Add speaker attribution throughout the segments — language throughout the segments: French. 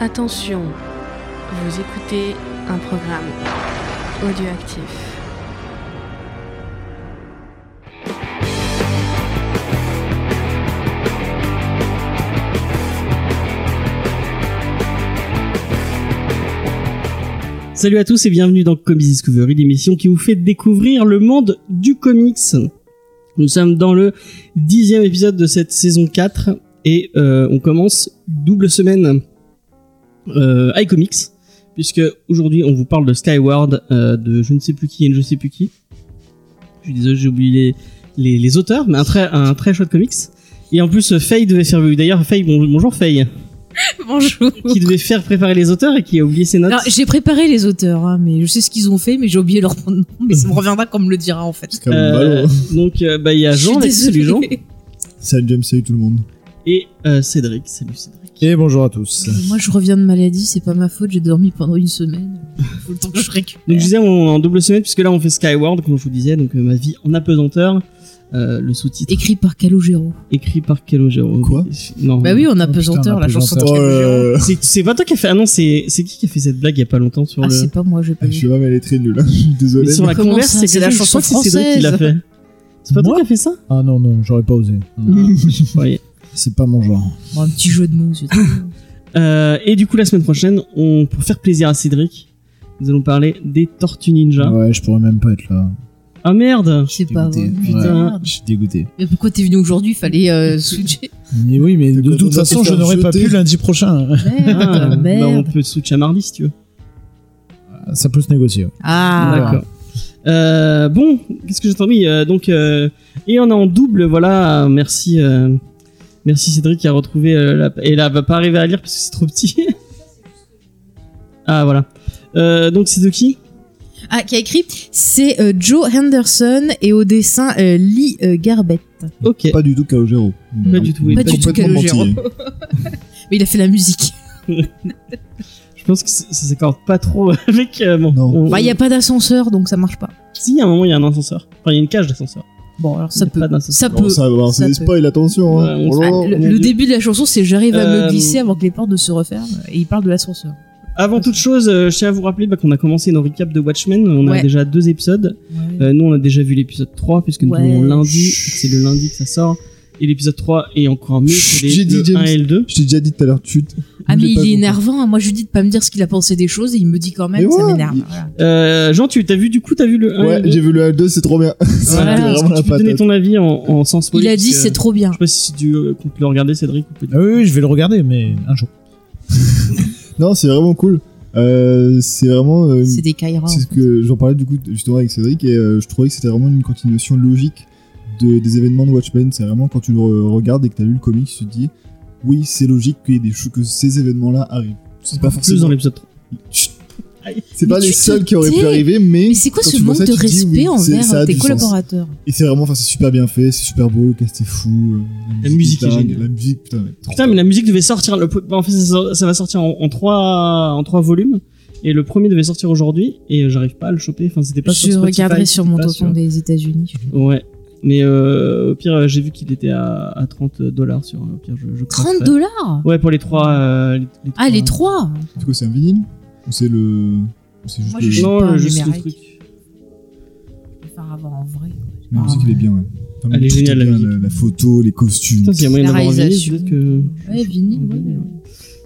Speaker 1: Attention, vous écoutez un programme audioactif.
Speaker 2: Salut à tous et bienvenue dans Comics Discovery, l'émission qui vous fait découvrir le monde du comics. Nous sommes dans le dixième épisode de cette saison 4 et euh, on commence une double semaine euh, iComics puisque aujourd'hui on vous parle de Skyward, euh, de je ne sais plus qui et je ne sais plus qui. Je suis désolé, j'ai oublié les, les, les auteurs, mais un très, un très chouette comics. Et en plus, Faye devait faire... D'ailleurs, Faye, bon- bonjour Faye,
Speaker 3: Bonjour.
Speaker 2: qui devait faire préparer les auteurs et qui a oublié ses notes.
Speaker 3: Alors, j'ai préparé les auteurs, hein, mais je sais ce qu'ils ont fait, mais j'ai oublié leur nom, mais
Speaker 4: Hmm.
Speaker 3: ça me reviendra quand on me le dira en fait.
Speaker 4: C'est quand même hein.
Speaker 2: Euh,
Speaker 4: ballot.
Speaker 2: donc, euh, bah, il y a
Speaker 3: Je suis
Speaker 2: Jean, là, salut
Speaker 3: désolée.
Speaker 2: Jean.
Speaker 4: Salut James, salut tout le monde.
Speaker 2: et euh, Cédric. Salut Cédric.
Speaker 4: Et bonjour à tous.
Speaker 3: Moi, je reviens de maladie, c'est pas ma faute, j'ai dormi pendant une semaine. Faut le temps que je récupère.
Speaker 2: Donc je disais on est en double semaine puisque là on fait Skyward comme je vous disais donc euh, ma vie en apesanteur. Euh, le sous-titre
Speaker 3: Écrit par Calogero.
Speaker 2: écrit par Calogero.
Speaker 4: Quoi
Speaker 2: Non.
Speaker 3: Bah oui, on a
Speaker 4: Oh,
Speaker 3: pesanteur,
Speaker 4: putain,
Speaker 3: la chanson de
Speaker 4: Pesanteur.
Speaker 3: Calogero.
Speaker 4: Oh, euh,
Speaker 2: C'est- C'est pas toi qui a fait. Ah non, c'est c'est qui qui a fait cette blague il y a pas longtemps sur
Speaker 3: Ah,
Speaker 2: le.
Speaker 3: c'est pas moi, j'ai pas
Speaker 4: Je sais
Speaker 3: vu.
Speaker 4: pas, mais elle est très nulle. hein.
Speaker 2: mais
Speaker 4: Désolé.
Speaker 2: sur la
Speaker 3: Comment
Speaker 2: converse,
Speaker 3: ça
Speaker 2: c'est
Speaker 3: C'est la
Speaker 2: Cédric-
Speaker 3: chanson
Speaker 2: je crois que c'est Cédric qui l'a fait. C'est pas toi qui a fait ça
Speaker 4: Ah non, non, j'aurais pas osé.
Speaker 2: Oui.
Speaker 4: C'est pas mon genre.
Speaker 3: Bon, un petit jeu de mots, c'est tout.
Speaker 2: Euh, Et du coup la semaine prochaine, on pour faire plaisir à Cédric, nous allons parler des Tortues Ninja.
Speaker 4: Ouais, je pourrais même pas être là.
Speaker 2: Ah merde
Speaker 3: C'est
Speaker 4: J'étais
Speaker 3: pas
Speaker 4: dégoûté.
Speaker 3: vrai.
Speaker 4: Putain,
Speaker 3: Merde.
Speaker 4: Bah, je suis dégoûté.
Speaker 3: Mais pourquoi t'es venu aujourd'hui Fallait euh, switcher.
Speaker 4: Mais oui, mais de toute façon, je n'aurais pas pu lundi prochain.
Speaker 2: Ah,
Speaker 3: Merde,
Speaker 2: bah, on
Speaker 3: merde.
Speaker 2: peut switch à mardi si tu veux.
Speaker 4: Ça peut se négocier. hein.
Speaker 3: Ah,
Speaker 2: D'accord. Euh, bon, qu'est-ce que j'ai entendu Euh, Donc, euh, et on est en double, voilà. euh, Merci, euh, merci Cédric qui a retrouvé euh, la, et là elle va pas arriver à lire parce que c'est trop petit. ah voilà. Euh, donc c'est de qui
Speaker 3: Ah, qui a écrit C'est euh, Joe Henderson et au dessin euh, Lee euh, Garbett.
Speaker 2: Ok.
Speaker 4: Pas du tout Calogero.
Speaker 2: Pas du tout, oui.
Speaker 3: Pas du tout
Speaker 4: Complètement
Speaker 3: Calogero.
Speaker 4: menti.
Speaker 3: Mais il a fait la musique.
Speaker 2: Je pense que c'est- ça s'accorde pas trop avec. euh, bon,
Speaker 4: Non.
Speaker 2: on-
Speaker 3: Bah, il n'y a pas d'ascenseur, donc ça marche pas.
Speaker 2: Si à un moment il y a un ascenseur. Enfin il y a une cage d'ascenseur.
Speaker 3: Bon, alors
Speaker 2: Il
Speaker 3: ça
Speaker 2: y a
Speaker 3: peut.
Speaker 2: pas
Speaker 3: Ça
Speaker 2: d'ascenseur.
Speaker 3: peut.
Speaker 4: Non, ça va,
Speaker 3: ça
Speaker 4: c'est des
Speaker 3: peut. Ah,
Speaker 4: spoils, attention. hein.
Speaker 2: Ouais, on
Speaker 4: Oh là
Speaker 2: se-
Speaker 4: là.
Speaker 3: le
Speaker 2: Dieu.
Speaker 3: le début de la chanson, c'est J'arrive à
Speaker 2: Euh,
Speaker 3: me glisser avant que les portes ne se referment. Et il parle de l'ascenseur.
Speaker 2: Avant toute chose, euh, je tiens à vous rappeler bah, qu'on a commencé nos recaps de Watchmen. On a
Speaker 3: Ouais.
Speaker 2: déjà deux épisodes. Euh, nous, on a déjà vu l'épisode 3, puisque nous
Speaker 3: Ouais.
Speaker 2: tournons lundi, et que c'est le lundi que ça sort. Et l'épisode 3 est encore mieux que les
Speaker 4: J'ai dit
Speaker 2: le
Speaker 4: James.
Speaker 2: 1 et le 2.
Speaker 4: Je t'ai déjà dit tout à l'heure, tu.
Speaker 3: Ah,
Speaker 4: j'ai
Speaker 3: mais
Speaker 4: pas
Speaker 3: il est
Speaker 4: compris.
Speaker 3: énervant. hein. Moi, je lui dis de pas me dire ce qu'il a pensé des choses et il me dit quand même,
Speaker 4: Mais
Speaker 3: ça
Speaker 4: ouais,
Speaker 3: m'énerve.
Speaker 4: il-
Speaker 3: Voilà.
Speaker 2: Euh, Jean, tu t'as vu du coup, t'as vu le 1 et
Speaker 4: Ouais,
Speaker 2: le 2
Speaker 4: j'ai vu le L2, c'est trop bien. C'était
Speaker 2: Voilà,
Speaker 3: C'était
Speaker 2: est-ce que
Speaker 4: vraiment la
Speaker 2: tu peux
Speaker 4: patate.
Speaker 2: donner ton avis en, en sans spoiler
Speaker 3: Il a
Speaker 2: parce
Speaker 3: dit
Speaker 2: que,
Speaker 3: c'est
Speaker 2: euh,
Speaker 3: trop bien.
Speaker 2: Je sais pas si tu euh, comptes le regarder, Cédric. Ou pas.
Speaker 5: Ah oui, oui, je vais le regarder, mais un jour.
Speaker 4: Non, c'est vraiment cool. Euh, c'est vraiment. euh,
Speaker 3: C'est des Kairas.
Speaker 4: C'est ce que j'en parlais du coup justement avec Cédric et euh, je trouvais que c'était vraiment une continuation logique de- des événements de Watchmen. C'est vraiment quand tu le re- regardes et que tu as lu le comic, tu te dis oui, c'est logique qu'il y ait des choses- que ces événements-là arrivent. C'est pas
Speaker 2: Plus dans
Speaker 4: forcément.
Speaker 2: l'épisode 3.
Speaker 4: Chut. C'est pas
Speaker 3: Mais
Speaker 4: les
Speaker 3: tu te
Speaker 4: seuls qui auraient pu
Speaker 3: tais.
Speaker 4: arriver, mais.
Speaker 3: Mais c'est quoi
Speaker 4: quand
Speaker 3: ce
Speaker 4: tu vois
Speaker 3: manque
Speaker 4: ça,
Speaker 3: de
Speaker 4: tu te dis,
Speaker 3: respect
Speaker 4: oui, c'est-
Speaker 3: envers euh,
Speaker 4: ça a
Speaker 3: tes
Speaker 4: du sens.
Speaker 3: collaborateurs
Speaker 4: Et c'est vraiment, enfin, c'est super bien fait, c'est super beau, le cast est fou. euh,
Speaker 2: La musique est
Speaker 4: dingue,
Speaker 2: géniale.
Speaker 4: La musique, putain, mais trop
Speaker 2: Putain, mais la musique devait sortir. Le, pr- bah, en fait, ça, sort- ça va sortir en, en, 3, en trois volumes. Et le premier devait sortir aujourd'hui. Et euh, j'arrive pas à le choper. Enfin, c'était pas sur
Speaker 3: Je
Speaker 2: Spotify,
Speaker 3: regarderai sur mon
Speaker 2: c'était pas
Speaker 3: tonton des États-Unis.
Speaker 2: Ouais. Mais euh, au pire, euh, j'ai vu qu'il était à, à 30 dollars sur. euh, Au pire, je, je crache
Speaker 3: 30
Speaker 2: pas.
Speaker 3: dollars
Speaker 2: Ouais, pour les trois. euh, les- les
Speaker 3: Ah, les
Speaker 2: trois-
Speaker 3: trois
Speaker 4: C'est quoi, c'est un vinyle Ou c'est le. ou C'est juste
Speaker 3: Moi,
Speaker 4: le-
Speaker 3: je-
Speaker 4: La
Speaker 2: Non, euh,
Speaker 3: Pas un
Speaker 2: juste le
Speaker 3: numérique.
Speaker 2: truc.
Speaker 3: Enfin, avoir en vrai.
Speaker 4: musique, elle est bien, ouais. Enfin,
Speaker 2: Elle est
Speaker 4: tout
Speaker 2: géniale, la
Speaker 4: bien,
Speaker 2: musique.
Speaker 4: La photo, les costumes.
Speaker 2: Putain, s'il y a moyen
Speaker 3: La
Speaker 2: d'avoir un vinyle,
Speaker 3: réalisation.
Speaker 2: peut-être que.
Speaker 3: Ouais, vinyle, ouais.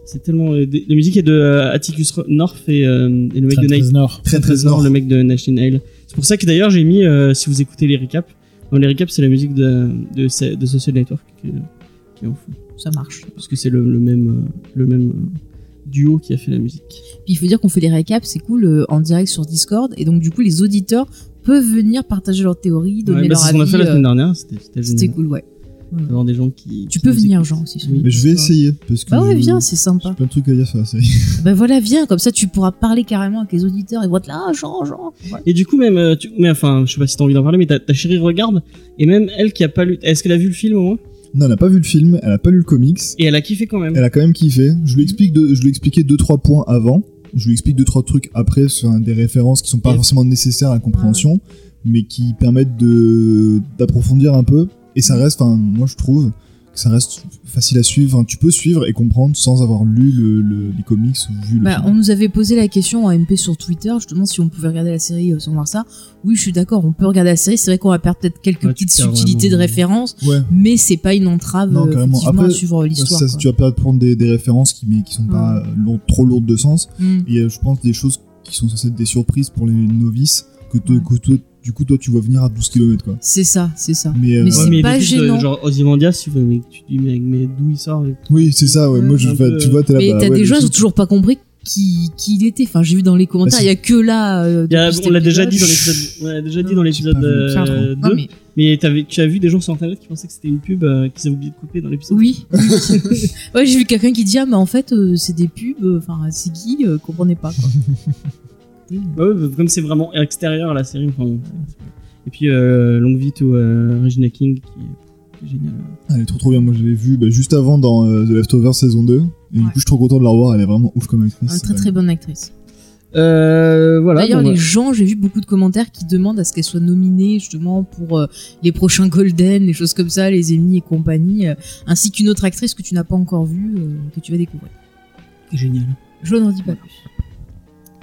Speaker 2: C'est tellement. euh, des- La musique est de euh, Atticus Ro- North et, euh, et le mec de Night.
Speaker 5: Nord.
Speaker 4: Très très
Speaker 2: le mec de Nash Hale. C'est pour ça que d'ailleurs, j'ai mis, euh, si vous écoutez les recaps, dans les recaps, c'est la musique de, de, ce- de Social Network qui est, qui est en fond.
Speaker 3: Ça marche.
Speaker 2: Parce que c'est le, le même, euh, le même euh, duo qui a fait la musique.
Speaker 3: Puis il faut dire qu'on fait les récaps, c'est cool, euh, en direct sur Discord. Et donc, du coup, les auditeurs peuvent venir partager leurs théories, donner
Speaker 2: Ouais, bah,
Speaker 3: leur
Speaker 2: c'est ce
Speaker 3: avis.
Speaker 2: qu'on a fait la
Speaker 3: euh,
Speaker 2: semaine dernière, c'était c'était
Speaker 3: C'était
Speaker 2: génial.
Speaker 3: cool, ouais.
Speaker 2: D'avoir des gens qui. qui
Speaker 3: Tu peux
Speaker 2: nous
Speaker 3: venir,
Speaker 2: écoutent.
Speaker 3: Jean, aussi.
Speaker 2: Oui.
Speaker 4: Mais je vais essayer parce que.
Speaker 3: Bah ouais,
Speaker 4: je-
Speaker 3: viens, c'est
Speaker 4: J'ai
Speaker 3: sympa.
Speaker 4: plein de trucs à dire sur la série.
Speaker 3: Bah voilà, viens, comme ça tu pourras parler carrément avec les auditeurs et voir là, Jean, Jean. Ouais.
Speaker 2: Et du coup, même, euh, tu- mais enfin, je sais pas si t'as envie d'en parler, mais ta, ta chérie regarde, et même elle qui a pas lu, est-ce qu'elle a vu le film au moins
Speaker 4: Non, elle n'a pas vu le film, elle n'a pas lu le comics,
Speaker 2: Et elle a kiffé quand même.
Speaker 3: Euh,
Speaker 4: elle a quand même kiffé. Je lui explique, deux, je lui expliquais deux trois points avant, je lui explique deux trois trucs après sur un- des références qui sont pas
Speaker 2: Et-
Speaker 4: forcément nécessaires à la compréhension, mais qui permettent de d'approfondir un peu. Et ça reste, enfin, moi je trouve ça reste facile à suivre. Enfin, tu peux suivre et comprendre sans avoir lu le- le- les comics ou vu le
Speaker 3: Bah,
Speaker 4: film.
Speaker 3: on nous avait posé la question en MP sur Twitter, justement, si on pouvait regarder la série euh, sans voir ça. Oui, je suis d'accord, on peut regarder la série. C'est vrai qu'on va perdre peut-être quelques
Speaker 2: Ouais, tu
Speaker 3: petites
Speaker 2: perds
Speaker 3: subtilités
Speaker 2: vraiment,
Speaker 3: de
Speaker 2: ouais.
Speaker 3: référence,
Speaker 4: Ouais.
Speaker 3: mais c'est pas une entrave
Speaker 4: Non,
Speaker 3: euh,
Speaker 4: carrément.
Speaker 3: effectivement, à
Speaker 4: Après,
Speaker 3: suivre l'histoire.
Speaker 4: Ça,
Speaker 3: quoi.
Speaker 4: tu vas pas prendre des, des références qui, mais qui sont pas euh, lourdes- trop lourdes de sens.
Speaker 3: Mm.
Speaker 4: Et euh, je pense des choses qui sont censées être des surprises pour les novices que, toi-
Speaker 3: Ouais.
Speaker 4: que toi- du coup toi tu vois venir à 12 km quoi.
Speaker 3: C'est ça, c'est ça.
Speaker 4: Mais, euh,
Speaker 3: Mais c'est
Speaker 2: mais les
Speaker 3: pas
Speaker 2: trucs de-
Speaker 3: gênant.
Speaker 2: genre Ozymandias, tu, fais, mais tu te dis, mais, mais d'où il sort et-
Speaker 4: oui c'est ça ouais. Moi je,
Speaker 2: Un
Speaker 4: bah,
Speaker 2: peu,
Speaker 4: tu vois t'es là.
Speaker 3: Mais
Speaker 4: bah,
Speaker 3: t'as
Speaker 4: ouais,
Speaker 3: des
Speaker 4: le
Speaker 3: gens, ils ont
Speaker 4: truc-
Speaker 3: toujours pas compris qui, qui il était. Enfin, j'ai vu dans les commentaires,
Speaker 4: Bah,
Speaker 3: il y a que là. euh,
Speaker 2: Il y a-
Speaker 3: depuis
Speaker 2: on l'a
Speaker 3: cet
Speaker 2: déjà dit
Speaker 3: épisode.
Speaker 2: dans l'épisode, on l'a déjà dit dans
Speaker 3: Non,
Speaker 4: j'ai pas
Speaker 2: l'épisode
Speaker 4: vu.
Speaker 2: euh,
Speaker 4: C'est un truc.
Speaker 2: 2,
Speaker 3: Non, mais
Speaker 2: mais t'avais- tu as vu des gens sur internet qui pensaient que c'était une pub euh, qu'ils avaient oublié de couper dans l'épisode.
Speaker 3: oui. ouais, j'ai vu quelqu'un qui dit Ah, mais en fait, euh, c'est des pubs. euh, Enfin, c'est qui euh, Comprenez pas. Quoi.
Speaker 2: Bah ouais, comme c'est vraiment extérieur à la série. Enfin, bon, c'est- et puis euh, longue vie to euh, Regina King qui est, qui est géniale.
Speaker 4: Ah, Elle est trop trop bien. Moi je l'ai vu bah, juste avant dans euh, The Leftovers saison 2 et du
Speaker 3: Ouais.
Speaker 4: coup je suis trop content de la revoir. Elle est vraiment ouf comme actrice.
Speaker 3: Une
Speaker 4: c'est
Speaker 3: très très
Speaker 4: dingue.
Speaker 3: bonne actrice.
Speaker 2: Euh, voilà.
Speaker 3: D'ailleurs,
Speaker 2: bon,
Speaker 3: les
Speaker 2: bah,
Speaker 3: gens, j'ai vu beaucoup de commentaires qui demandent à ce qu'elle soit nominée justement pour euh, les prochains Golden, les choses comme ça, les Emmy et compagnie, euh, ainsi qu'une autre actrice que tu n'as pas encore vue, euh, que tu vas découvrir.
Speaker 2: génial.
Speaker 3: Je n'en dis pas plus.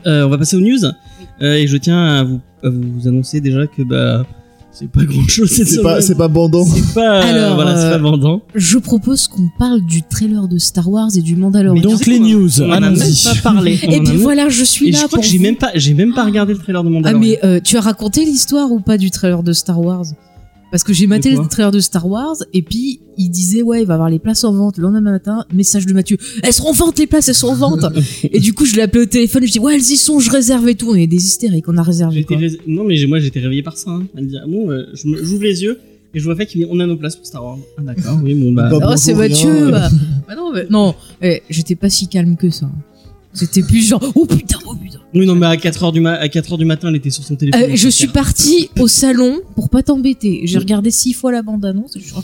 Speaker 2: Euh, on va passer aux news. Euh, et je tiens à vous, à vous annoncer déjà que bah, c'est pas grand chose cette
Speaker 4: C'est pas
Speaker 2: semaine.
Speaker 4: c'est pas bandant.
Speaker 2: C'est pas, euh,
Speaker 3: Alors,
Speaker 2: voilà, c'est
Speaker 3: euh,
Speaker 2: pas vendant.
Speaker 3: Je propose qu'on parle du trailer de Star Wars et du Mandalorian.
Speaker 2: Mais
Speaker 5: Donc
Speaker 2: tu sais
Speaker 5: les
Speaker 2: qu'on a-
Speaker 5: news,
Speaker 2: On en a même
Speaker 5: allons-y.
Speaker 2: pas parlé. On
Speaker 3: et
Speaker 2: en a
Speaker 3: bien
Speaker 2: même-
Speaker 3: voilà, je suis
Speaker 2: Et
Speaker 3: là
Speaker 2: je crois
Speaker 3: pour
Speaker 2: que j'ai
Speaker 3: vous.
Speaker 2: même pas, j'ai même pas regardé le trailer de
Speaker 3: Ah
Speaker 2: Mandalorian.
Speaker 3: mais euh, tu as raconté l'histoire ou pas du trailer de Star Wars Parce que j'ai maté
Speaker 2: quoi
Speaker 3: le trailer de Star Wars et puis il disait ouais il va avoir les places en vente le lendemain matin message de Mathieu elles seront en vente les places elles seront en vente et du coup je l'ai appelé au téléphone je dis ouais elles y sont je réserve et tout on est des hystériques on a réservé
Speaker 2: J'étais
Speaker 3: quoi.
Speaker 2: rés- Non, mais j'ai- moi j'étais réveillé par ça. hein. Elle dit ah bon, euh, je me- j'ouvre les yeux et je vois fait qu'il y a- on a nos places pour Star Wars. Ah d'accord, oui, bon bah.
Speaker 4: Bah,
Speaker 3: oh c'est
Speaker 4: bonjour,
Speaker 3: Mathieu
Speaker 4: rien.
Speaker 3: bah. Bah non mais- non eh, j'étais pas si calme que ça c'était plus genre oh putain oh putain
Speaker 2: Oui, non, mais à 4h du, ma- à 4 heures du matin, elle était sur son téléphone.
Speaker 3: Euh,
Speaker 2: donc
Speaker 3: je
Speaker 2: ça
Speaker 3: suis
Speaker 2: sert.
Speaker 3: partie au salon pour pas t'embêter j'ai regardé six fois la bande annonce je suis genre,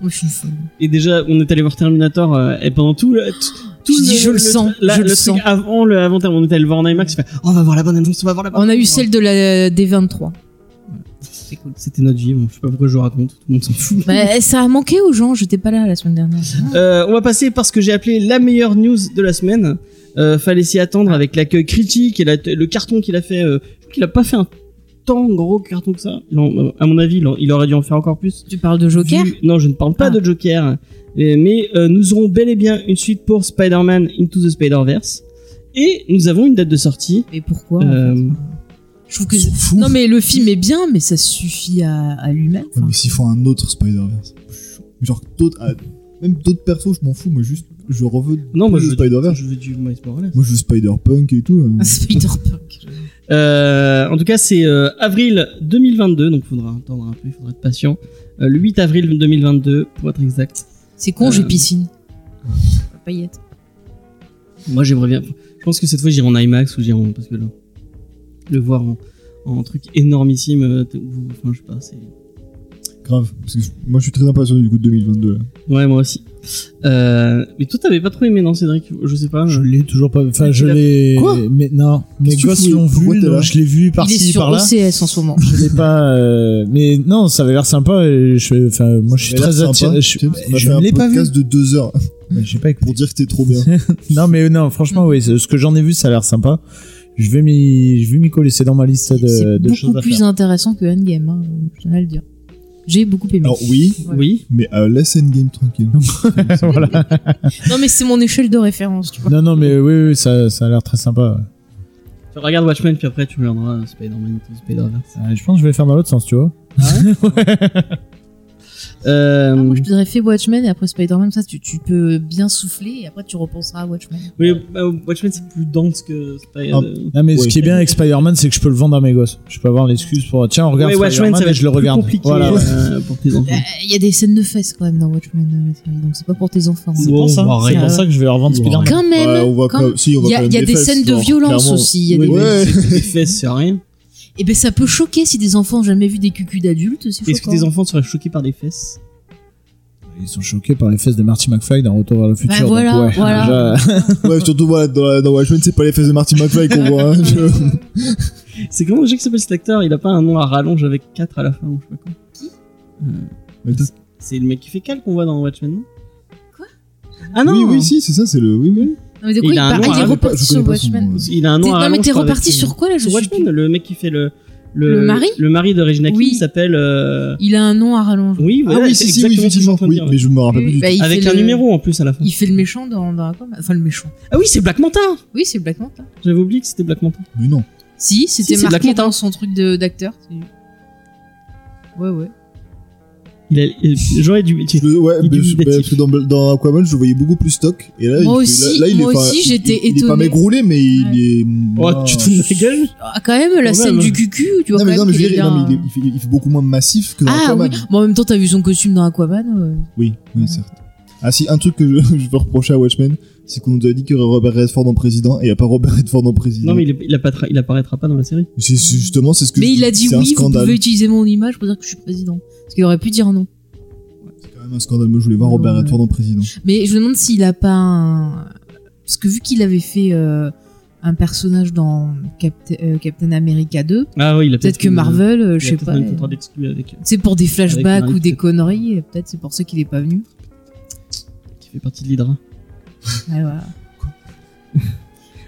Speaker 3: moi je suis une folle
Speaker 2: Et déjà, on est allé voir Terminator euh, et pendant tout le. tout- Tout
Speaker 3: Je dis, je le sens, je le
Speaker 2: truc
Speaker 3: sens.
Speaker 2: Avant le avant on était allé voir en IMAX. il fait, Oh, on va voir la bonne annonce, on va voir la bonne
Speaker 3: On a eu
Speaker 2: annonce.
Speaker 3: celle de la D23.
Speaker 2: C'est cool. C'était notre vie. bon, je sais pas pourquoi je vous raconte. Tout le monde s'en fout.
Speaker 3: Bah, ça a manqué aux gens, j'étais pas là la semaine dernière.
Speaker 2: Euh, on va passer parce que j'ai appelé la meilleure news de la semaine. Euh, fallait s'y attendre avec l'accueil critique et la- le carton qu'il a fait. euh, je crois qu'il a pas fait un tant gros carton que ça. Non, euh, à mon avis, il, en- il aurait dû en faire encore plus.
Speaker 3: Ah, Tu parles de Joker
Speaker 2: Vu- Non, je ne parle pas
Speaker 3: Ah.
Speaker 2: de Joker. Euh, Mais euh, nous aurons bel et bien une suite pour Spider-Man Into the Spider-Verse. Et nous avons une date de sortie.
Speaker 3: Mais pourquoi Oh, en
Speaker 2: Euh,
Speaker 3: fait Je trouve que.
Speaker 4: Ils sont fous.
Speaker 3: Non, mais le film est bien, mais ça suffit à, à lui-même.
Speaker 4: Ouais,
Speaker 3: enfin.
Speaker 4: mais s'ils font un autre Spider-Verse, genre d'autres, ah, même d'autres persos, je m'en fous. Moi, juste, je reveux
Speaker 2: Non, moi
Speaker 4: le
Speaker 2: je veux,
Speaker 4: Spider-Verse.
Speaker 2: je veux du Miles Morales.
Speaker 4: Moi, je veux Spider-Punk et tout.
Speaker 3: Un
Speaker 4: euh.
Speaker 3: Spider-Punk.
Speaker 2: Euh, en tout cas, c'est euh, avril 2022, donc faudra attendre un peu, il faudra être patient. Euh, le 8 avril 2022, pour être exact.
Speaker 3: C'est con, j'ai
Speaker 2: Euh.
Speaker 3: piscine. Paillette.
Speaker 2: Moi, j'aimerais bien. Je pense que cette fois, j'irai en IMAX ou j'irai en. Parce que là, le voir en, en truc énormissime, euh, t- ou- enfin, je sais pas, c'est.
Speaker 4: Grave. Parce que je- moi, je suis très impatient du coup de 2022. là.
Speaker 2: Ouais, moi aussi. Euh, mais toi, t'avais pas trop aimé, non, Cédric Je sais pas.
Speaker 5: Je
Speaker 2: euh,
Speaker 5: l'ai toujours pas. Enfin, je
Speaker 2: Tu l'as-
Speaker 5: l'ai.
Speaker 4: Quoi
Speaker 5: Mais non, mes
Speaker 4: Qu'est-ce que tu
Speaker 5: gosses
Speaker 4: fous
Speaker 5: l'ont
Speaker 4: Pourquoi
Speaker 5: vu.
Speaker 4: t'es
Speaker 5: donc
Speaker 4: là
Speaker 5: je l'ai vu
Speaker 3: Il est
Speaker 5: par-ci,
Speaker 3: sur
Speaker 5: par-là.
Speaker 3: OCS en ce moment.
Speaker 5: Je l'ai pas. euh, Mais non, ça avait l'air sympa. Et je... Enfin, moi, je suis
Speaker 4: Ça avait
Speaker 5: très
Speaker 4: l'air
Speaker 5: attiré.
Speaker 4: sympa,
Speaker 5: Je,
Speaker 4: James. On a
Speaker 5: je
Speaker 4: fait
Speaker 5: ne
Speaker 4: un
Speaker 5: l'ai pas vu.
Speaker 4: podcast de deux heures
Speaker 5: Mais J'ai pas écouté.
Speaker 4: pour dire que t'es trop bien.
Speaker 5: Non, mais non, franchement, oui, ce que j'en ai vu, ça a l'air sympa. Je vais m'y, je vais m'y coller. C'est dans ma liste de,
Speaker 3: C'est
Speaker 5: de choses
Speaker 3: beaucoup
Speaker 5: à
Speaker 3: plus
Speaker 5: faire.
Speaker 3: intéressant que Endgame, hein, je tiens à le dire. J'ai beaucoup aimé.
Speaker 4: Alors oui,
Speaker 3: Ouais.
Speaker 2: Oui.
Speaker 4: mais euh, laisse Endgame tranquille.
Speaker 5: voilà.
Speaker 3: Non, mais c'est mon échelle de référence, tu vois.
Speaker 5: Non, non, mais oui, oui, ça, ça a l'air très sympa.
Speaker 2: Tu regardes Watchmen, puis après, tu regarderas euh, Spider-Man Into the Spider-Verse.
Speaker 5: Euh, Je pense que je vais faire dans l'autre sens, tu vois.
Speaker 3: Ah,
Speaker 2: Euh,
Speaker 3: moi, je t'aurais fait Watchmen et après Spider-Man, ça, tu, tu peux bien souffler et après tu repenseras à Watchmen. Euh,
Speaker 2: oui, bah, Watchmen, c'est plus dense que euh, Spider-Man.
Speaker 5: Non, mais ce
Speaker 4: Ouais.
Speaker 5: qui est bien avec Spider-Man, c'est que je peux le vendre à mes gosses. Je peux avoir l'excuse pour tiens, on regarde
Speaker 2: Ouais, Watchmen, ça
Speaker 5: Spider-Man
Speaker 2: va
Speaker 5: et
Speaker 2: être
Speaker 5: je le
Speaker 2: plus
Speaker 5: regarde.
Speaker 2: compliqué
Speaker 5: Voilà. ouais.
Speaker 2: euh, pour tes enfants.
Speaker 3: Il y a des scènes de fesses quand même dans Watchmen, euh, la série, donc c'est pas pour tes enfants.
Speaker 5: C'est
Speaker 3: hein.
Speaker 2: Wow,
Speaker 5: pour ça,
Speaker 2: bah,
Speaker 5: c'est
Speaker 2: rien.
Speaker 5: pour ça que je vais revendre
Speaker 4: Wow.
Speaker 5: Spider-Man.
Speaker 3: Quand même,
Speaker 4: Ouais, on voit
Speaker 3: quand-
Speaker 4: pas- si, on voit
Speaker 3: il y a,
Speaker 4: quand même
Speaker 3: il y a des,
Speaker 4: fesses,
Speaker 3: scènes de
Speaker 4: genre,
Speaker 3: violence
Speaker 4: clairement.
Speaker 3: aussi. il y a
Speaker 2: Oui,
Speaker 3: des-
Speaker 2: mais
Speaker 4: Ouais.
Speaker 2: c'est- tes fesses, c'est rien.
Speaker 3: Et ben ça peut choquer si des enfants ont jamais vu des cucus d'adultes. C'est
Speaker 2: Est-ce que
Speaker 3: choquant.
Speaker 2: tes enfants seraient choqués par les fesses
Speaker 5: Ils sont choqués par les fesses de Marty McFly dans Retour vers le
Speaker 2: Bah,
Speaker 5: futur. donc
Speaker 3: voilà,
Speaker 5: ouais,
Speaker 3: voilà.
Speaker 5: déjà-
Speaker 4: Ouais, surtout voilà, dans, la- dans Watchmen, c'est pas les fesses de Marty McFly qu'on voit. hein, je-
Speaker 2: C'est comment déjà que s'appelle cet acteur Il a pas un nom à rallonge avec 4 à la fin ou je sais pas quoi.
Speaker 4: Mais t'as-
Speaker 2: C'est le mec qui fait Cal qu'on voit dans Watchmen, non Quoi Ah non
Speaker 4: Oui, oui, si, c'est ça, c'est le. Oui, oui.
Speaker 3: Non, mais de quoi
Speaker 2: Il
Speaker 3: il,
Speaker 2: a un
Speaker 3: parle
Speaker 2: nom,
Speaker 3: Ah, il
Speaker 2: hein,
Speaker 3: est
Speaker 4: Je connais pas-
Speaker 3: reparti
Speaker 4: je connais
Speaker 3: sur
Speaker 4: pas son
Speaker 3: Watchmen.
Speaker 4: nom, euh.
Speaker 2: Il a un
Speaker 3: T'es-
Speaker 2: nom à
Speaker 3: Non, mais
Speaker 2: rallonge
Speaker 3: t'es
Speaker 2: avec-
Speaker 3: reparti sur quoi là je
Speaker 2: Sur
Speaker 3: suis plus.
Speaker 2: Watchmen, le mec qui fait le.
Speaker 3: Le mari
Speaker 2: Le mari de Regina King
Speaker 3: Oui.
Speaker 2: il s'appelle. euh,
Speaker 3: Il a un nom à rallonge.
Speaker 2: Oui,
Speaker 4: Ah
Speaker 2: voilà,
Speaker 4: oui,
Speaker 2: c'est
Speaker 4: si, si, oui,
Speaker 2: exactement ce que je suis en
Speaker 4: effectivement.
Speaker 2: train de
Speaker 4: Oui,
Speaker 2: dire.
Speaker 4: mais je me rappelle pas
Speaker 3: Oui,
Speaker 4: du
Speaker 3: bah,
Speaker 4: tout.
Speaker 3: il
Speaker 2: Avec
Speaker 3: fait
Speaker 2: un
Speaker 3: le-
Speaker 2: numéro en plus à la fin.
Speaker 3: Il fait le méchant dans, dans Aquaman. Enfin, le méchant.
Speaker 2: Ah oui, c'est Black Manta
Speaker 3: Oui, c'est Black Manta.
Speaker 2: J'avais oublié que c'était Black Manta.
Speaker 4: Mais non.
Speaker 3: Si, c'était
Speaker 2: c'est Black
Speaker 3: marqué
Speaker 2: Manta.
Speaker 3: dans son truc de- d'acteur. C'est- Ouais, ouais.
Speaker 2: Il a... il- J'aurais dû. tu-
Speaker 4: Je- ouais,
Speaker 2: Il est
Speaker 4: mais je-
Speaker 2: dubitatif.
Speaker 4: parce que dans, dans Aquaman, je le voyais beaucoup plus stock. Et là,
Speaker 3: Moi
Speaker 4: il, fait- là-
Speaker 3: aussi,
Speaker 4: là, il
Speaker 3: moi
Speaker 4: est pas-
Speaker 3: aussi,
Speaker 4: il-
Speaker 3: j'étais
Speaker 4: il, est pas
Speaker 3: étonnée.
Speaker 4: maigre roulé, mais il est.
Speaker 2: Oh, tu te fous de ma gueule
Speaker 3: Ah, quand même, la
Speaker 2: Quand
Speaker 3: scène
Speaker 2: même.
Speaker 3: du cucu, tu vois,
Speaker 4: Non, mais,
Speaker 3: quand
Speaker 4: non,
Speaker 3: même
Speaker 4: mais je
Speaker 3: qu'il
Speaker 4: veux
Speaker 3: est
Speaker 4: dire, non,
Speaker 3: bien-
Speaker 4: mais il, est- il fait, il fait beaucoup moins massif que dans
Speaker 3: Ah oui,
Speaker 4: Aquaman.
Speaker 3: mais en même temps, t'as vu son costume dans Aquaman.
Speaker 4: Oui, oui, certes. Ah si, un truc que je, je veux reprocher à Watchmen, c'est qu'on nous a dit qu'il y aurait Robert Redford en président, et il n'y a pas Robert Redford en président.
Speaker 2: Non, mais il, est- il apparaîtra, il apparaîtra pas dans la série.
Speaker 4: C'est- c'est justement, c'est ce que
Speaker 3: Mais
Speaker 4: je
Speaker 3: il
Speaker 4: dis,
Speaker 3: a dit
Speaker 4: c'est un
Speaker 3: oui, vous
Speaker 4: scandale.
Speaker 3: pouvez utiliser mon image pour dire que je suis président. Parce qu'il aurait pu dire non.
Speaker 4: C'est quand même un scandale, moi je voulais voir Robert
Speaker 3: Ouais.
Speaker 4: Redford en président.
Speaker 3: Mais je me demande s'il a pas un. Parce que vu qu'il avait fait euh, un personnage dans Capta- euh, Captain America 2,
Speaker 2: Ah oui, il a peut-être.
Speaker 3: peut-être que
Speaker 2: une-
Speaker 3: Marvel, euh,
Speaker 2: il a
Speaker 3: je sais
Speaker 2: peut-être
Speaker 3: pas.
Speaker 2: un
Speaker 3: euh,
Speaker 2: contrat d'exclus avec.
Speaker 3: C'est pour des flashbacks
Speaker 2: Avec un
Speaker 3: ou des
Speaker 2: peut-être.
Speaker 3: conneries, et peut-être c'est pour ça qu'il est pas venu.
Speaker 2: qui fait partie de l'Hydra.
Speaker 3: Ah, voilà.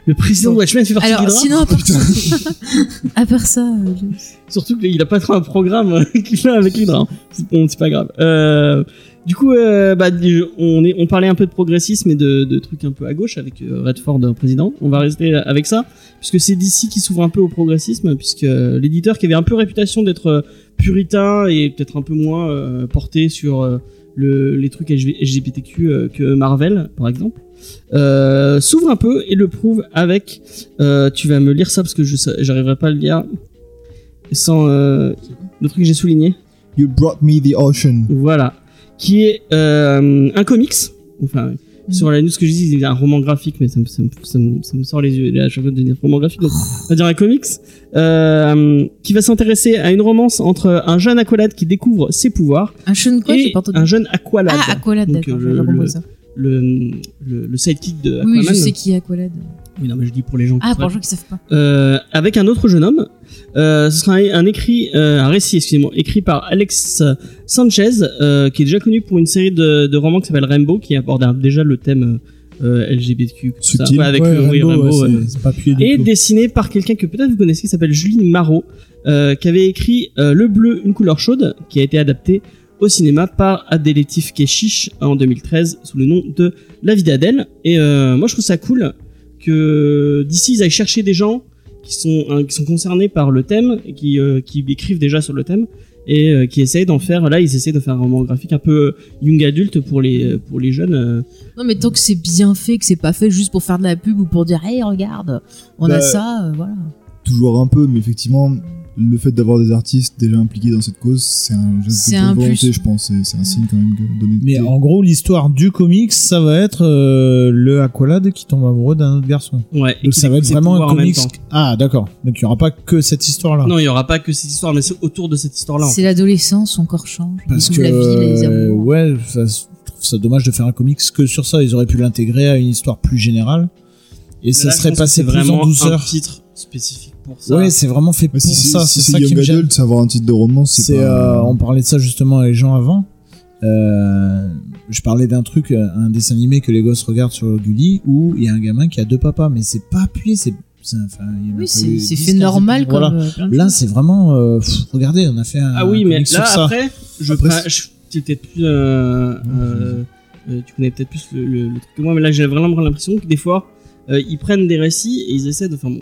Speaker 2: Le président de Watchmen fait partie de
Speaker 3: Alors,
Speaker 2: l'Hydra.
Speaker 3: sinon, à part ça, à part ça, euh, je-
Speaker 2: Surtout qu'il a pas trop un programme qu'il a avec l'Hydra. hein. C'est bon, c'est pas grave. Euh, du coup, euh, bah, du- on, est, on parlait un peu de progressisme et de, de trucs un peu à gauche avec euh, Redford euh, président. On va rester avec ça, puisque c'est d'ici qui s'ouvre un peu au progressisme, puisque euh, l'éditeur qui avait un peu réputation d'être euh, puritain et peut-être un peu moins euh, porté sur euh, le, les trucs LG LGBTQ euh, que Marvel, par exemple, euh, s'ouvre un peu et le prouve avec... euh, tu vas me lire ça parce que je sa- j'arriverai pas à le lire sans euh, le truc que j'ai souligné.
Speaker 4: You brought me the ocean.
Speaker 2: Voilà. Qui est euh, un comics. Enfin,
Speaker 3: Mhm.
Speaker 2: sur la news que je dis, il y a un roman graphique, mais ça me, ça me, ça me- ça me sort les yeux à chaque fois de dire roman graphique. Donc, on va dire un comics. euh, qui va s'intéresser à une romance entre un jeune accolade qui découvre ses pouvoirs
Speaker 3: un Sean quoi, j'ai
Speaker 2: et
Speaker 3: pas entendu.
Speaker 2: un jeune aqualade.
Speaker 3: Ah, Aqualad,
Speaker 2: Donc,
Speaker 3: d'accord,
Speaker 2: euh,
Speaker 3: j'avais
Speaker 2: le-
Speaker 3: pas compris
Speaker 2: le-
Speaker 3: ça.
Speaker 2: le, le, le sidekick de Aquaman.
Speaker 3: Oui, je sais qui est Aqualad.
Speaker 2: Oui, non, mais je dis pour les gens qui
Speaker 3: Ah, pour
Speaker 2: savent
Speaker 3: les gens qui savent pas.
Speaker 2: euh, avec un autre jeune homme. Euh, ce sera un, un écrit, euh, un récit, excusez-moi, écrit par Alex Sanchez, euh, qui est déjà connu pour une série de, de romans qui s'appelle Rainbow, qui aborde un- déjà le thème euh, LGBTQ, tout ça.
Speaker 4: Subtil.
Speaker 2: Ouais, avec
Speaker 5: Ouais,
Speaker 2: le- oui,
Speaker 5: Rainbow,
Speaker 2: Rainbow,
Speaker 5: ouais,
Speaker 2: ouais.
Speaker 5: c'est- c'est pas appuyé du
Speaker 2: Et
Speaker 5: tout.
Speaker 2: dessiné par quelqu'un que peut-être vous connaissez, qui s'appelle Julie Marot, euh, qui avait écrit euh, Le bleu, une couleur chaude, qui a été adapté au cinéma par Adélétif Keshish en 2013 sous le nom de La vie d'Adèle. Et euh, moi, je trouve ça cool que d'ici, ils aillent chercher des gens qui sont, hein, qui sont concernés par le thème et qui, euh, qui écrivent déjà sur le thème et euh, qui essayent d'en faire. Là, ils essayent de faire un roman graphique un peu young adulte pour les, pour les jeunes. euh,
Speaker 3: Non, mais tant que c'est bien fait, que c'est pas fait juste pour faire de la pub ou pour dire, hey, regarde, on
Speaker 4: Bah,
Speaker 3: a ça, euh, voilà.
Speaker 4: Toujours un peu, mais effectivement, le fait d'avoir des artistes déjà impliqués dans cette cause, c'est un geste
Speaker 3: C'est
Speaker 4: de
Speaker 3: un
Speaker 4: bonne volonté,
Speaker 3: plus.
Speaker 4: je pense. C'est- C'est un signe quand même que- d'honnêteté.
Speaker 5: Mais euh, en gros, l'histoire du comics, ça va être euh, le Aqualad qui tombe amoureux d'un autre garçon.
Speaker 2: ouais, et
Speaker 5: Donc
Speaker 2: qui
Speaker 5: ça va être
Speaker 2: découvrent ses
Speaker 5: vraiment un
Speaker 2: pouvoirs en même
Speaker 5: comics.
Speaker 2: temps.
Speaker 5: Ah, d'accord. Donc il n'y aura pas que cette histoire-là.
Speaker 2: Non, il n'y aura pas que cette histoire, mais c'est autour de cette histoire-là. en
Speaker 3: C'est l'adolescence, son corps change. il
Speaker 5: Parce que
Speaker 3: découvre la vie, les
Speaker 5: euh,
Speaker 3: amours.
Speaker 5: ouais, ça, je trouve ça dommage de faire un comics que sur ça. Ils auraient pu l'intégrer à une histoire plus générale et
Speaker 2: Mais
Speaker 5: ça
Speaker 2: là, je
Speaker 5: serait
Speaker 2: pense que
Speaker 5: passé
Speaker 2: c'est
Speaker 5: plus
Speaker 2: vraiment
Speaker 5: en douceur.
Speaker 2: un titre spécifique pour ça.
Speaker 5: Ouais, c'est vraiment fait
Speaker 4: Ouais,
Speaker 5: pour
Speaker 4: si c'est-
Speaker 5: ça.
Speaker 4: si
Speaker 5: C'est
Speaker 4: c'est
Speaker 5: ça qui
Speaker 4: Young
Speaker 5: me gêne.
Speaker 4: Adult, savoir un titre de romance, c'est
Speaker 5: C'est,
Speaker 4: pas.
Speaker 5: euh, on parlait de ça justement avec Jean avant. Euh, je parlais d'un truc, euh, un dessin animé que les gosses regardent sur Gulli où il y a un gamin qui a deux papas, mais c'est pas appuyé, c'est. c'est- enfin, il y en a pas
Speaker 3: Oui,
Speaker 5: eu
Speaker 3: c'est c'est
Speaker 5: 10,
Speaker 3: fait
Speaker 5: 15,
Speaker 3: normal comme.
Speaker 5: voilà.
Speaker 3: euh, plein de
Speaker 5: Là,
Speaker 3: choses.
Speaker 5: c'est vraiment. euh, pff, regardez, on a fait un.
Speaker 2: ah oui,
Speaker 5: un
Speaker 2: mais
Speaker 5: comic sur
Speaker 2: là,
Speaker 5: ça.
Speaker 2: après, je,
Speaker 4: Après,
Speaker 2: enfin, je- t'es peut-être plus. euh, euh, euh, tu connais peut-être plus le, le- le truc que moi, mais là, j'ai vraiment l'impression que des fois, euh, ils prennent des récits et ils essaient de, enfin, bon,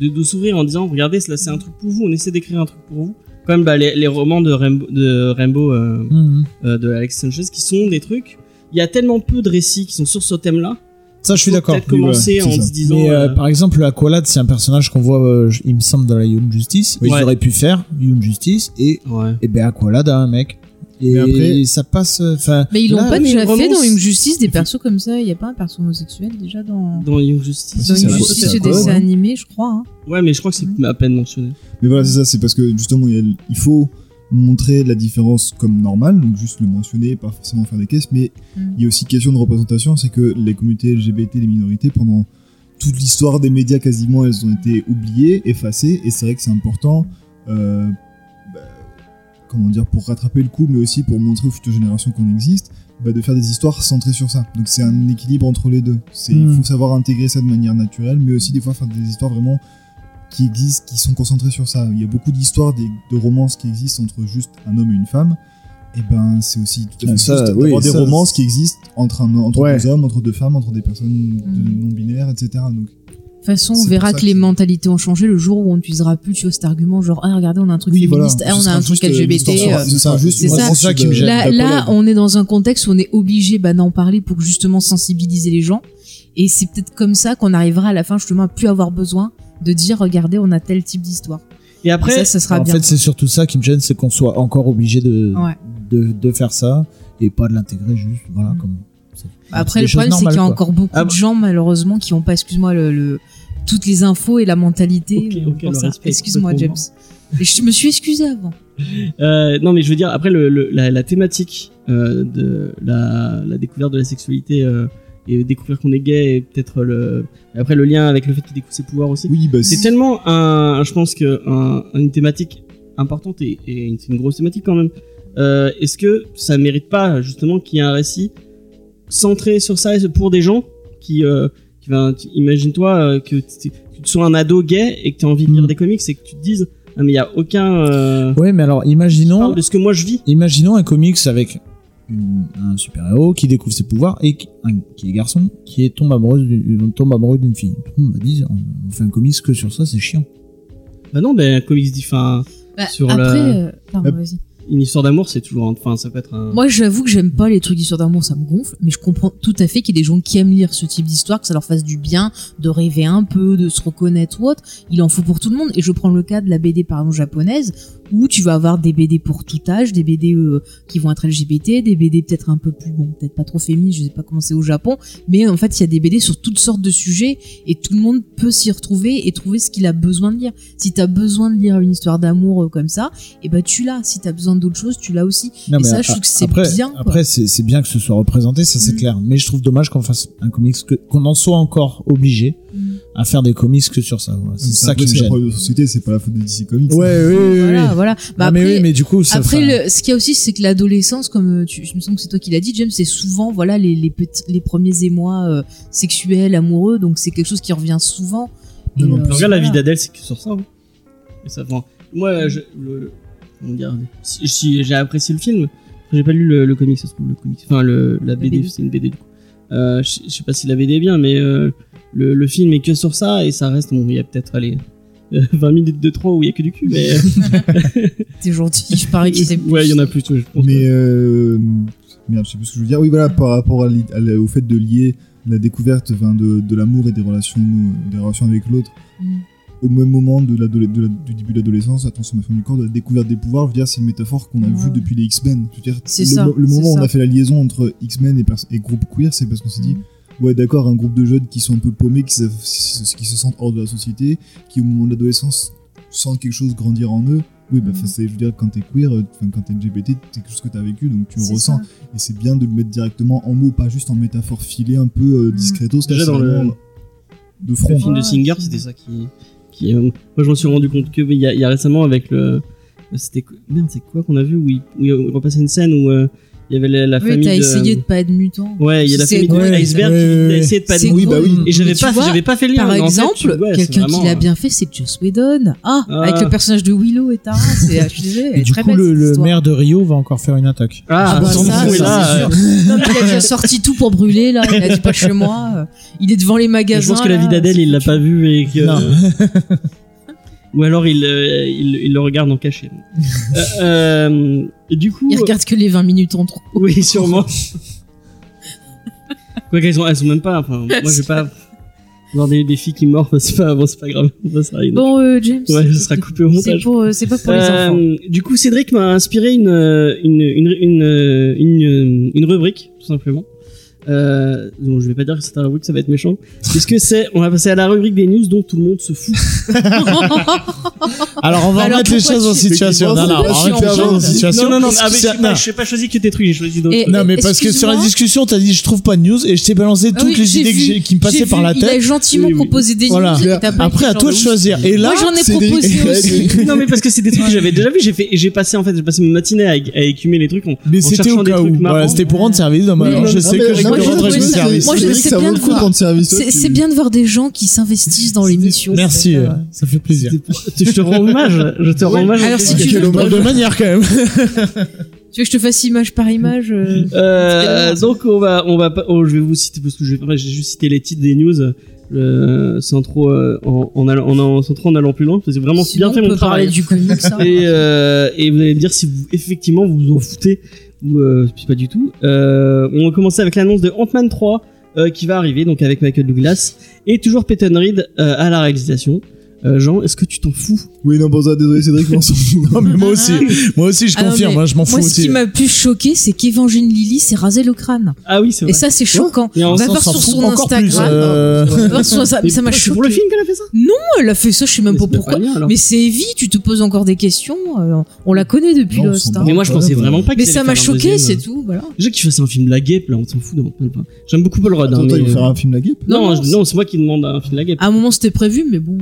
Speaker 2: de, de s'ouvrir en disant Regardez, là, c'est un truc pour vous, on essaie d'écrire un truc pour vous. Comme bah, les, les romans de Rainbow, de, Rainbow euh,
Speaker 5: Mhm.
Speaker 2: euh, de Alex Sanchez, qui sont des trucs. Il y a tellement peu de récits qui sont sur ce thème-là.
Speaker 5: Ça, je suis
Speaker 2: faut
Speaker 5: d'accord.
Speaker 2: Peut-être commencer
Speaker 4: ouais,
Speaker 2: en
Speaker 4: c'est
Speaker 2: se
Speaker 4: ça.
Speaker 2: disant.
Speaker 5: Mais euh,
Speaker 2: euh,
Speaker 5: par exemple, Aqualad, c'est un personnage qu'on voit, euh, je- il me semble, dans la Young Justice.
Speaker 2: Oui.
Speaker 5: Ils
Speaker 2: Ouais.
Speaker 5: auraient pu faire Young Justice et,
Speaker 2: ouais.
Speaker 5: et ben Aqualad a un mec. Et
Speaker 4: Mais après-
Speaker 5: ça passe. euh, Enfin,
Speaker 3: Mais ils l'ont
Speaker 5: là,
Speaker 3: pas
Speaker 2: mais
Speaker 3: déjà
Speaker 2: vraiment,
Speaker 3: fait dans
Speaker 2: c'est-
Speaker 3: Une Justice des persos comme ça. Il y a pas un perso homosexuel déjà dans.
Speaker 2: Dans Young Justice.
Speaker 3: Dans
Speaker 4: Si,
Speaker 3: Une
Speaker 4: c'est un-
Speaker 3: Justice,
Speaker 4: c'est
Speaker 3: ce
Speaker 4: un code,
Speaker 3: dessin
Speaker 4: hein.
Speaker 3: animé, je crois. hein.
Speaker 2: Ouais, mais je crois que c'est à peine mentionné.
Speaker 4: Mais voilà, c'est ça, c'est parce que justement, il, y a- il faut montrer la différence comme normale, donc juste le mentionner, pas forcément faire des caisses, mais
Speaker 3: Mm.
Speaker 4: il y a aussi question de représentation, c'est que les communautés LGBT, les minorités, pendant toute l'histoire des médias quasiment, elles ont été oubliées, effacées, et c'est vrai que c'est important, euh, bah, comment dire, pour rattraper le coup, mais aussi pour montrer aux futures générations qu'on existe, bah, de faire des histoires centrées sur ça. Donc c'est un équilibre entre les deux. C'est, Il
Speaker 5: Mm.
Speaker 4: faut savoir intégrer ça de manière naturelle, mais aussi des fois faire des histoires vraiment qui existent, qui sont concentrées sur ça. Il y a beaucoup d'histoires, des- de romances qui existent entre juste un homme et une femme. Et ben c'est aussi tout à
Speaker 5: Ah,
Speaker 4: fait
Speaker 5: ça,
Speaker 4: juste
Speaker 5: oui,
Speaker 4: d'avoir des
Speaker 5: ça,
Speaker 4: romances
Speaker 5: c'est-
Speaker 4: qui existent entre, un, entre
Speaker 5: Ouais.
Speaker 4: deux hommes, entre deux femmes, entre des personnes de-
Speaker 3: Mm.
Speaker 4: non binaires, etc. Donc
Speaker 3: De toute façon,
Speaker 4: C'est
Speaker 3: on
Speaker 4: pour
Speaker 3: verra
Speaker 4: ça
Speaker 3: que,
Speaker 4: que
Speaker 3: les
Speaker 4: c'est-
Speaker 3: mentalités ont changé le jour où on n'utilisera plus, tu vois, cet argument genre, ah, regardez, on a un truc féministe,
Speaker 4: Ce
Speaker 3: ah, on a
Speaker 4: sera
Speaker 3: un truc
Speaker 4: juste, euh, une
Speaker 3: LGBT.
Speaker 4: distorsion.
Speaker 3: euh,
Speaker 4: Ce sera juste
Speaker 3: c'est
Speaker 4: une
Speaker 3: ça.
Speaker 4: distorsion
Speaker 5: C'est ça qui me
Speaker 4: de-
Speaker 5: gêne.
Speaker 3: Là,
Speaker 4: de la
Speaker 3: là,
Speaker 4: collab.
Speaker 3: on est dans un contexte où on est obligé bah, d'en parler pour justement sensibiliser les gens. Et c'est peut-être comme ça qu'on arrivera à la fin justement à plus avoir besoin de dire regardez, on a tel type d'histoire.
Speaker 2: Et
Speaker 3: Et
Speaker 2: après,
Speaker 3: Ça, ça sera
Speaker 5: en
Speaker 3: bien.
Speaker 5: fait, c'est surtout ça qui me gêne, c'est qu'on soit encore obligé de,
Speaker 3: Ouais.
Speaker 5: de, de faire ça et pas de l'intégrer juste, voilà,
Speaker 3: Mm.
Speaker 5: comme.
Speaker 3: Après,
Speaker 5: des
Speaker 3: le
Speaker 5: choses
Speaker 3: problème, c'est qu'il y a
Speaker 5: normales,
Speaker 3: encore beaucoup
Speaker 5: Ah
Speaker 3: de
Speaker 2: bah.
Speaker 5: bon.
Speaker 3: gens, malheureusement, qui n'ont pas, excuse-moi, le, le- toutes les infos et la mentalité.
Speaker 2: Ok,
Speaker 3: euh,
Speaker 2: ok,
Speaker 3: pour
Speaker 2: le
Speaker 3: ça.
Speaker 2: respect,
Speaker 3: Excuse-moi, James.
Speaker 2: totalement.
Speaker 3: Et je me suis excusée avant.
Speaker 2: Euh, non, mais je veux dire, après, le, le- la, la thématique euh, de la, la découverte de la sexualité euh, et découvrir qu'on est gay et peut-être le. Après, le lien avec le fait qu'il découvre ses pouvoirs aussi.
Speaker 4: Oui, bah,
Speaker 2: C'est tellement, un, je pense, que un- une thématique importante et, et une- c'est une grosse thématique quand même. Euh, Est-ce que ça mérite pas, justement, qu'il y ait un récit centré sur ça et pour des gens qui. euh, qui va- tu- Imagine-toi euh, que tu que tu sois un ado gay et que tu as envie de lire
Speaker 5: Mm.
Speaker 2: des comics et que tu te dises. Ah, mais il n'y a aucun. euh,
Speaker 5: Oui, mais alors,
Speaker 2: parle
Speaker 5: imaginons,
Speaker 2: de ce que moi je vis.
Speaker 5: imaginons un comics avec une- un super-héros qui découvre ses pouvoirs et qui, un- qui est garçon, qui est, tombe, amoureuse d'une- tombe amoureux d'une fille. Tout le monde va dire, on fait un comics que sur ça, c'est chiant.
Speaker 2: Bah non, ben un comics dit, enfin,
Speaker 3: Bah,
Speaker 2: Sur
Speaker 3: après,
Speaker 2: la-
Speaker 3: euh, pardon,
Speaker 4: Hop.
Speaker 3: vas-y.
Speaker 2: une histoire d'amour, c'est toujours, enfin, ça peut être un.
Speaker 3: Moi, j'avoue que j'aime pas les trucs d'histoire d'amour, ça me gonfle, mais je comprends tout à fait qu'il y ait des gens qui aiment lire ce type d'histoire, que ça leur fasse du bien, de rêver un peu, de se reconnaître ou autre. Il en faut pour tout le monde. Et je prends le cas de la BD, par exemple, japonaise, où tu vas avoir des BD pour tout âge, des BD euh, qui vont être LGBT, des BD peut-être un peu plus, bon, peut-être pas trop féministes, je sais pas comment c'est au Japon, mais en fait, il y a des BD sur toutes sortes de sujets et tout le monde peut s'y retrouver et trouver ce qu'il a besoin de lire. Si t'as besoin de lire une histoire d'amour euh, comme ça, et ben tu l'as. Si t'as besoin d'autre chose, tu l'as aussi.
Speaker 5: Non,
Speaker 3: Et
Speaker 5: mais
Speaker 3: ça,
Speaker 5: a-
Speaker 3: je trouve que c'est
Speaker 5: après,
Speaker 3: bien, quoi.
Speaker 5: Après, c'est c'est bien que ce soit représenté, ça c'est
Speaker 3: Mm.
Speaker 5: clair. Mais je trouve dommage qu'on fasse un comics, que- qu'on en soit encore obligé
Speaker 3: Mm.
Speaker 5: à faire des comics que sur ça. voilà. C'est
Speaker 4: C'est
Speaker 5: ça
Speaker 4: un peu-
Speaker 5: qui me
Speaker 4: c'est la
Speaker 5: gêne.
Speaker 4: problème de la société, c'est pas la faute de DC Comics.
Speaker 5: Ouais, oui, oui,
Speaker 3: Voilà,
Speaker 5: oui.
Speaker 3: voilà. Bah
Speaker 5: Non, mais
Speaker 3: après,
Speaker 5: oui, mais du coup, ça.
Speaker 3: après,
Speaker 5: enfin,
Speaker 3: le- ce qu'il y a aussi, c'est que l'adolescence, comme euh, tu, je me semble que c'est toi qui l'as dit, James, c'est souvent voilà les, les, petits, les premiers émois euh, sexuels, amoureux, donc c'est quelque chose qui revient souvent.
Speaker 4: Non, mais en
Speaker 3: euh,
Speaker 4: plus,
Speaker 2: Regarde la
Speaker 3: voilà.
Speaker 2: vie d'Adèle, c'est que sur ça. hein. Et ça enfin, moi, je, le, comment dire, si- si j'ai apprécié le film. J'ai pas lu le, le comics, ça se trouve, le comics. Enfin, le, la BD,
Speaker 3: BD.
Speaker 2: c'est une BD du coup. Euh, je je sais pas si la BD est bien, mais euh, le, le film est que sur ça et ça reste. Bon, il y a peut-être, allez, euh, 20 minutes de trop où il y a que du cul, mais.
Speaker 3: T'es gentil, je parie qu'il aime
Speaker 2: ouais, il y en a plus, ouais, je pense.
Speaker 4: Mais euh, merde, je sais plus ce que je veux dire. Oui, voilà, par rapport à l'i- à la- au fait de lier la découverte enfin, de, de l'amour et des relations, euh, des relations avec l'autre
Speaker 3: Mm.
Speaker 4: au même moment de l'adole- de la- du début de l'adolescence, la transformation du corps, de la découverte des pouvoirs. Je veux dire, c'est une métaphore qu'on a
Speaker 3: Ouais.
Speaker 4: vue depuis les X-Men. Je veux dire,
Speaker 3: C'est
Speaker 4: le,
Speaker 3: ça,
Speaker 4: mo- le
Speaker 3: c'est
Speaker 4: moment où on
Speaker 3: ça.
Speaker 4: a fait la liaison entre X-Men et, pers- et groupe queer, c'est parce qu'on s'est dit.
Speaker 3: Mm.
Speaker 4: Ouais, d'accord, un groupe de jeunes qui sont un peu paumés, qui, savent- qui se sentent hors de la société, qui au moment de l'adolescence sentent quelque chose grandir en eux. Oui, bah,
Speaker 3: Mhm.
Speaker 4: enfin, c'est, je veux dire, quand t'es queer, euh, enfin, quand t'es LGBT, c'est quelque chose que t'as vécu, donc tu le
Speaker 3: C'est
Speaker 4: ressens.
Speaker 3: ça.
Speaker 4: Et c'est bien de le mettre directement en mots, pas juste en métaphore filée, un peu euh,
Speaker 3: Mhm.
Speaker 4: discretos, là,
Speaker 2: Déjà
Speaker 4: c'est
Speaker 2: dans le-
Speaker 4: vraiment de
Speaker 2: le
Speaker 4: front.
Speaker 2: film de
Speaker 3: Ouais,
Speaker 2: Singer,
Speaker 3: c'est-
Speaker 2: c'était ça qui. qui euh, moi, je m'en suis rendu compte que il y, a- il y a récemment avec le. C'était quoi- merde, c'est quoi qu'on a vu où il, où il repassait une scène où euh, il y avait la, la
Speaker 3: Oui,
Speaker 2: famille.
Speaker 3: t'as
Speaker 2: de-
Speaker 3: essayé de pas être mutant.
Speaker 2: Ouais, il y a la
Speaker 3: C'est
Speaker 2: famille de
Speaker 3: gros,
Speaker 2: Iceberg
Speaker 5: ouais, ouais,
Speaker 2: qui
Speaker 5: ouais.
Speaker 2: a essayé de pas.
Speaker 3: C'est
Speaker 5: Oui, bah
Speaker 3: gros.
Speaker 5: oui.
Speaker 2: Et j'avais
Speaker 3: Mais tu
Speaker 2: pas,
Speaker 3: vois,
Speaker 2: j'avais pas fait le lien.
Speaker 3: Par
Speaker 2: mais en fait,
Speaker 3: exemple,
Speaker 2: tu- ouais, c'est
Speaker 3: quelqu'un qui
Speaker 2: vraiment,
Speaker 3: l'a
Speaker 2: euh,
Speaker 3: bien fait, c'est Joss Whedon. Ah,
Speaker 2: Ah.
Speaker 3: avec le personnage de Willow et Tara, c'est, je suis désolée, elle
Speaker 5: Et
Speaker 3: est
Speaker 5: du
Speaker 3: très
Speaker 5: coup,
Speaker 3: belle,
Speaker 5: le,
Speaker 3: cette
Speaker 5: le
Speaker 3: histoire.
Speaker 5: maire de Rio va encore faire une attaque.
Speaker 2: Ah,
Speaker 3: Ah bah
Speaker 2: ton
Speaker 3: ça,
Speaker 2: fou est
Speaker 3: ça,
Speaker 2: là,
Speaker 3: c'est
Speaker 2: euh,
Speaker 3: sûr. Non, mais il a déjà sorti tout pour brûler, là. Il a dit pas chez moi. euh, Il est devant les magasins.
Speaker 2: Je pense que la vie
Speaker 3: là,
Speaker 2: d'Adèle,
Speaker 3: euh, c'est
Speaker 2: il l'a
Speaker 3: foutu.
Speaker 2: pas vu et que.
Speaker 5: Non.
Speaker 2: Ou alors il, euh, il, il le regarde en cachet. Euh, euh, et du coup.
Speaker 3: Il regarde que les 20 minutes en trop.
Speaker 2: Oui, sûrement. Quoi qu'elles sont, elles sont même pas. Enfin, moi, je vais pas voir des, des filles qui mordent. C'est pas, bon, c'est pas grave. On va s'arrêter.
Speaker 3: Bon, euh, James.
Speaker 2: Ouais, ça sera coupé au
Speaker 3: C'est
Speaker 2: montage.
Speaker 3: pour, euh, c'est pas pour les
Speaker 2: Euh,
Speaker 3: enfants.
Speaker 2: du coup, Cédric m'a inspiré une, euh, une, une, une, euh, une, euh, une rubrique, tout simplement. Euh, bon, je vais pas dire que c'est un rubrique, ça va être Ah, méchant. Puisque c'est, on va passer à la rubrique des news dont tout le monde se fout.
Speaker 5: Alors, on va
Speaker 3: Bah alors,
Speaker 5: remettre les
Speaker 3: pourquoi
Speaker 5: choses en
Speaker 3: tu-
Speaker 5: situation. Non, non, on va
Speaker 3: Pourquoi tu
Speaker 5: remettre les choses en
Speaker 3: enchaînes
Speaker 5: situation.
Speaker 2: Non, non, non,
Speaker 5: Parce que
Speaker 2: ah, mais
Speaker 5: ça-
Speaker 2: j'ai pas-
Speaker 5: non.
Speaker 2: j'ai pas choisi que tes trucs, j'ai choisi d'autres.
Speaker 3: Et-
Speaker 5: Non, mais parce que sur la
Speaker 3: Excuse-moi.
Speaker 5: discussion, t'as dit je trouve pas de news et je t'ai balancé
Speaker 3: Ah
Speaker 5: toutes
Speaker 3: oui,
Speaker 5: les
Speaker 3: j'ai
Speaker 5: idées que
Speaker 3: vu,
Speaker 5: j'ai- qui
Speaker 3: J'ai
Speaker 5: me passaient
Speaker 3: vu,
Speaker 5: par la
Speaker 3: Il a
Speaker 5: tête.
Speaker 3: gentiment
Speaker 2: Oui, oui.
Speaker 3: proposé des
Speaker 5: Voilà.
Speaker 3: news et t'as pas
Speaker 5: Après,
Speaker 3: été
Speaker 5: à
Speaker 3: genre
Speaker 5: toi de
Speaker 3: ouf.
Speaker 5: choisir. Et là,
Speaker 3: Moi, j'en ai
Speaker 4: Cédric
Speaker 3: proposé
Speaker 4: Red,
Speaker 3: aussi.
Speaker 2: non mais parce que c'est des trucs que j'avais déjà vu j'ai fait et j'ai passé en fait j'ai passé ma matinée à, à écumer les trucs en,
Speaker 5: mais
Speaker 2: en
Speaker 5: c'était
Speaker 2: cherchant
Speaker 5: au
Speaker 2: des
Speaker 5: cas
Speaker 2: trucs
Speaker 5: où. Voilà,
Speaker 2: marrants.
Speaker 5: c'était pour rendre service. Non, mais
Speaker 2: Oui,
Speaker 5: alors,
Speaker 2: non,
Speaker 5: je
Speaker 2: mais-
Speaker 5: sais
Speaker 4: Ah,
Speaker 5: que
Speaker 4: mais
Speaker 5: je
Speaker 3: moi,
Speaker 5: peux
Speaker 3: j'ai
Speaker 5: rendre
Speaker 3: trouvé
Speaker 5: service.
Speaker 3: ça- moi, je
Speaker 4: Cédric,
Speaker 3: sais
Speaker 4: ça
Speaker 3: bien
Speaker 4: vaut le
Speaker 3: de
Speaker 4: coup de
Speaker 3: quoi.
Speaker 4: rendre service. toi,
Speaker 3: C'est
Speaker 4: tu-
Speaker 3: c'est bien de voir des gens qui s'investissent dans l'émission.
Speaker 5: Merci,
Speaker 3: c'est
Speaker 5: euh,
Speaker 3: pas-
Speaker 5: ça fait plaisir.
Speaker 2: C'était pour- je te rends hommage je te rends hommage
Speaker 3: Alors, si tu
Speaker 5: Quel
Speaker 3: veux-
Speaker 5: hommage de manière quand même.
Speaker 3: Tu veux que je te fasse image par image euh,
Speaker 2: Euh, donc on va on va pas oh, je vais vous citer parce que je vais- j'ai juste cité les titres des news euh, sans trop euh, en, en, allant- en, en- sans trop en allant plus loin parce que vraiment c'est
Speaker 3: sinon,
Speaker 2: bien fait
Speaker 3: on
Speaker 2: Ah, mon
Speaker 3: peut parler
Speaker 2: travail
Speaker 3: du comics. hein.
Speaker 2: et, euh, et vous allez me dire si vous effectivement vous vous en foutez ou euh, puis pas du tout. Euh, on va commencer avec l'annonce de Ant-Man 3 euh, qui va arriver donc avec Michael Douglas et toujours Peyton Reed euh, à la réalisation. Euh, Jean, est-ce que tu t'en fous
Speaker 4: Oui, non, bon, ça, désolé, Cédric, mais on s'en fout.
Speaker 5: Non, mais moi aussi. Moi aussi, je
Speaker 3: Ah non,
Speaker 5: confirme.
Speaker 3: mais
Speaker 5: hein, Je m'en fous
Speaker 3: Moi, ce
Speaker 5: aussi.
Speaker 3: qui m'a plus choqué, c'est qu'Evangeline Lily s'est rasé le crâne.
Speaker 2: Ah oui, c'est vrai.
Speaker 3: Et ça, c'est choquant.
Speaker 2: Et en
Speaker 3: va
Speaker 5: On
Speaker 3: voir
Speaker 5: s'en
Speaker 3: sur
Speaker 5: fout
Speaker 3: son
Speaker 5: encore plus,
Speaker 3: Instagram.
Speaker 5: euh,
Speaker 3: Ouais, ça- ça- ça m'a
Speaker 2: C'est pour
Speaker 3: choqué.
Speaker 2: le film qu'elle a fait ça
Speaker 3: Oh, Elle a fait ça, je sais même pas pourquoi. Mais c'est Evie, tu te poses encore des questions. euh, on la connaît depuis
Speaker 4: Non, on
Speaker 3: Lost.
Speaker 4: s'en
Speaker 3: hein.
Speaker 4: bat.
Speaker 2: Mais moi je pensais vraiment pas que
Speaker 3: Mais ça m'a choqué, c'est tout. Voilà.
Speaker 2: Déjà qu'il fasse un film de la guêpe, là, on s'en fout. d'Ant-Man, quoi. J'aime beaucoup Paul Rudd. hein,
Speaker 4: Attends,
Speaker 2: mais-
Speaker 4: toi, ils vont faire un film la guêpe
Speaker 2: Non,
Speaker 3: Non,
Speaker 2: je- non, c'est moi qui demande un film de la guêpe.
Speaker 3: À un moment, c'était prévu, mais bon.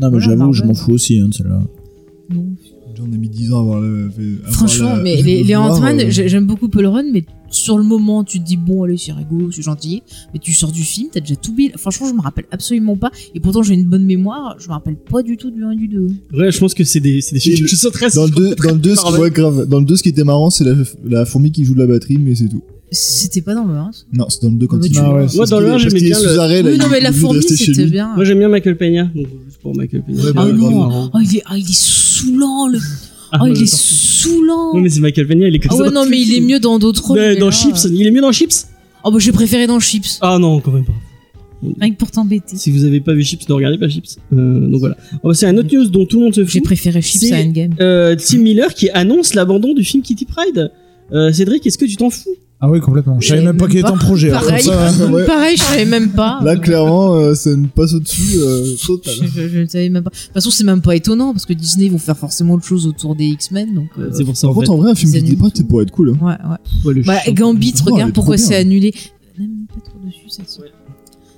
Speaker 5: Non, mais
Speaker 3: Voilà,
Speaker 5: j'avoue, je
Speaker 3: Marvel.
Speaker 5: m'en fous aussi hein, de celle-là.
Speaker 3: euh, non.
Speaker 4: J'en ai mis 10 ans à avoir le. fait- à
Speaker 3: Franchement,
Speaker 4: avoir la-
Speaker 3: mais les, les
Speaker 4: voir,
Speaker 3: Ant-Man,
Speaker 4: euh,
Speaker 3: j'ai- j'aime beaucoup Paul Rudd, mais sur le moment, tu te dis bon, allez, c'est rigolo, c'est gentil. Mais tu sors du film, t'as déjà tout oublié. Franchement, je me rappelle absolument pas. Et pourtant, j'ai une bonne mémoire. Je me rappelle pas du tout du 1 et du 2.
Speaker 2: Ouais, je pense que c'est des, c'est des
Speaker 4: Et
Speaker 2: films
Speaker 4: le-
Speaker 2: que je sauterais
Speaker 4: Dans le
Speaker 2: sur-
Speaker 4: 2, dans le deux, ce qui,
Speaker 2: Marvel.
Speaker 4: ouais, grave. Dans le 2, ce qui était marrant, c'est la, la fourmi qui joue de la batterie, mais c'est tout.
Speaker 3: C'était pas dans le 1. ça.
Speaker 4: Non, c'est dans le 2 quand
Speaker 3: Mais
Speaker 4: il
Speaker 3: tu
Speaker 4: joue.
Speaker 3: vois.
Speaker 5: ouais,
Speaker 4: Parce
Speaker 2: Moi, dans
Speaker 4: qu'il
Speaker 2: le
Speaker 4: est-
Speaker 2: un,
Speaker 4: parce
Speaker 2: j'aimais
Speaker 4: qu'il est
Speaker 2: bien le-
Speaker 4: sous arrêt, là,
Speaker 3: oui, non,
Speaker 4: il-
Speaker 3: mais la
Speaker 4: il veut
Speaker 3: fourmi,
Speaker 4: rester chez
Speaker 3: c'était
Speaker 4: lui.
Speaker 3: bien.
Speaker 2: Moi j'aime bien Michael Peña, donc juste pour Michael Peña.
Speaker 4: Ouais,
Speaker 2: c'est
Speaker 4: bah,
Speaker 3: Ah
Speaker 2: grave
Speaker 3: non,
Speaker 2: marrant.
Speaker 3: oh, il est, ah, il est saoulant, le.
Speaker 2: Ah,
Speaker 3: Oh,
Speaker 2: ouais,
Speaker 3: il est
Speaker 2: d'accord.
Speaker 3: saoulant.
Speaker 2: Non mais c'est Michael Peña, il est comme
Speaker 3: Ah
Speaker 2: ça.
Speaker 3: ouais, non, mais il est mieux dans d'autres rôles.
Speaker 2: Dans,
Speaker 3: mais
Speaker 2: dans
Speaker 3: là,
Speaker 2: Chips,
Speaker 3: euh,
Speaker 2: il est mieux dans Chips
Speaker 3: Oh, bah, j'ai préféré dans Chips.
Speaker 2: Ah non, quand même pas.
Speaker 3: Rien que pour t'embêter.
Speaker 2: Si vous avez pas vu Chips, ne regardez pas Chips. Euh, donc voilà. On va passer à une autre news dont tout le monde se
Speaker 3: J'ai
Speaker 2: fout.
Speaker 3: préféré Chips
Speaker 2: C'est-
Speaker 3: à Endgame.
Speaker 2: Euh, Tim Miller qui annonce l'abandon du film Kitty Pride. Euh, Cédric, est-ce que tu t'en fous
Speaker 5: Ah oui, complètement. Je savais
Speaker 3: Mais
Speaker 5: même pas
Speaker 3: même
Speaker 5: qu'il était
Speaker 3: pas.
Speaker 5: en projet. hein,
Speaker 3: Pareil.
Speaker 5: comme ça.
Speaker 4: ouais.
Speaker 3: Pareil, je savais même pas.
Speaker 4: Là, clairement, euh, c'est une passe au-dessus euh, totale.
Speaker 3: Je- Je je ne savais même pas. De toute façon, c'est même pas étonnant parce que Disney vont faire forcément autre chose autour des X-Men. Donc, euh,
Speaker 2: C'est pour ça
Speaker 4: Par
Speaker 2: en fait.
Speaker 4: contre, en vrai, un film
Speaker 3: c'est
Speaker 4: qui dit
Speaker 3: nul.
Speaker 4: pas, c'est pour être cool. hein.
Speaker 3: ouais, ouais.
Speaker 2: Ouais, le
Speaker 3: Bah,
Speaker 2: chien.
Speaker 3: Gambit,
Speaker 4: Oh, elle est
Speaker 3: regarde pourquoi
Speaker 4: trop
Speaker 3: c'est
Speaker 4: bien.
Speaker 3: annulé. On n'aime pas trop dessus, cette série.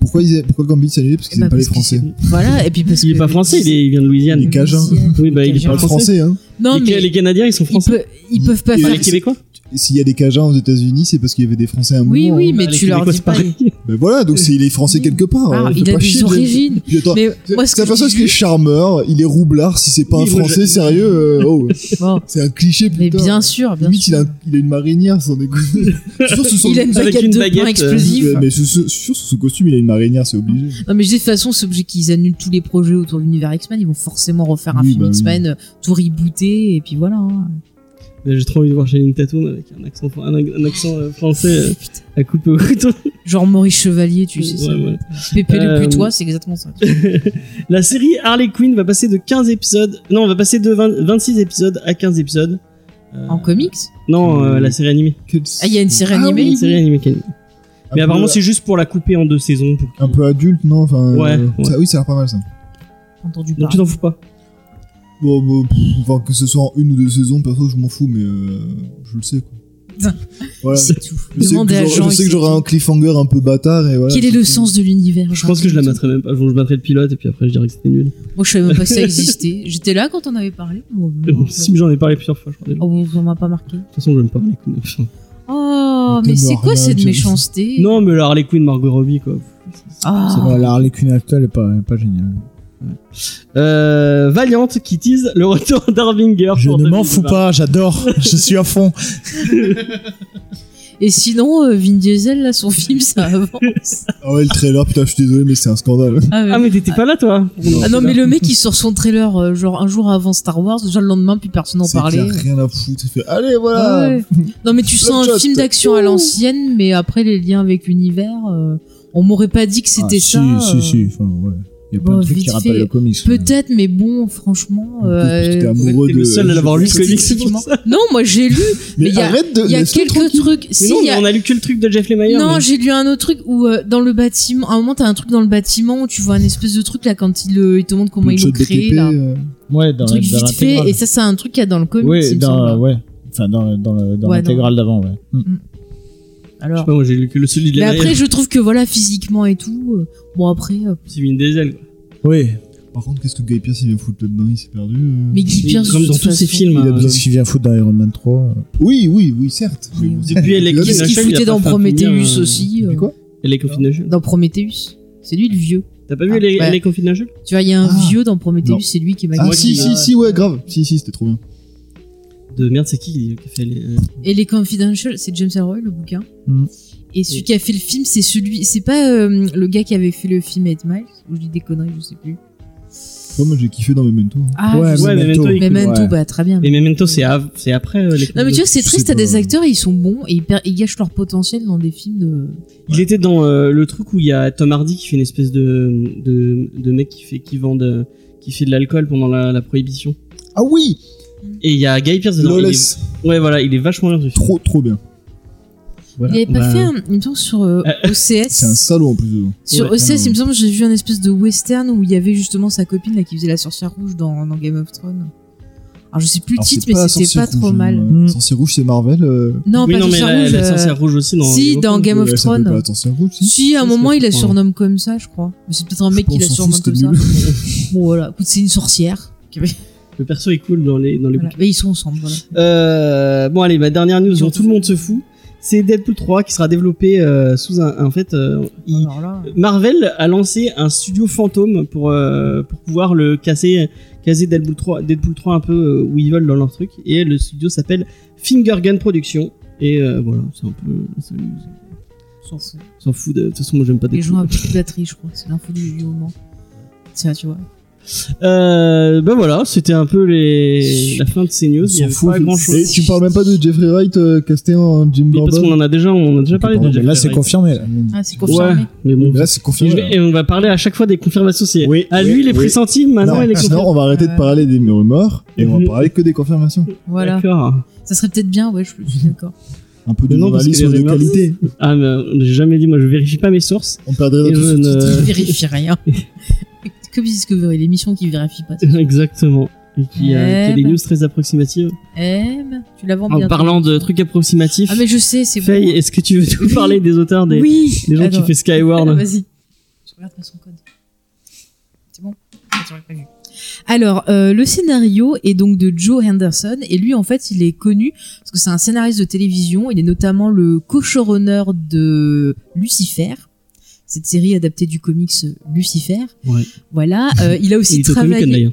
Speaker 4: Pourquoi, ils... pourquoi Gambit s'est annulé Parce qu'ils
Speaker 3: Bah,
Speaker 4: aiment pas les
Speaker 3: parce que
Speaker 4: Français.
Speaker 3: c'est- Voilà, et puis parce
Speaker 2: il est
Speaker 3: que-
Speaker 2: pas français, il, est- il vient de Louisiane.
Speaker 4: Il est cajun.
Speaker 2: Oui, bah il est
Speaker 3: Cajun.
Speaker 2: pas
Speaker 4: Pas
Speaker 2: français.
Speaker 4: français, hein.
Speaker 3: Non,
Speaker 2: Les Ca-
Speaker 3: mais
Speaker 2: Les Canadiens, ils sont
Speaker 3: ils,
Speaker 2: français.
Speaker 3: peuvent- ils peuvent pas
Speaker 4: Ils-
Speaker 2: Enfin,
Speaker 3: faire.
Speaker 2: les Québécois
Speaker 4: S'il y a des Cajuns aux États-Unis, c'est parce qu'il y avait des Français à un
Speaker 3: Oui,
Speaker 4: moment.
Speaker 3: oui,
Speaker 4: hein.
Speaker 3: mais
Speaker 2: Ah, les
Speaker 3: tu leur
Speaker 2: Québécois,
Speaker 3: dis
Speaker 2: c'est
Speaker 3: pas.
Speaker 2: pareil.
Speaker 4: Ben voilà, donc c'est- il est français quelque part.
Speaker 3: Ah,
Speaker 4: euh,
Speaker 3: il
Speaker 4: fais
Speaker 3: a
Speaker 4: pas chier,
Speaker 3: des
Speaker 4: James.
Speaker 3: origines.
Speaker 4: Puis attends,
Speaker 3: Mais moi, ce
Speaker 4: C'est
Speaker 3: que
Speaker 4: pas parce
Speaker 3: je-
Speaker 4: qu'il est charmeur, il est roublard, si c'est pas un
Speaker 2: Oui, moi, je-
Speaker 4: français sérieux, euh, oh,
Speaker 3: Bon,
Speaker 4: c'est un cliché putain.
Speaker 3: mais bien sûr, bien
Speaker 4: Limite, il
Speaker 3: sûr.
Speaker 4: a, il a une marinière, sans déconner. Je suis sûr que sous son-
Speaker 3: Il a une
Speaker 2: Avec
Speaker 3: baguette
Speaker 2: une
Speaker 3: de
Speaker 2: baguette,
Speaker 3: pain
Speaker 2: euh,
Speaker 3: explosive.
Speaker 4: Mais sous- sous- je suis sûr que sous son costume, il a une marinière, c'est obligé.
Speaker 3: Non, mais je dis, de toute façon, c'est obligé qu'ils annulent tous les projets autour de l'univers X-Men. Ils vont forcément refaire un
Speaker 4: Oui,
Speaker 3: film
Speaker 4: bah oui.
Speaker 3: X-Men, euh, tout rebooté, et puis voilà. hein.
Speaker 2: Bah, J'ai trop envie de voir Channing Tatum avec un accent, un, un accent euh, français euh, à couper au couteau.
Speaker 3: Genre Maurice Chevalier, tu sais. ça.
Speaker 2: Ouais, ouais.
Speaker 3: Pépé
Speaker 2: Euh,
Speaker 3: le putois, c'est exactement ça.
Speaker 2: La série Harley Quinn va passer de 15 épisodes. Non, va passer de 20 26 épisodes à 15 épisodes. Euh,
Speaker 3: En comics
Speaker 2: Non, euh, la série animée.
Speaker 3: Ah, il y a une série
Speaker 4: Ah oui,
Speaker 3: animée
Speaker 2: Une série animée qu'elle- Ah, Mais
Speaker 4: Un peu-
Speaker 2: apparemment, c'est juste pour la couper en deux saisons. Pour...
Speaker 4: Un peu adulte, non enfin,
Speaker 2: Ouais,
Speaker 4: euh,
Speaker 2: ouais.
Speaker 4: ça- oui, ça a l'air pas mal ça.
Speaker 3: entendu
Speaker 2: Donc, tu
Speaker 3: parler.
Speaker 2: t'en fous pas.
Speaker 4: Bon, bon, pff, enfin, que ce soit en une ou deux saisons, perso, je m'en fous, mais euh, je le sais quoi. voilà.
Speaker 3: C'est tout.
Speaker 4: Je sais, que
Speaker 3: Demandez à
Speaker 4: j'aurai-
Speaker 3: Jean. il
Speaker 4: je sais que
Speaker 3: sait
Speaker 4: j'aurai
Speaker 3: tout.
Speaker 4: un cliffhanger un peu bâtard et voilà.
Speaker 3: Quel est
Speaker 4: c'est
Speaker 3: le
Speaker 4: tout.
Speaker 3: sens de l'univers
Speaker 2: Je pense que je la mettrai même pas. Je je mettrai le pilote et puis après, je dirai que c'était nul.
Speaker 3: Moi, je savais même pas si ça existait. J'étais là quand on avait parlé. Bon, bon,
Speaker 2: Euh, si, mais j'en ai parlé plusieurs fois, je crois déjà.
Speaker 3: Oh, on m'a pas marqué.
Speaker 2: De toute façon, j'aime pas Harley Quinn. enfin.
Speaker 3: Oh,
Speaker 4: Mais
Speaker 3: mais c'est
Speaker 4: t'aimes
Speaker 3: quoi
Speaker 4: rien,
Speaker 3: cette
Speaker 4: James.
Speaker 3: méchanceté
Speaker 2: Non, mais la Harley Quinn, Margot Robbie, quoi.
Speaker 3: Ah.
Speaker 5: Ouais, la Harley Quinn actuelle est pas, est pas géniale.
Speaker 2: Euh, Valiant qui tease le retour d'Arvinger.
Speaker 5: Je
Speaker 2: pour
Speaker 5: ne m'en fous
Speaker 2: 2020.
Speaker 5: pas, j'adore, je suis à fond.
Speaker 3: Et sinon, euh, Vin Diesel, là, son film, ça avance.
Speaker 4: Ah ouais, le trailer, putain, je suis désolé, mais c'est un scandale.
Speaker 3: Ah, ouais.
Speaker 2: Ah, mais t'étais pas là, toi
Speaker 3: Ah non, mais le mec, il sort son trailer, euh, genre, un jour avant Star Wars, déjà le lendemain, plus personne n'en
Speaker 4: C'est
Speaker 3: parlait.
Speaker 4: clair, rien à foutre. c'est Fait, allez, voilà.
Speaker 3: Ah Ouais. Non, mais tu sens un
Speaker 4: Bloodshot.
Speaker 3: film d'action à l'ancienne, mais après, les liens avec l'univers, euh, on m'aurait pas dit que c'était
Speaker 5: Ah,
Speaker 3: ça.
Speaker 5: Si,
Speaker 3: euh.
Speaker 5: si, si. Enfin, ouais. Il y a
Speaker 3: Bon,
Speaker 5: plein de trucs
Speaker 3: vite
Speaker 5: qui rappellent
Speaker 3: fait.
Speaker 5: le comics.
Speaker 3: Peut-être, mais bon, franchement.
Speaker 4: Parce que
Speaker 3: euh,
Speaker 4: t'es amoureux
Speaker 2: T'es
Speaker 4: de.
Speaker 2: le seul à l'avoir lu ce comics, c'est
Speaker 3: Effectivement.
Speaker 2: pour ça.
Speaker 3: Non, moi j'ai lu. mais il y a-
Speaker 4: arrête de.
Speaker 3: Il y a
Speaker 4: laisse-le
Speaker 3: quelques
Speaker 4: tranquille.
Speaker 3: trucs.
Speaker 2: Mais
Speaker 3: Si,
Speaker 2: non,
Speaker 3: il y a-
Speaker 2: mais on a lu que le truc de Jeff Lemire.
Speaker 3: Non,
Speaker 2: mais-
Speaker 3: j'ai lu un autre truc où euh, dans le bâtiment, à un moment t'as un truc dans le bâtiment où tu vois un espèce de truc là quand il, euh, il te montre comment ils l'ont
Speaker 4: Bloodshot
Speaker 3: créé
Speaker 4: BTP,
Speaker 3: là,
Speaker 4: euh,
Speaker 5: Ouais,
Speaker 3: un
Speaker 5: dans
Speaker 3: truc vite fait et ça c'est un truc qu'il y a dans le comics. il
Speaker 5: Ouais,
Speaker 3: me
Speaker 5: dans,
Speaker 3: semble.
Speaker 5: ouais. Enfin, dans, le- dans, le- dans
Speaker 3: Ouais,
Speaker 5: l'intégrale d'avant, ouais. Hmm.
Speaker 2: Je sais
Speaker 3: Alors,
Speaker 2: pas, Ah, moi j'ai lu que le celui de
Speaker 3: mais
Speaker 2: la
Speaker 3: après je trouve que voilà physiquement et tout. euh, bon après, euh,
Speaker 2: C'est Vin Diesel. quoi.
Speaker 5: Oui,
Speaker 4: Par contre, qu'est-ce que Guy Pierce il vient foutre là-dedans Il s'est perdu. euh.
Speaker 3: mais Guy
Speaker 2: Mais
Speaker 3: Pierce
Speaker 2: Comme
Speaker 3: de
Speaker 2: dans
Speaker 3: toute
Speaker 2: tous ses
Speaker 3: façon-
Speaker 2: films.
Speaker 4: il a
Speaker 2: hein.
Speaker 4: besoin-
Speaker 5: Qu'est-ce qu'il vient foutre dans Iron Man 3 euh
Speaker 4: Oui, oui, oui, Ah, certes.
Speaker 3: Oui,
Speaker 4: Mais bon,
Speaker 3: oui.
Speaker 2: Depuis elle est
Speaker 3: Qu'est-ce qu'il
Speaker 2: Nashville, il a
Speaker 3: foutait
Speaker 2: pas
Speaker 3: dans
Speaker 2: fait un
Speaker 3: Prometheus
Speaker 2: film, euh,
Speaker 3: aussi euh,
Speaker 4: quoi
Speaker 2: Elle est confidential.
Speaker 3: Dans Prometheus, c'est lui le vieux.
Speaker 2: T'as pas vu
Speaker 3: Ah,
Speaker 2: Elle est-
Speaker 3: ouais.
Speaker 2: elle est confidential
Speaker 3: Tu vois, il y a un
Speaker 4: Ah.
Speaker 3: vieux dans Prometheus,
Speaker 4: Non.
Speaker 3: c'est lui qui est
Speaker 4: Ah,
Speaker 2: Moi euh,
Speaker 4: si,
Speaker 2: qui-
Speaker 4: si, si, ouais, grave. Si, si, c'était trop bien.
Speaker 2: De merde, c'est qui qui a fait les. euh,
Speaker 3: Et les Confidential, c'est James Ellroy le bouquin.
Speaker 5: Mhm.
Speaker 3: Et celui
Speaker 2: Et-
Speaker 3: qui a fait le film, c'est celui, c'est pas euh, le gars qui avait fait le film Ed Miles ou je dis des conneries, je sais plus.
Speaker 4: Ouais, moi, j'ai kiffé dans Memento.
Speaker 3: Ah,
Speaker 5: Ouais,
Speaker 3: je sais
Speaker 2: Ouais,
Speaker 5: Memento.
Speaker 2: Memento,
Speaker 3: plus.
Speaker 2: il-
Speaker 3: Memento,
Speaker 5: ouais.
Speaker 3: bah très bien.
Speaker 2: Et Memento, c'est av- c'est après euh, les
Speaker 3: Non mais tu vois, c'est
Speaker 5: Je
Speaker 3: triste, t'as
Speaker 5: sais
Speaker 3: des
Speaker 5: pas.
Speaker 3: acteurs, ils sont bons et ils, per- ils gâchent leur potentiel dans des films de.
Speaker 2: Il était dans euh, le truc où il y a Tom Hardy qui fait une espèce de, de, de mec qui fait, qui vend de, qui fait de l'alcool pendant la, la prohibition.
Speaker 4: Ah oui
Speaker 2: Et il y a Guy Pearce dedans. Il
Speaker 4: Lawless.
Speaker 2: est- ouais, voilà, il est vachement bien. ce film.
Speaker 4: Trop, trop bien.
Speaker 5: Voilà.
Speaker 3: Il avait pas
Speaker 5: Bah,
Speaker 3: fait un, il me semble sur euh,
Speaker 2: Euh,
Speaker 4: C'est un
Speaker 3: OCS.
Speaker 4: salaud en plus dedans.
Speaker 3: Sur
Speaker 5: Ouais,
Speaker 3: OCS,
Speaker 5: non.
Speaker 3: il me semble, j'ai vu un espèce de western où il y avait justement sa copine là qui faisait la sorcière rouge dans, dans Game of Thrones. Alors je sais plus le
Speaker 4: Alors,
Speaker 3: titre,
Speaker 4: c'est
Speaker 3: mais c'était
Speaker 4: Sorcier
Speaker 3: pas
Speaker 4: Rouge,
Speaker 3: trop
Speaker 4: hein.
Speaker 3: mal.
Speaker 5: Mm.
Speaker 4: Euh, Sorcier Rouge, c'est Marvel. euh,
Speaker 3: Non,
Speaker 2: oui,
Speaker 3: pas
Speaker 2: non, mais
Speaker 3: sorcière
Speaker 2: la,
Speaker 3: rouge.
Speaker 2: la
Speaker 3: euh,
Speaker 2: sorcière rouge aussi dans.
Speaker 3: si,
Speaker 2: Game of
Speaker 3: dans
Speaker 2: Thrones.
Speaker 3: Game of
Speaker 4: ouais, ça
Speaker 3: Thrones.
Speaker 4: s'appelle pas la Sorcière Rouge, si
Speaker 3: Si, à un
Speaker 2: Je
Speaker 3: moment,
Speaker 2: sais
Speaker 3: il la
Speaker 2: pas.
Speaker 3: surnomme comme ça, je crois. Mais c'est peut-être un mec
Speaker 4: Je
Speaker 3: qui la
Speaker 4: pense, on s'en
Speaker 3: surnomme
Speaker 4: fout,
Speaker 3: comme
Speaker 4: c'était
Speaker 3: ça. bon, voilà. Écoute, c'est une sorcière.
Speaker 2: Le perso est cool dans les, dans les
Speaker 3: Voilà.
Speaker 2: bouquins.
Speaker 3: Mais ils sont ensemble, voilà.
Speaker 2: Euh, bon, allez, ma dernière news
Speaker 3: Ils
Speaker 2: dont
Speaker 3: ont
Speaker 2: tout le monde se fout, c'est Deadpool 3 qui sera développé euh, sous un. En fait, euh, il-
Speaker 3: Alors là,
Speaker 2: Marvel a lancé un studio fantôme pour, euh, pour pouvoir le casser, casser Deadpool 3, Deadpool 3 un peu euh, où ils veulent dans leur truc. Et le studio s'appelle Finger Gun Productions. Et euh, voilà, c'est un peu la seule news.
Speaker 3: on s'en fout.
Speaker 2: On S'en fout de de toute façon, moi j'aime pas
Speaker 3: Les
Speaker 2: Deadpool.
Speaker 3: gens à petite batterie, je crois. C'est l'info du, du moment. Tiens, tu vois.
Speaker 2: Euh, ben voilà, c'était un peu les... la fin de ces news.
Speaker 4: On
Speaker 2: Il
Speaker 4: s'en
Speaker 2: y avait
Speaker 4: fout.
Speaker 2: pas grand chose.
Speaker 4: Et tu parles même pas de Jeffrey Wright euh, casté en Jim
Speaker 2: Mais parce qu'on
Speaker 4: Gordon
Speaker 2: en a déjà, on a déjà
Speaker 4: Ok,
Speaker 2: parlé
Speaker 4: pardon,
Speaker 2: de Euh,
Speaker 5: mais
Speaker 2: Jeff
Speaker 5: là, c'est
Speaker 2: Lerner.
Speaker 5: confirmé.
Speaker 3: Ah, c'est confirmé.
Speaker 2: Ouais, mais bon.
Speaker 4: Mais Là, c'est
Speaker 2: Et je
Speaker 4: confirmé.
Speaker 2: vais- et on va parler à chaque fois des confirmations. c'est-
Speaker 4: Oui,
Speaker 2: à
Speaker 4: oui,
Speaker 2: lui, il est
Speaker 4: oui.
Speaker 2: pressenti, maintenant
Speaker 4: Non,
Speaker 2: il Ah est
Speaker 4: sinon,
Speaker 2: confirmé.
Speaker 4: on va arrêter de parler des rumeurs et on
Speaker 2: Mhm.
Speaker 4: va parler que des confirmations.
Speaker 3: Voilà.
Speaker 2: D'accord.
Speaker 3: Ça serait peut-être bien, ouais, je je suis d'accord.
Speaker 4: Un peu de
Speaker 2: Mais non, parce que
Speaker 4: journalisme
Speaker 2: les
Speaker 4: de
Speaker 2: rumeurs-
Speaker 4: qualité.
Speaker 2: Ah, mais euh, j'ai jamais dit, moi je vérifie pas mes sources.
Speaker 4: On perdrait
Speaker 2: Et
Speaker 4: notre
Speaker 2: je ne-
Speaker 3: Ils vérifient rien. Comme Discovery, l'émission qui vérifie pas.
Speaker 2: Exactement. Et qui, a- qui a
Speaker 3: Eh
Speaker 2: des
Speaker 3: ben.
Speaker 2: news très approximatives.
Speaker 3: M, tu la vends Oh, bien.
Speaker 2: En parlant de trucs approximatifs,
Speaker 3: Ah, mais je sais, c'est
Speaker 2: Faye,
Speaker 3: bon.
Speaker 2: est-ce que tu veux nous
Speaker 3: Oui.
Speaker 2: parler des auteurs, des,
Speaker 3: Oui.
Speaker 2: des gens qui
Speaker 3: Attends.
Speaker 2: fait Skyward
Speaker 3: Ah, Vas-y. Je regarde pas son code. C'est bon Ah, tu l'aurais pas vu. Alors, euh, le scénario est donc de Joe Henderson et lui, en fait, il est connu parce que c'est un scénariste de télévision. Il est notamment le co-showrunner de Lucifer, cette série adaptée du comics Lucifer.
Speaker 2: Ouais.
Speaker 3: Voilà. euh, il a aussi
Speaker 2: Il était au Comic Con
Speaker 3: travaillé.
Speaker 2: d'ailleurs.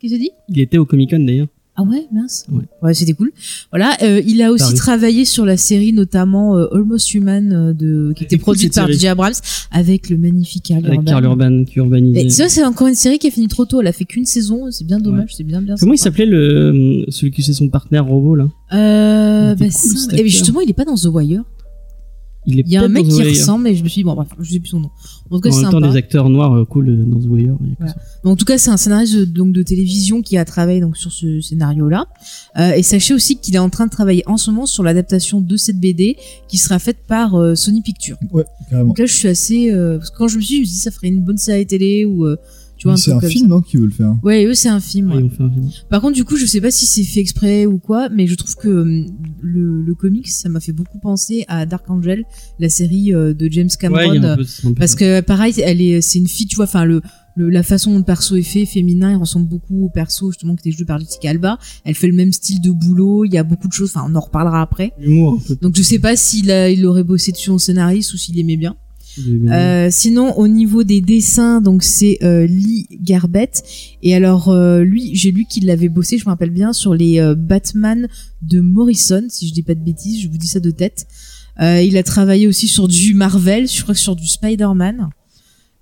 Speaker 3: Qu'est-ce que tu dis
Speaker 2: Il était au Comic Con d'ailleurs.
Speaker 3: ah ouais, mince.
Speaker 2: Ouais.
Speaker 3: Ouais, c'était cool. Voilà, euh, il a aussi
Speaker 2: Paris.
Speaker 3: travaillé sur la série notamment euh, Almost Human euh, de qui
Speaker 2: était
Speaker 3: était
Speaker 2: cool, Bah,
Speaker 3: produite
Speaker 2: cette
Speaker 3: par
Speaker 2: série.
Speaker 3: J. Abrams avec le magnifique Carl
Speaker 2: Avec
Speaker 3: Urban.
Speaker 2: Karl Urban qui urbanisait.
Speaker 3: Mais ça c'est encore une série qui a fini trop tôt, elle a fait qu'une saison, c'est bien dommage, c'est bien bien.
Speaker 2: Comment il
Speaker 3: sympa.
Speaker 2: s'appelait le euh, celui qui c'est son partenaire robot là
Speaker 3: euh,
Speaker 2: Il était
Speaker 3: bah,
Speaker 2: cool,
Speaker 3: ça-
Speaker 2: cet
Speaker 3: Et
Speaker 2: acteur.
Speaker 3: justement, il est pas dans The Wire.
Speaker 2: Il est
Speaker 3: Il y a un
Speaker 2: peut-être
Speaker 3: mec
Speaker 2: dans The
Speaker 3: qui
Speaker 2: Wire.
Speaker 3: ressemble et je me suis dit bon, bref, je sais plus son nom. En tout cas,
Speaker 2: En
Speaker 3: c'est
Speaker 2: même temps,
Speaker 3: sympa.
Speaker 2: des acteurs noirs euh, cool euh, dans The Wire. il y a que
Speaker 3: Ouais.
Speaker 2: ça.
Speaker 3: Mais en tout cas, c'est un scénariste de, donc de télévision qui a travaillé donc sur ce scénario-là. Euh, et sachez aussi qu'il est en train de travailler en ce moment sur l'adaptation de cette BD qui sera faite par euh, Sony Pictures.
Speaker 4: Ouais, carrément.
Speaker 3: Donc là, je suis assez euh, parce que quand je me suis, dit, je me suis dit ça ferait une bonne série télé ou euh, tu vois
Speaker 4: Mais
Speaker 3: un
Speaker 4: C'est
Speaker 3: truc
Speaker 4: un
Speaker 3: comme
Speaker 4: film, non, qui veut le faire.
Speaker 3: ça. Ouais, eux c'est un film.
Speaker 2: Ouais,
Speaker 3: ouais.
Speaker 2: ils ont fait un film.
Speaker 3: Par contre, du coup, je sais pas si c'est fait exprès ou quoi, mais je trouve que hum, le, le comics, ça m'a fait beaucoup penser à Dark Angel, la série euh, de James
Speaker 2: Ouais, il
Speaker 3: Cameron.
Speaker 2: y a un peu- c'est un peu
Speaker 3: Parce
Speaker 2: ça.
Speaker 3: que pareil, elle est, c'est une fille, tu vois, enfin le, le- la façon dont le perso est fait, féminin, il ressemble beaucoup au perso justement qui était joué par Jessica Alba. Elle fait le même style de boulot, il y a beaucoup de choses. Enfin, on en reparlera après.
Speaker 2: l'humour. un peu,
Speaker 3: Donc je sais pas s'il a, il aurait bossé dessus en scénariste ou s'il aimait bien.
Speaker 2: j'ai bien aimé.
Speaker 3: Euh, sinon, au niveau des dessins, donc c'est euh, Lee Garbett. Et alors euh, lui, j'ai lu qu'il l'avait bossé, je me rappelle bien, sur les euh, Batman de Morrison, si je dis pas de bêtises, je vous dis ça de tête. Euh, il a travaillé aussi sur du Marvel, je crois que sur du Spider-Man.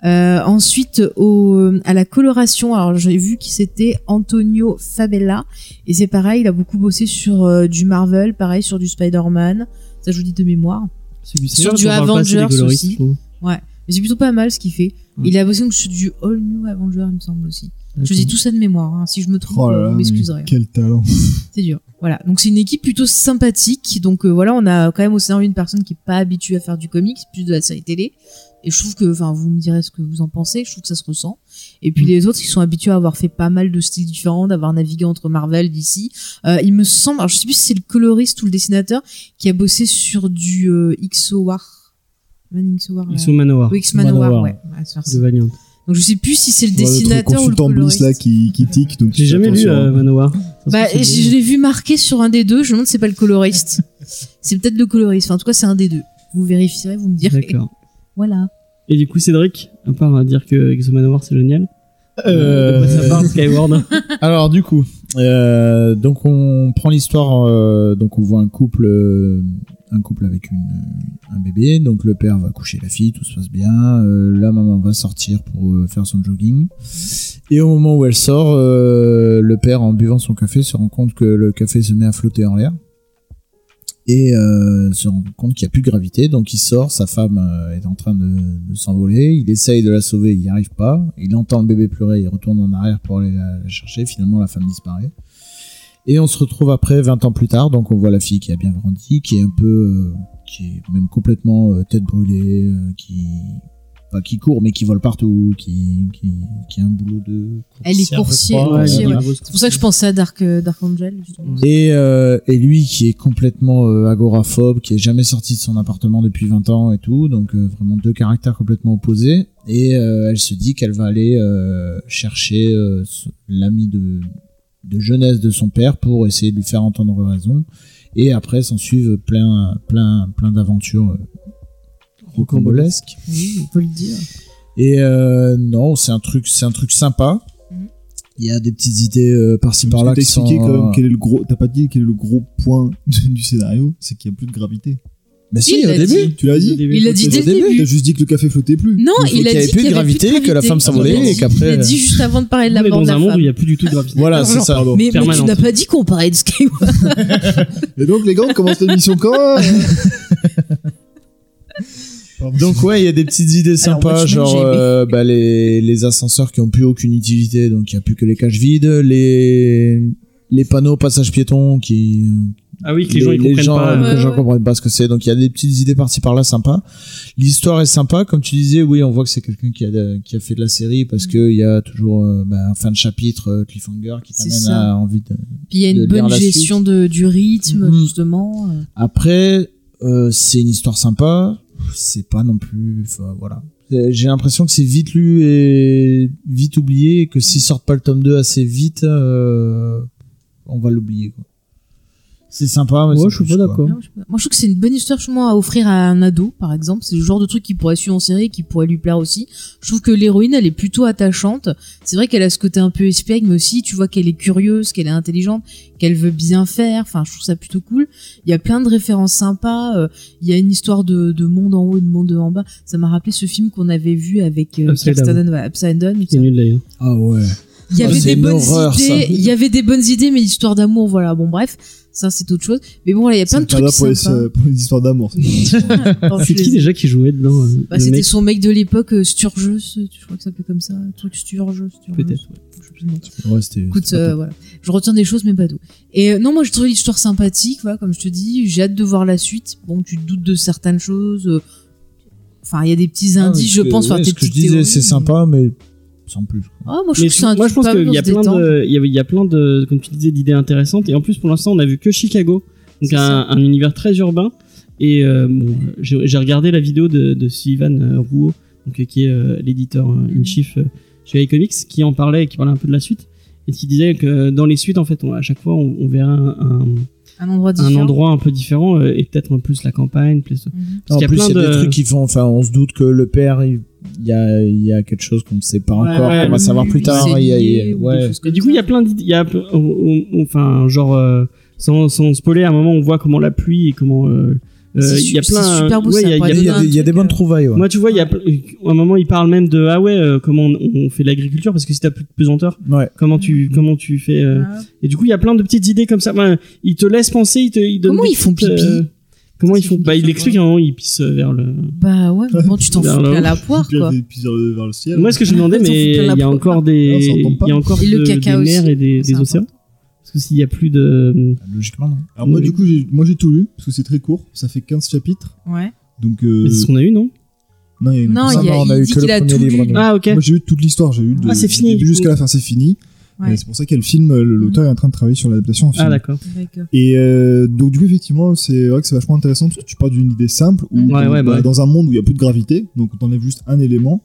Speaker 3: Euh, ensuite, au, euh, à la coloration, alors j'ai vu qui c'était Antonio Fabella. Et c'est pareil, il a beaucoup bossé sur euh, du Marvel, pareil sur du Spider-Man. Ça, je vous dis de mémoire.
Speaker 2: Celui-ci,
Speaker 3: sur
Speaker 2: on
Speaker 3: du
Speaker 2: parle pas assez des
Speaker 3: Avengers
Speaker 2: coloristes,
Speaker 3: aussi.
Speaker 2: je trouve.
Speaker 3: Mais c'est plutôt pas mal ce qu'il fait.
Speaker 5: Mm.
Speaker 3: Il a bossé donc, sur du All New Avenger, il me semble aussi. Je dis
Speaker 5: D'accord.
Speaker 3: tout ça de mémoire. hein. Si je me trompe,
Speaker 4: Oh là
Speaker 3: euh,
Speaker 4: là,
Speaker 3: vous
Speaker 4: mais
Speaker 3: m'excuserez.
Speaker 4: Quel talent.
Speaker 3: C'est dur. Voilà. Donc c'est une équipe plutôt sympathique. Donc euh, voilà, on a quand même au scénario une personne qui est pas habituée à faire du comics, plus de la série télé. Et je trouve que, enfin, vous me direz ce que vous en pensez. Je trouve que ça se ressent. Et puis
Speaker 2: Mm.
Speaker 3: les autres, ils sont habitués à avoir fait pas mal de styles différents, d'avoir navigué entre Marvel, d'ici. il me semble, alors je sais plus si c'est le coloriste ou le dessinateur qui a bossé sur du euh, XO War. Man XO War. là.
Speaker 2: Ils sont Hein, manoir
Speaker 3: Ou X-Man
Speaker 5: Manowar.
Speaker 3: War, ouais. Ouais, c'est merci.
Speaker 2: de Valiant.
Speaker 3: Donc je sais plus si c'est le
Speaker 4: Voilà, notre
Speaker 3: dessinateur ou le
Speaker 4: consultant Bliss
Speaker 3: coloriste.
Speaker 4: là qui, qui tique. donc
Speaker 2: J'ai
Speaker 4: fais
Speaker 2: jamais lu
Speaker 4: attention.
Speaker 2: euh, Manoir.
Speaker 3: Bah, je, je l'ai vu marqué sur un des deux. Je me demande si c'est pas le coloriste. c'est peut-être le coloriste. Enfin, en tout cas, c'est un des deux. Vous vérifierez, vous me direz.
Speaker 2: D'accord.
Speaker 3: Voilà.
Speaker 2: Et du coup, Cédric, à part euh, dire que Exo Manoir c'est génial, euh, de quoi ça parle Skyward
Speaker 5: Alors du coup, euh, donc on prend l'histoire, euh, donc on voit un couple, euh, un couple avec une, euh, un bébé, donc le père va coucher la fille, tout se passe bien, euh, la maman va sortir pour euh, faire son jogging, et au moment où elle sort, euh, le père en buvant son café se rend compte que le café se met à flotter en l'air. Et euh, se rend compte qu'il n'y a plus de gravité, donc il sort, sa femme euh, est en train de, de s'envoler, il essaye de la sauver, il n'y arrive pas, il entend le bébé pleurer, il retourne en arrière pour aller la, la chercher, finalement la femme disparaît. Et on se retrouve après, 20 ans plus tard, donc on voit la fille qui a bien grandi, qui est un peu, euh, qui est même complètement euh, tête brûlée, euh, qui, pas qui court, mais qui vole partout, qui, qui, qui a un boulot de
Speaker 3: Elle est
Speaker 5: je crois.
Speaker 3: coursière, coursier, ouais.
Speaker 2: C'est
Speaker 3: C'est pour ça que je pensais à Dark, euh, Dark Angel. justement.
Speaker 5: Et, euh, et lui qui est complètement euh, agoraphobe, qui est jamais sorti de son appartement depuis 20 ans et tout, donc euh, vraiment deux caractères complètement opposés. Et euh, elle se dit qu'elle va aller euh, chercher euh, son- l'ami de, de jeunesse de son père pour essayer de lui faire entendre raison. Et après s'en suivent plein, plein, plein d'aventures euh, rocambolesques.
Speaker 3: Oui, on peut le dire.
Speaker 5: Et euh, non, c'est un truc, c'est un truc sympa.
Speaker 3: Mhm.
Speaker 5: Il y a des petites idées euh, par-ci
Speaker 4: Parce
Speaker 5: par-là
Speaker 4: que
Speaker 5: qui
Speaker 4: t'as
Speaker 5: sont. euh,
Speaker 4: expliqué quand même quel est le gros. T'as pas dit quel est le gros point du du scénario, c'est qu'il y a plus de gravité.
Speaker 5: Mais si,
Speaker 3: Il
Speaker 5: au
Speaker 3: l'a
Speaker 5: début.
Speaker 3: dit.
Speaker 4: Tu l'as dit.
Speaker 3: Il a dit dès le
Speaker 5: Au début,
Speaker 3: début.
Speaker 4: T'as juste dit que le café flottait plus.
Speaker 3: Non,
Speaker 5: Il faut
Speaker 3: il,
Speaker 5: qu'il y
Speaker 3: a
Speaker 5: avait
Speaker 3: dit
Speaker 5: plus de
Speaker 3: qu'il y avait
Speaker 5: gravité,
Speaker 3: plus de
Speaker 5: que la femme
Speaker 3: gravité.
Speaker 5: s'envolait
Speaker 3: Il l'a
Speaker 5: et
Speaker 3: dit-
Speaker 5: qu'après, euh,
Speaker 3: Il l'a dit juste avant de parler de la mort
Speaker 2: dans
Speaker 3: de la
Speaker 2: un monde où
Speaker 3: femme.
Speaker 2: il n'y a plus du tout de gravité.
Speaker 5: Voilà,
Speaker 4: Genre,
Speaker 5: c'est ça.
Speaker 4: pardon.
Speaker 3: Mais, mais tu
Speaker 2: permanente.
Speaker 3: n'as pas dit qu'on parlait de Skyward.
Speaker 4: Et donc les gars, on commence l'émission quand Pardon.
Speaker 5: Donc ouais, il y a des petites idées sympas,
Speaker 3: Watchmen,
Speaker 5: genre
Speaker 3: j'ai aimé.
Speaker 5: euh, bah, les, les ascenseurs qui ont plus aucune utilité, donc il n'y a plus que les cages vides, les les panneaux passage piéton qui
Speaker 2: Ah oui, que les gens ils
Speaker 5: les
Speaker 2: comprennent
Speaker 5: gens,
Speaker 2: pas. euh,
Speaker 5: que les
Speaker 3: Ouais,
Speaker 5: gens
Speaker 3: ouais.
Speaker 5: comprennent pas ce que c'est. Donc il y a des petites idées par-ci par-là sympas. L'histoire est sympa, comme tu disais. Oui, on voit que c'est quelqu'un qui a de- qui a fait de la série parce
Speaker 3: Mm.
Speaker 5: que il y a toujours euh, bah, un fin de chapitre euh, cliffhanger qui
Speaker 3: C'est
Speaker 5: t'amène
Speaker 3: ça.
Speaker 5: à envie
Speaker 3: Puis
Speaker 5: de
Speaker 3: il y a
Speaker 5: De
Speaker 3: une
Speaker 5: lire
Speaker 3: bonne
Speaker 5: la
Speaker 3: gestion
Speaker 5: suite.
Speaker 3: de, du rythme,
Speaker 5: Mhm.
Speaker 3: justement. euh.
Speaker 5: Après, euh, c'est une histoire sympa. C'est pas non plus. Enfin, voilà. Euh, J'ai l'impression que c'est vite lu et vite oublié. Et que s'ils sortent pas le tome 2 assez vite, euh, on va l'oublier. quoi. C'est sympa. mais
Speaker 2: Moi,
Speaker 5: sans
Speaker 2: je suis
Speaker 5: plus,
Speaker 2: pas
Speaker 5: quoi.
Speaker 2: d'accord.
Speaker 3: Non, je sais pas. Moi, je trouve que c'est une bonne histoire justement à offrir à un ado, par exemple. C'est le genre de truc qu'il pourrait suivre en série, et qui pourrait lui plaire aussi. Je trouve que l'héroïne, elle est plutôt attachante. C'est vrai qu'elle a ce côté un peu espiègle, mais aussi, tu vois qu'elle est curieuse, qu'elle est intelligente, qu'elle veut bien faire. Enfin, je trouve ça plutôt cool. Il y a plein de références sympas. euh, Il y a une histoire de, de monde en haut et de monde en bas. Ça m'a rappelé ce film qu'on avait vu avec euh,
Speaker 2: Upside
Speaker 3: Kirsten
Speaker 2: Down.
Speaker 3: Dunst, ouais, Upside Down. tout
Speaker 2: C'est
Speaker 3: ça.
Speaker 2: nul d'ailleurs.
Speaker 5: Ah ouais.
Speaker 3: Il y
Speaker 5: Ah,
Speaker 3: avait
Speaker 5: c'est
Speaker 3: des
Speaker 5: une
Speaker 3: bonnes
Speaker 5: horreur, ça.
Speaker 3: idées, il y avait des bonnes idées, mais histoire d'amour, voilà. Bon, bref, ça c'est autre chose. Mais bon, voilà, il y a plein de
Speaker 4: C'est pas
Speaker 3: trucs
Speaker 4: là pour les, euh,
Speaker 3: sympas.
Speaker 4: pour les histoires d'amour.
Speaker 3: Enfin, je
Speaker 2: C'est
Speaker 3: les
Speaker 2: qui
Speaker 3: ai-
Speaker 2: déjà qui jouait dedans euh,
Speaker 3: bah,
Speaker 2: le
Speaker 3: c'était
Speaker 2: mec
Speaker 3: son mec de l'époque, euh, Sturges, je crois que ça s'appelait comme ça, un truc Sturges. Sturges.
Speaker 2: Peut-être. ouais.
Speaker 3: Je sais plus le nom.
Speaker 5: Ouais, c'était.
Speaker 3: Écoute,
Speaker 5: c'était pas
Speaker 3: euh,
Speaker 5: top.
Speaker 3: voilà. Je retiens des choses, mais pas tout. Et euh, non, moi, je trouve l'histoire sympathique, voilà, comme je te dis. J'ai hâte de voir la suite. Bon, tu te doutes de certaines choses. euh, Enfin, il y a des petits
Speaker 5: Ah, mais
Speaker 3: indices,
Speaker 5: ce
Speaker 3: je
Speaker 5: que-
Speaker 3: pense,
Speaker 5: ouais,
Speaker 3: par tes
Speaker 5: ce que je
Speaker 3: petites euh,
Speaker 5: disais,
Speaker 3: théories,
Speaker 5: c'est
Speaker 3: mais-
Speaker 5: sympa, mais sans plus. quoi.
Speaker 3: Ah, moi, je
Speaker 2: Mais
Speaker 3: trouve que c'est un
Speaker 2: moi, je
Speaker 3: truc
Speaker 2: pense
Speaker 3: pas mal
Speaker 2: qu'il y a
Speaker 3: pour se
Speaker 2: plein
Speaker 3: détendre.
Speaker 2: de, il y a- il y a plein de, comme tu disais, d'idées intéressantes. Et en plus, pour l'instant, on a vu que Chicago, donc
Speaker 3: C'est
Speaker 2: un, un univers très urbain. Et euh, bon, euh, j'ai j'ai regardé la vidéo de, de Sylvan euh, Rouault, donc euh, qui est euh, l'éditeur euh, in
Speaker 3: Mhm.
Speaker 2: chief euh, chez iComics, qui en parlait, et qui parlait un peu de la suite, et qui disait que euh, dans les suites, en fait, on- à chaque fois, on, on verra un, un-
Speaker 3: Un endroit
Speaker 2: un
Speaker 3: différent.
Speaker 2: endroit un peu différent, euh, et peut-être plus la campagne, plus
Speaker 3: Mhm.
Speaker 2: Parce
Speaker 5: en
Speaker 2: qu'il y a
Speaker 5: plus,
Speaker 2: plein
Speaker 5: il y a
Speaker 2: de-
Speaker 5: des trucs qui font. Enfin, on se doute que le père, il il y a, il y a quelque chose qu'on ne sait pas
Speaker 2: Ouais,
Speaker 5: encore,
Speaker 2: ouais,
Speaker 5: qu'on va savoir plus tard.
Speaker 3: C'est
Speaker 5: Il y a- il y a-
Speaker 3: lié ou des
Speaker 5: ouais.
Speaker 3: choses
Speaker 2: Et
Speaker 3: comme
Speaker 2: du coup, il y a
Speaker 3: ça.
Speaker 2: plein d'idées. il y a- on- on- on- Enfin, genre, euh, sans, sans spoiler, à un moment, on voit comment la pluie et comment. euh, euh,
Speaker 3: C'est
Speaker 2: il y a
Speaker 3: su-
Speaker 2: plein.
Speaker 3: c'est super beau,
Speaker 2: ouais,
Speaker 3: ça
Speaker 2: il y a-
Speaker 3: pourrait
Speaker 2: il y a
Speaker 5: Il y
Speaker 2: plein-
Speaker 5: a, des- il y a des
Speaker 3: truc,
Speaker 5: bonnes
Speaker 3: euh,
Speaker 5: trouvailles. Ouais.
Speaker 2: Moi, tu vois, il y a, ple- à un moment, il parle même de ah ouais, euh, comment on, on fait de l'agriculture parce que si t'as plus de pesanteur,
Speaker 5: Ouais.
Speaker 2: comment tu, comment tu fais. euh,
Speaker 3: Ah,
Speaker 2: Et du coup, il y a plein de petites idées comme ça. Enfin, il te laisse penser, il te il donne
Speaker 3: Comment
Speaker 2: des
Speaker 3: ils font
Speaker 2: petites,
Speaker 3: pipi
Speaker 2: euh, Comment
Speaker 3: C'est
Speaker 2: ils font
Speaker 3: fini,
Speaker 2: Bah, il
Speaker 3: ça,
Speaker 2: explique à un moment, il pisse euh, vers le.
Speaker 3: Bah ouais, mais bon, tu t'en fous
Speaker 2: Vers le
Speaker 3: plein
Speaker 2: haut.
Speaker 3: la poire,
Speaker 4: Puis
Speaker 3: quoi.
Speaker 4: elle pisse vers le- vers le ciel.
Speaker 2: Moi, ce que je me demandais,
Speaker 3: Ils s'en
Speaker 2: mais
Speaker 3: foutent plein la
Speaker 2: il y a
Speaker 3: peau.
Speaker 2: encore
Speaker 4: Non, ça
Speaker 2: des,
Speaker 4: retombe pas.
Speaker 2: il y a encore
Speaker 3: Et le
Speaker 2: de-
Speaker 3: caca
Speaker 2: des mers
Speaker 3: aussi.
Speaker 2: et des,
Speaker 3: C'est
Speaker 2: des océans.
Speaker 3: important.
Speaker 2: Parce que s'il y a plus de,
Speaker 5: Logiquement, non.
Speaker 4: Alors moi
Speaker 2: Oui.
Speaker 4: du coup j'ai moi j'ai tout lu parce que c'est très court, ça fait 15 chapitres.
Speaker 3: Ouais.
Speaker 4: Donc euh,
Speaker 2: c'est ce qu'on a eu, non
Speaker 4: non, il y en a
Speaker 3: Non,
Speaker 5: Ah,
Speaker 3: il, y a,
Speaker 5: non, on a
Speaker 3: il
Speaker 5: eu
Speaker 3: dit
Speaker 5: que le
Speaker 3: qu'il a
Speaker 5: premier
Speaker 3: tout
Speaker 5: livre,
Speaker 3: lu.
Speaker 5: nous.
Speaker 2: Ah, ok.
Speaker 4: Moi j'ai eu toute l'histoire, j'ai eu de,
Speaker 2: Ah, c'est
Speaker 4: du
Speaker 2: fini,
Speaker 4: début
Speaker 2: du
Speaker 4: jusqu'à
Speaker 2: coup. Mhm.
Speaker 4: la fin, c'est fini.
Speaker 3: Ouais.
Speaker 4: Et C'est pour ça qu'elle film, euh, le- l'auteur est en train de travailler sur l'adaptation en film.
Speaker 2: Ah, d'accord.
Speaker 3: D'accord.
Speaker 4: et euh, donc du coup effectivement c'est vrai que c'est vachement intéressant parce que tu pars d'une idée simple où
Speaker 2: Ouais,
Speaker 4: t'es
Speaker 2: ouais, bah ouais.
Speaker 4: dans un monde où il y a plus de gravité, donc on t'enlève juste un élément.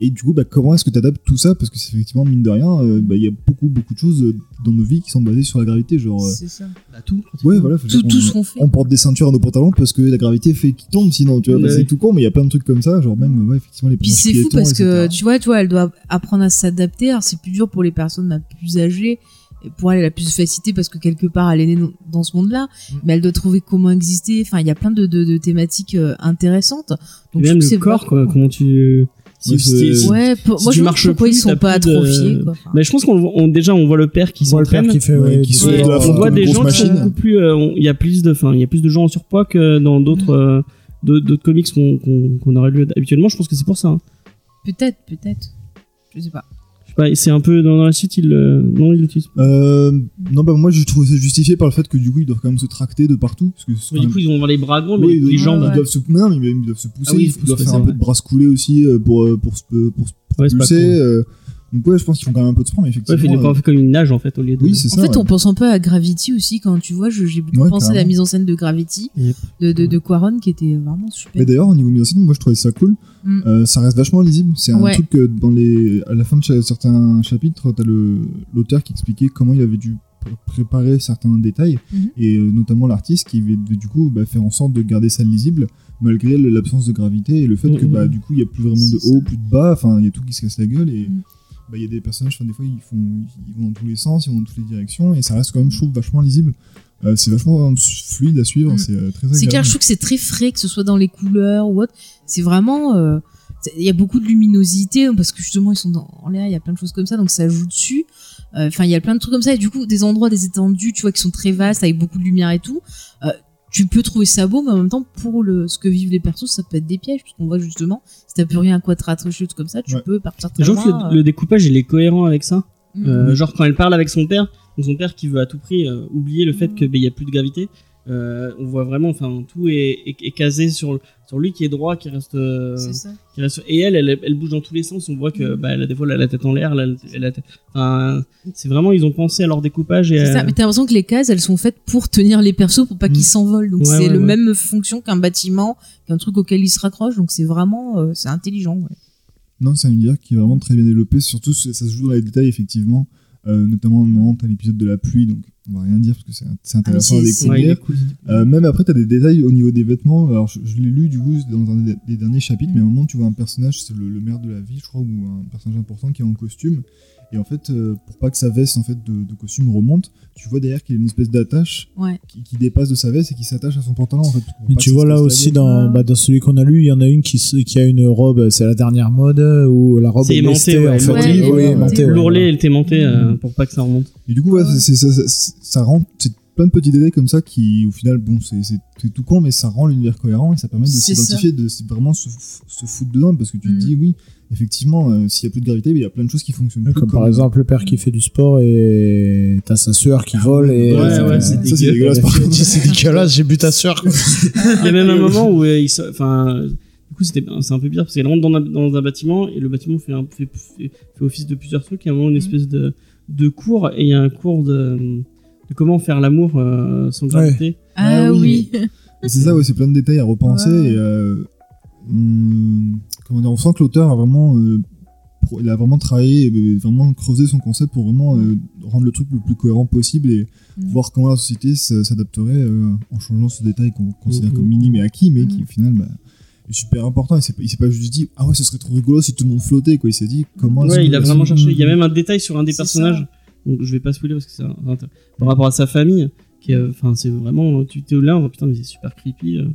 Speaker 4: Et du coup, bah, comment est-ce que tu adaptes tout ça Parce que c'est effectivement, mine de rien, euh, bah, il y a beaucoup, beaucoup de choses euh, dans nos vies qui sont basées sur la gravité. Genre, euh,
Speaker 3: C'est ça.
Speaker 2: tout.
Speaker 4: ouais, voilà, faut
Speaker 3: Tout,
Speaker 4: dire, on-
Speaker 2: Mm.
Speaker 3: tout ce qu'on fait.
Speaker 4: on porte des ceintures à nos pantalons parce que la gravité fait qu'ils tombent sinon tu vois
Speaker 2: Ouais,
Speaker 4: bah,
Speaker 2: ouais.
Speaker 4: c'est tout con mais il y a plein de trucs comme ça genre même ouais effectivement les
Speaker 3: Puis
Speaker 4: passages
Speaker 3: c'est fou
Speaker 4: piétons,
Speaker 3: parce que
Speaker 4: etc..
Speaker 3: tu vois, tu vois, elle doit apprendre à s'adapter. Alors c'est plus dur pour les personnes bah, plus âgées. Et Pour elle, elle a plus de facilité parce que quelque part, elle est née dans- dans ce monde-là.
Speaker 2: Mm.
Speaker 3: Mais elle doit trouver comment exister. Enfin, il y a plein de, de, de thématiques euh, intéressantes.
Speaker 2: Et
Speaker 3: Donc je
Speaker 2: même
Speaker 3: trouve que
Speaker 2: le
Speaker 3: c'est
Speaker 2: corps,
Speaker 3: vraiment
Speaker 2: quoi.
Speaker 3: cool.
Speaker 2: Comment tu.
Speaker 4: Ouais, c'est-
Speaker 2: si-
Speaker 3: Ouais, pour-
Speaker 2: si
Speaker 3: moi
Speaker 2: tu
Speaker 3: je me
Speaker 2: marches
Speaker 3: demande pourquoi ils
Speaker 2: plus,
Speaker 3: sont
Speaker 2: t'as
Speaker 3: pas
Speaker 2: plus de-
Speaker 3: atrophiés. Quoi. Enfin,
Speaker 2: Mais je pense qu'on le voit- on- déjà on voit le père qui
Speaker 5: Moi, le père
Speaker 2: s'entraîne.
Speaker 5: qui fait.
Speaker 4: Ouais,
Speaker 5: ouais,
Speaker 4: qui
Speaker 5: qui
Speaker 4: se
Speaker 5: fait
Speaker 2: Et
Speaker 4: de la
Speaker 2: on
Speaker 4: fonte
Speaker 2: voit
Speaker 4: comme
Speaker 2: des
Speaker 4: une
Speaker 2: gens
Speaker 4: grosse
Speaker 2: qui sont
Speaker 4: machine.
Speaker 2: beaucoup plus. euh, on- Il y a plus de, enfin, il y a plus de gens en surpoids que dans d'autres euh, de- d'autres comics qu'on qu'on- qu'on aurait lu habituellement. Je pense que c'est pour ça. hein.
Speaker 3: Peut-être, peut-être. Je sais pas.
Speaker 2: Je sais pas, c'est un peu dans, dans la suite, il euh, non, il l'utilise. pas.
Speaker 4: Euh, non bah moi je trouve ça justifié par le fait que du coup ils doivent quand même se tracter de partout parce que
Speaker 2: Mais du coup, ils vont voir les bras gros, mais
Speaker 4: Oui,
Speaker 2: les
Speaker 4: ils-
Speaker 2: jambes.
Speaker 4: ils
Speaker 3: ouais.
Speaker 4: doivent se non, mais ils doivent se pousser
Speaker 2: Ah oui,
Speaker 4: ils,
Speaker 2: ils se
Speaker 4: doivent
Speaker 2: poussent,
Speaker 4: faire un
Speaker 2: ouais.
Speaker 4: peu de brasse coulée aussi euh, pour euh, pour se pour se
Speaker 2: Ouais, c'est pas
Speaker 4: propulser
Speaker 2: con.
Speaker 4: euh, donc ouais je pense qu'ils font quand même un peu de sport mais
Speaker 2: Ouais, fait,
Speaker 4: effectivement
Speaker 2: on
Speaker 4: euh,
Speaker 2: fait comme une nage en fait au lieu de.
Speaker 4: oui c'est ça
Speaker 3: En fait,
Speaker 4: ouais.
Speaker 3: on pense un peu à Gravity aussi quand tu vois. je- J'ai beaucoup
Speaker 4: Ouais,
Speaker 3: pensé à la
Speaker 4: carrément.
Speaker 3: mise en scène de Gravity
Speaker 2: Yep.
Speaker 3: de, de, de Quaron qui était vraiment super.
Speaker 4: Mais d'ailleurs, au niveau mise en scène, moi je trouvais ça cool.
Speaker 3: Mm.
Speaker 4: Euh, ça reste vachement lisible. C'est un
Speaker 3: Ouais.
Speaker 4: truc que dans les, à la fin de cha- certains chapitres, t'as le l'auteur qui expliquait comment il avait dû pr- préparer certains détails
Speaker 3: Mhm.
Speaker 4: et euh, notamment l'artiste qui avait dû, du coup bah, faire en sorte de garder ça lisible malgré le- l'absence de gravité et le fait que
Speaker 2: Mhm.
Speaker 4: bah du coup il y a plus vraiment de
Speaker 3: Mm-hmm. C'est
Speaker 4: haut,
Speaker 3: ça.
Speaker 4: plus de bas. Enfin, il y a tout qui se casse la gueule et
Speaker 3: Mm.
Speaker 4: bah, il y a des personnages. Enfin, des fois ils font, ils vont dans tous les sens, ils vont dans toutes les directions et ça reste quand même, je trouve, vachement lisible. Euh, c'est vachement euh, fluide à suivre.
Speaker 3: Mm.
Speaker 4: C'est euh, très
Speaker 3: C'est
Speaker 4: agréable.
Speaker 3: clair, je trouve que c'est très frais, que ce soit dans les couleurs ou autre. C'est vraiment. euh, c'est- Il y a beaucoup de luminosité hein, parce que justement ils sont dans, en l'air, il y a plein de choses comme ça, donc ça joue dessus. Euh, Enfin, il y a plein de trucs comme ça et du coup des endroits, des étendues, tu vois, qui sont très vastes avec beaucoup de lumière et tout. euh, tu peux trouver ça beau, mais en même temps pour le ce que vivent les persos, ça peut être des pièges parce qu'on voit justement si t'as plus rien à quoi te rattacher, tout comme ça, tu
Speaker 4: Ouais.
Speaker 3: peux partir
Speaker 2: Je
Speaker 3: très
Speaker 2: trouve que
Speaker 3: loin.
Speaker 2: le, le découpage il est cohérent avec ça.
Speaker 3: euh, mm.
Speaker 2: Euh, genre quand elle parle avec son père, donc son père qui veut à tout prix euh, oublier le fait que ben, il y a plus de gravité. euh, on voit vraiment, enfin tout est, est- est casé sur sur lui qui est droit, qui reste. euh,
Speaker 3: C'est ça. Mm.
Speaker 2: qui reste- et elle, elle, elle bouge dans tous les sens. On voit que bah, elle a des fois elle a la tête en l'air, elle a- elle a la tête- enfin, c'est vraiment ils ont pensé à leur découpage et.
Speaker 3: C'est ça,
Speaker 2: à-
Speaker 3: mais t'as l'impression que les cases, elles sont faites pour tenir les persos, pour pas
Speaker 4: Mm.
Speaker 3: qu'ils s'envolent. Donc
Speaker 2: Ouais,
Speaker 3: c'est
Speaker 2: ouais,
Speaker 3: le
Speaker 2: ouais.
Speaker 3: même fonction qu'un bâtiment, qu'un truc auquel ils se raccrochent. Donc c'est vraiment, euh, c'est intelligent. ouais.
Speaker 4: Non, c'est un univers qui est vraiment très bien développé. Surtout, ça ça se joue dans les détails, effectivement. Euh, notamment, au moment où t'as l'épisode de la pluie, donc on va rien dire parce que c'est c'est intéressant
Speaker 3: Ah,
Speaker 4: à
Speaker 3: mais
Speaker 4: découvrir.
Speaker 2: Ouais, il est cool.
Speaker 4: Euh, même après, t'as des détails au niveau des vêtements. Alors, je, je l'ai lu du coup dans un des, des derniers chapitres,
Speaker 3: Mm.
Speaker 4: mais à un moment, tu vois un personnage, c'est le, le maire de la ville, je crois, ou un personnage important qui est en costume. Et en fait, euh, pour pas que sa veste en fait de, de costume remonte, tu vois derrière qu'il y a une espèce d'attache
Speaker 3: Ouais.
Speaker 4: qui, qui dépasse de sa veste et qui s'attache à son pantalon. En fait, pour
Speaker 5: Mais
Speaker 4: pas
Speaker 5: tu
Speaker 4: que ça
Speaker 5: vois
Speaker 4: se
Speaker 5: là
Speaker 4: casse la
Speaker 5: aussi
Speaker 4: gueule.
Speaker 5: dans, bah, dans celui qu'on a lu, il y en a une qui, se- qui a une robe, c'est la dernière mode euh, où la robe
Speaker 2: C'est
Speaker 5: est
Speaker 2: aimanté,
Speaker 5: lestée,
Speaker 2: ouais,
Speaker 5: en fait.
Speaker 3: ouais,
Speaker 5: Oui,
Speaker 4: ouais,
Speaker 5: aimanté,
Speaker 4: ouais.
Speaker 5: ouais.
Speaker 2: L'ourlet et le témenté euh, pour pas que ça remonte.
Speaker 4: Et du coup, voilà,
Speaker 3: Ouais.
Speaker 4: c'est- c'est- ça, ça- ça rend c'est plein de petits détails comme ça qui, au final, bon, c'est c'est- c'est tout con, mais ça rend l'univers cohérent et ça permet de
Speaker 3: C'est ça.
Speaker 4: s'identifier, de c'est vraiment se, f- se foutre dedans parce que tu
Speaker 3: Mm.
Speaker 4: te dis, oui, effectivement, euh, s'il y a plus de gravité, il y a plein de choses qui fonctionnent
Speaker 5: Ouais,
Speaker 4: plus.
Speaker 5: Comme par exemple le père qui fait du sport et t'as sa sœur qui vole et.
Speaker 2: Ouais,
Speaker 5: euh,
Speaker 2: ouais, c'est
Speaker 4: ça,
Speaker 5: la
Speaker 4: c'est
Speaker 5: fille
Speaker 4: dégueulasse. par
Speaker 5: dit,
Speaker 4: contre.
Speaker 5: c'est dégueulasse, j'ai bu ta sœur. quoi.
Speaker 2: Il y a même un moment où euh, ils se- enfin, du coup c'était c'est un peu pire parce qu'elle rentre dans un, dans un bâtiment et le bâtiment fait, un, fait, fait- fait office de plusieurs trucs. Il y a un
Speaker 3: Mm.
Speaker 2: moment une espèce de, de cours et il y a un cours de, de comment faire l'amour euh, sans gravité.
Speaker 3: Ah,
Speaker 4: Ah oui.
Speaker 3: oui.
Speaker 4: Et C'est ça, ouais, c'est plein de détails à repenser.
Speaker 3: Ouais.
Speaker 4: Et, euh, on, comment dire, on sent que l'auteur a vraiment, euh, pro- il a vraiment travaillé, euh, vraiment creusé son concept pour vraiment euh, rendre le truc le plus cohérent possible et
Speaker 3: Mm.
Speaker 4: voir comment la société s- s'adapterait euh, en changeant ce détail qu'on considère
Speaker 2: Mhm.
Speaker 4: comme minime et acquis, mais qui
Speaker 3: Mhm.
Speaker 4: au final bah, est super important. Et c'est pas- Il s'est pas juste dit ah ouais, ce serait trop rigolo si tout le monde flottait quoi. Il s'est dit comment. est-ce
Speaker 2: Ouais, il
Speaker 4: que-
Speaker 2: a vraiment cherché. Il y a même un détail sur un des
Speaker 3: C'est
Speaker 2: personnages. Donc je vais pas spoiler parce que c'est un- un- par rapport à sa famille. qui est, euh, Enfin, c'est vraiment. Tu t'es là, on va, putain, mais c'est super creepy. euh.